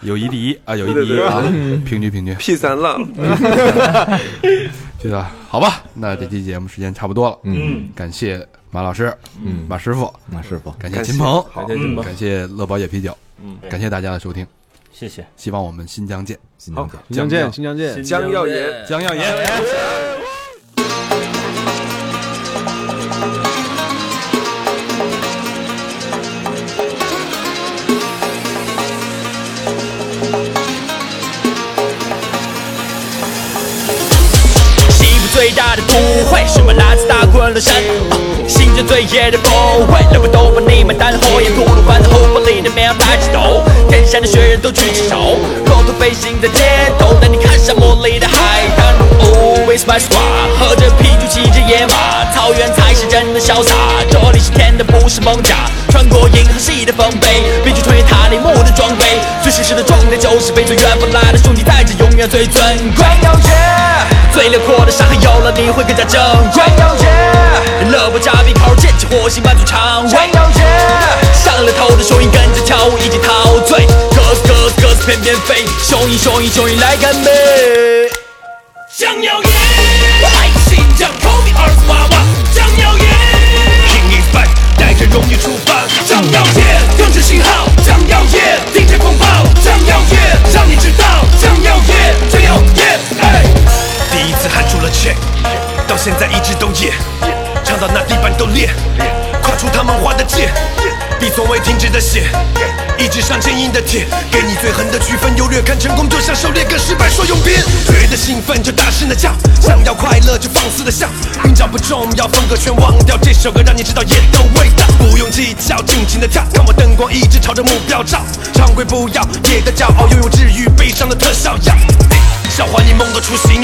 S2: 友谊第一啊，友谊第一啊
S6: 对对对！
S2: 平局，平局，
S6: P 三了，
S2: 对的，好吧，那这期节目时间差不多了，
S6: 嗯，
S2: 感谢马老师，
S3: 嗯，
S2: 马师傅，
S3: 马师傅，
S2: 感谢秦鹏，
S9: 感谢秦鹏
S2: 感谢乐宝野啤酒，
S9: 嗯
S2: 感谢大家的收听，
S9: 谢谢，
S2: 希望我们新疆见，新
S10: 疆见新疆见新疆见
S6: 江耀爷，
S2: 江耀爷。
S11: 西部最大的都会，什么来自大昆仑山，啊新疆最野的风味，让我都把你们当火焰，吐鲁番的后方里的绵羊抬起头，天山的雪人都举起手，骆驼飞行在街头，带你看沙漠里的海滩。Always my squad，喝着啤酒骑着野马，草原才是真的潇洒，这里是天堂，不是梦假。穿过银河系的丰碑，必须穿越塔里木的装备，最实时的状态就是被最远方来的兄弟带着，永远最尊贵。最辽阔的山海有了你会更加珍贵。乐不加比口溅起火星满足肠胃。上了头的雄鹰跟着跳舞，一起陶醉。鸽子鸽子鸽子翩翩飞，雄鹰雄鹰雄鹰来干杯。
S7: 张耀爷，来新疆口比儿子娃娃。张耀爷，King is back，带着荣誉出发。张耀爷，更是信号。张耀爷，顶着风暴。张耀爷，让你知道。张耀爷，张耀爷，哎。第一次喊出了 check，到现在一直都耶，唱到那地板都裂，跨出他们画的界，笔从未停止的写。一直上坚硬的铁，给你最狠的区分优劣，看成功就像狩猎，跟失败说永别。觉得兴奋就大声的叫，想要快乐就放肆的笑，韵脚不重要，风格全忘掉。这首歌让你知道野的味道，不用技巧，尽情的跳，看我灯光一直朝着目标照。常规不要，野的骄傲，拥有治愈悲伤的特效药。召唤你梦的雏形，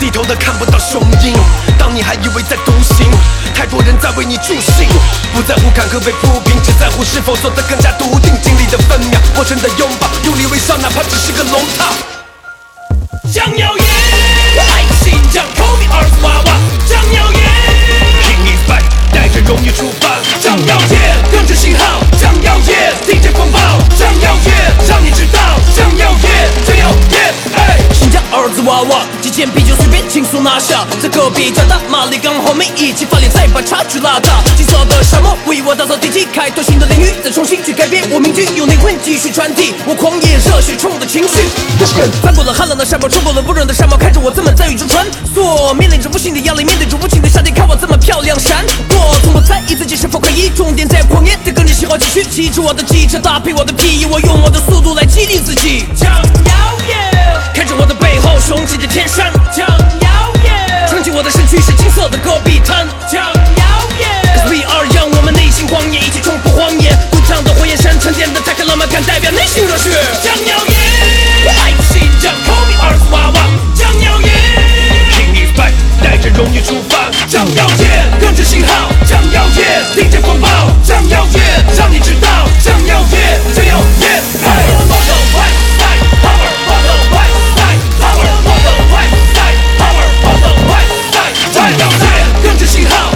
S7: 低头的看不到雄鹰。当你还以为在独行，太多人在为你助兴，不在乎坎坷被铺平，只在乎是否走得更加笃定。经历的分秒，过程的拥抱，用力微笑，哪怕只是个龙套。
S13: 江耀爷，
S7: 来新疆口比儿子娃娃，张耀爷，King is back，带着荣誉出发。张耀爷，跟着信号。张耀爷，顶着风暴。张耀爷，让你知道。张耀爷，张耀爷，哎。
S13: 新疆儿子娃娃，几件啤酒随便叫，轻松拿下。在隔壁家大妈里跟我们一起发力，再把差距拉大。金色的沙漠为我打造地基，开拓新的领域，再重新去改变我命运，用灵魂继续传递我狂野热血冲的情绪。翻过了寒冷的沙漠，冲过了温润的沙漠，看着我怎么在雨中穿梭，面临着无形的压力，面对着无情的夏天，看我怎么漂亮闪躲，从不在意自己是否可以，重点在狂野，在跟着喜好继续骑着我的机车，搭配我的皮衣，我用我的速度来激励自己。张耀耶，看着我的背后雄起的天山。张耀耶，撑起我的身躯是金色的戈壁滩。张耀耶，Cause we are young，我们内心狂野，一起冲破荒野，滚烫的火焰山，沉淀的泰克浪漫感，代表内心热血。张耀耶，爱心张，Call me 二娃娃。张耀耶，King is back，带着荣誉出发。张耀耶，跟着信号。张耀耶，听见风暴。张耀耶，让你知道。张耀耶，张耀耶，嘿。Model White Side Power Model White Side Power Model White Side Power Model White Side 张耀耶，跟着信号。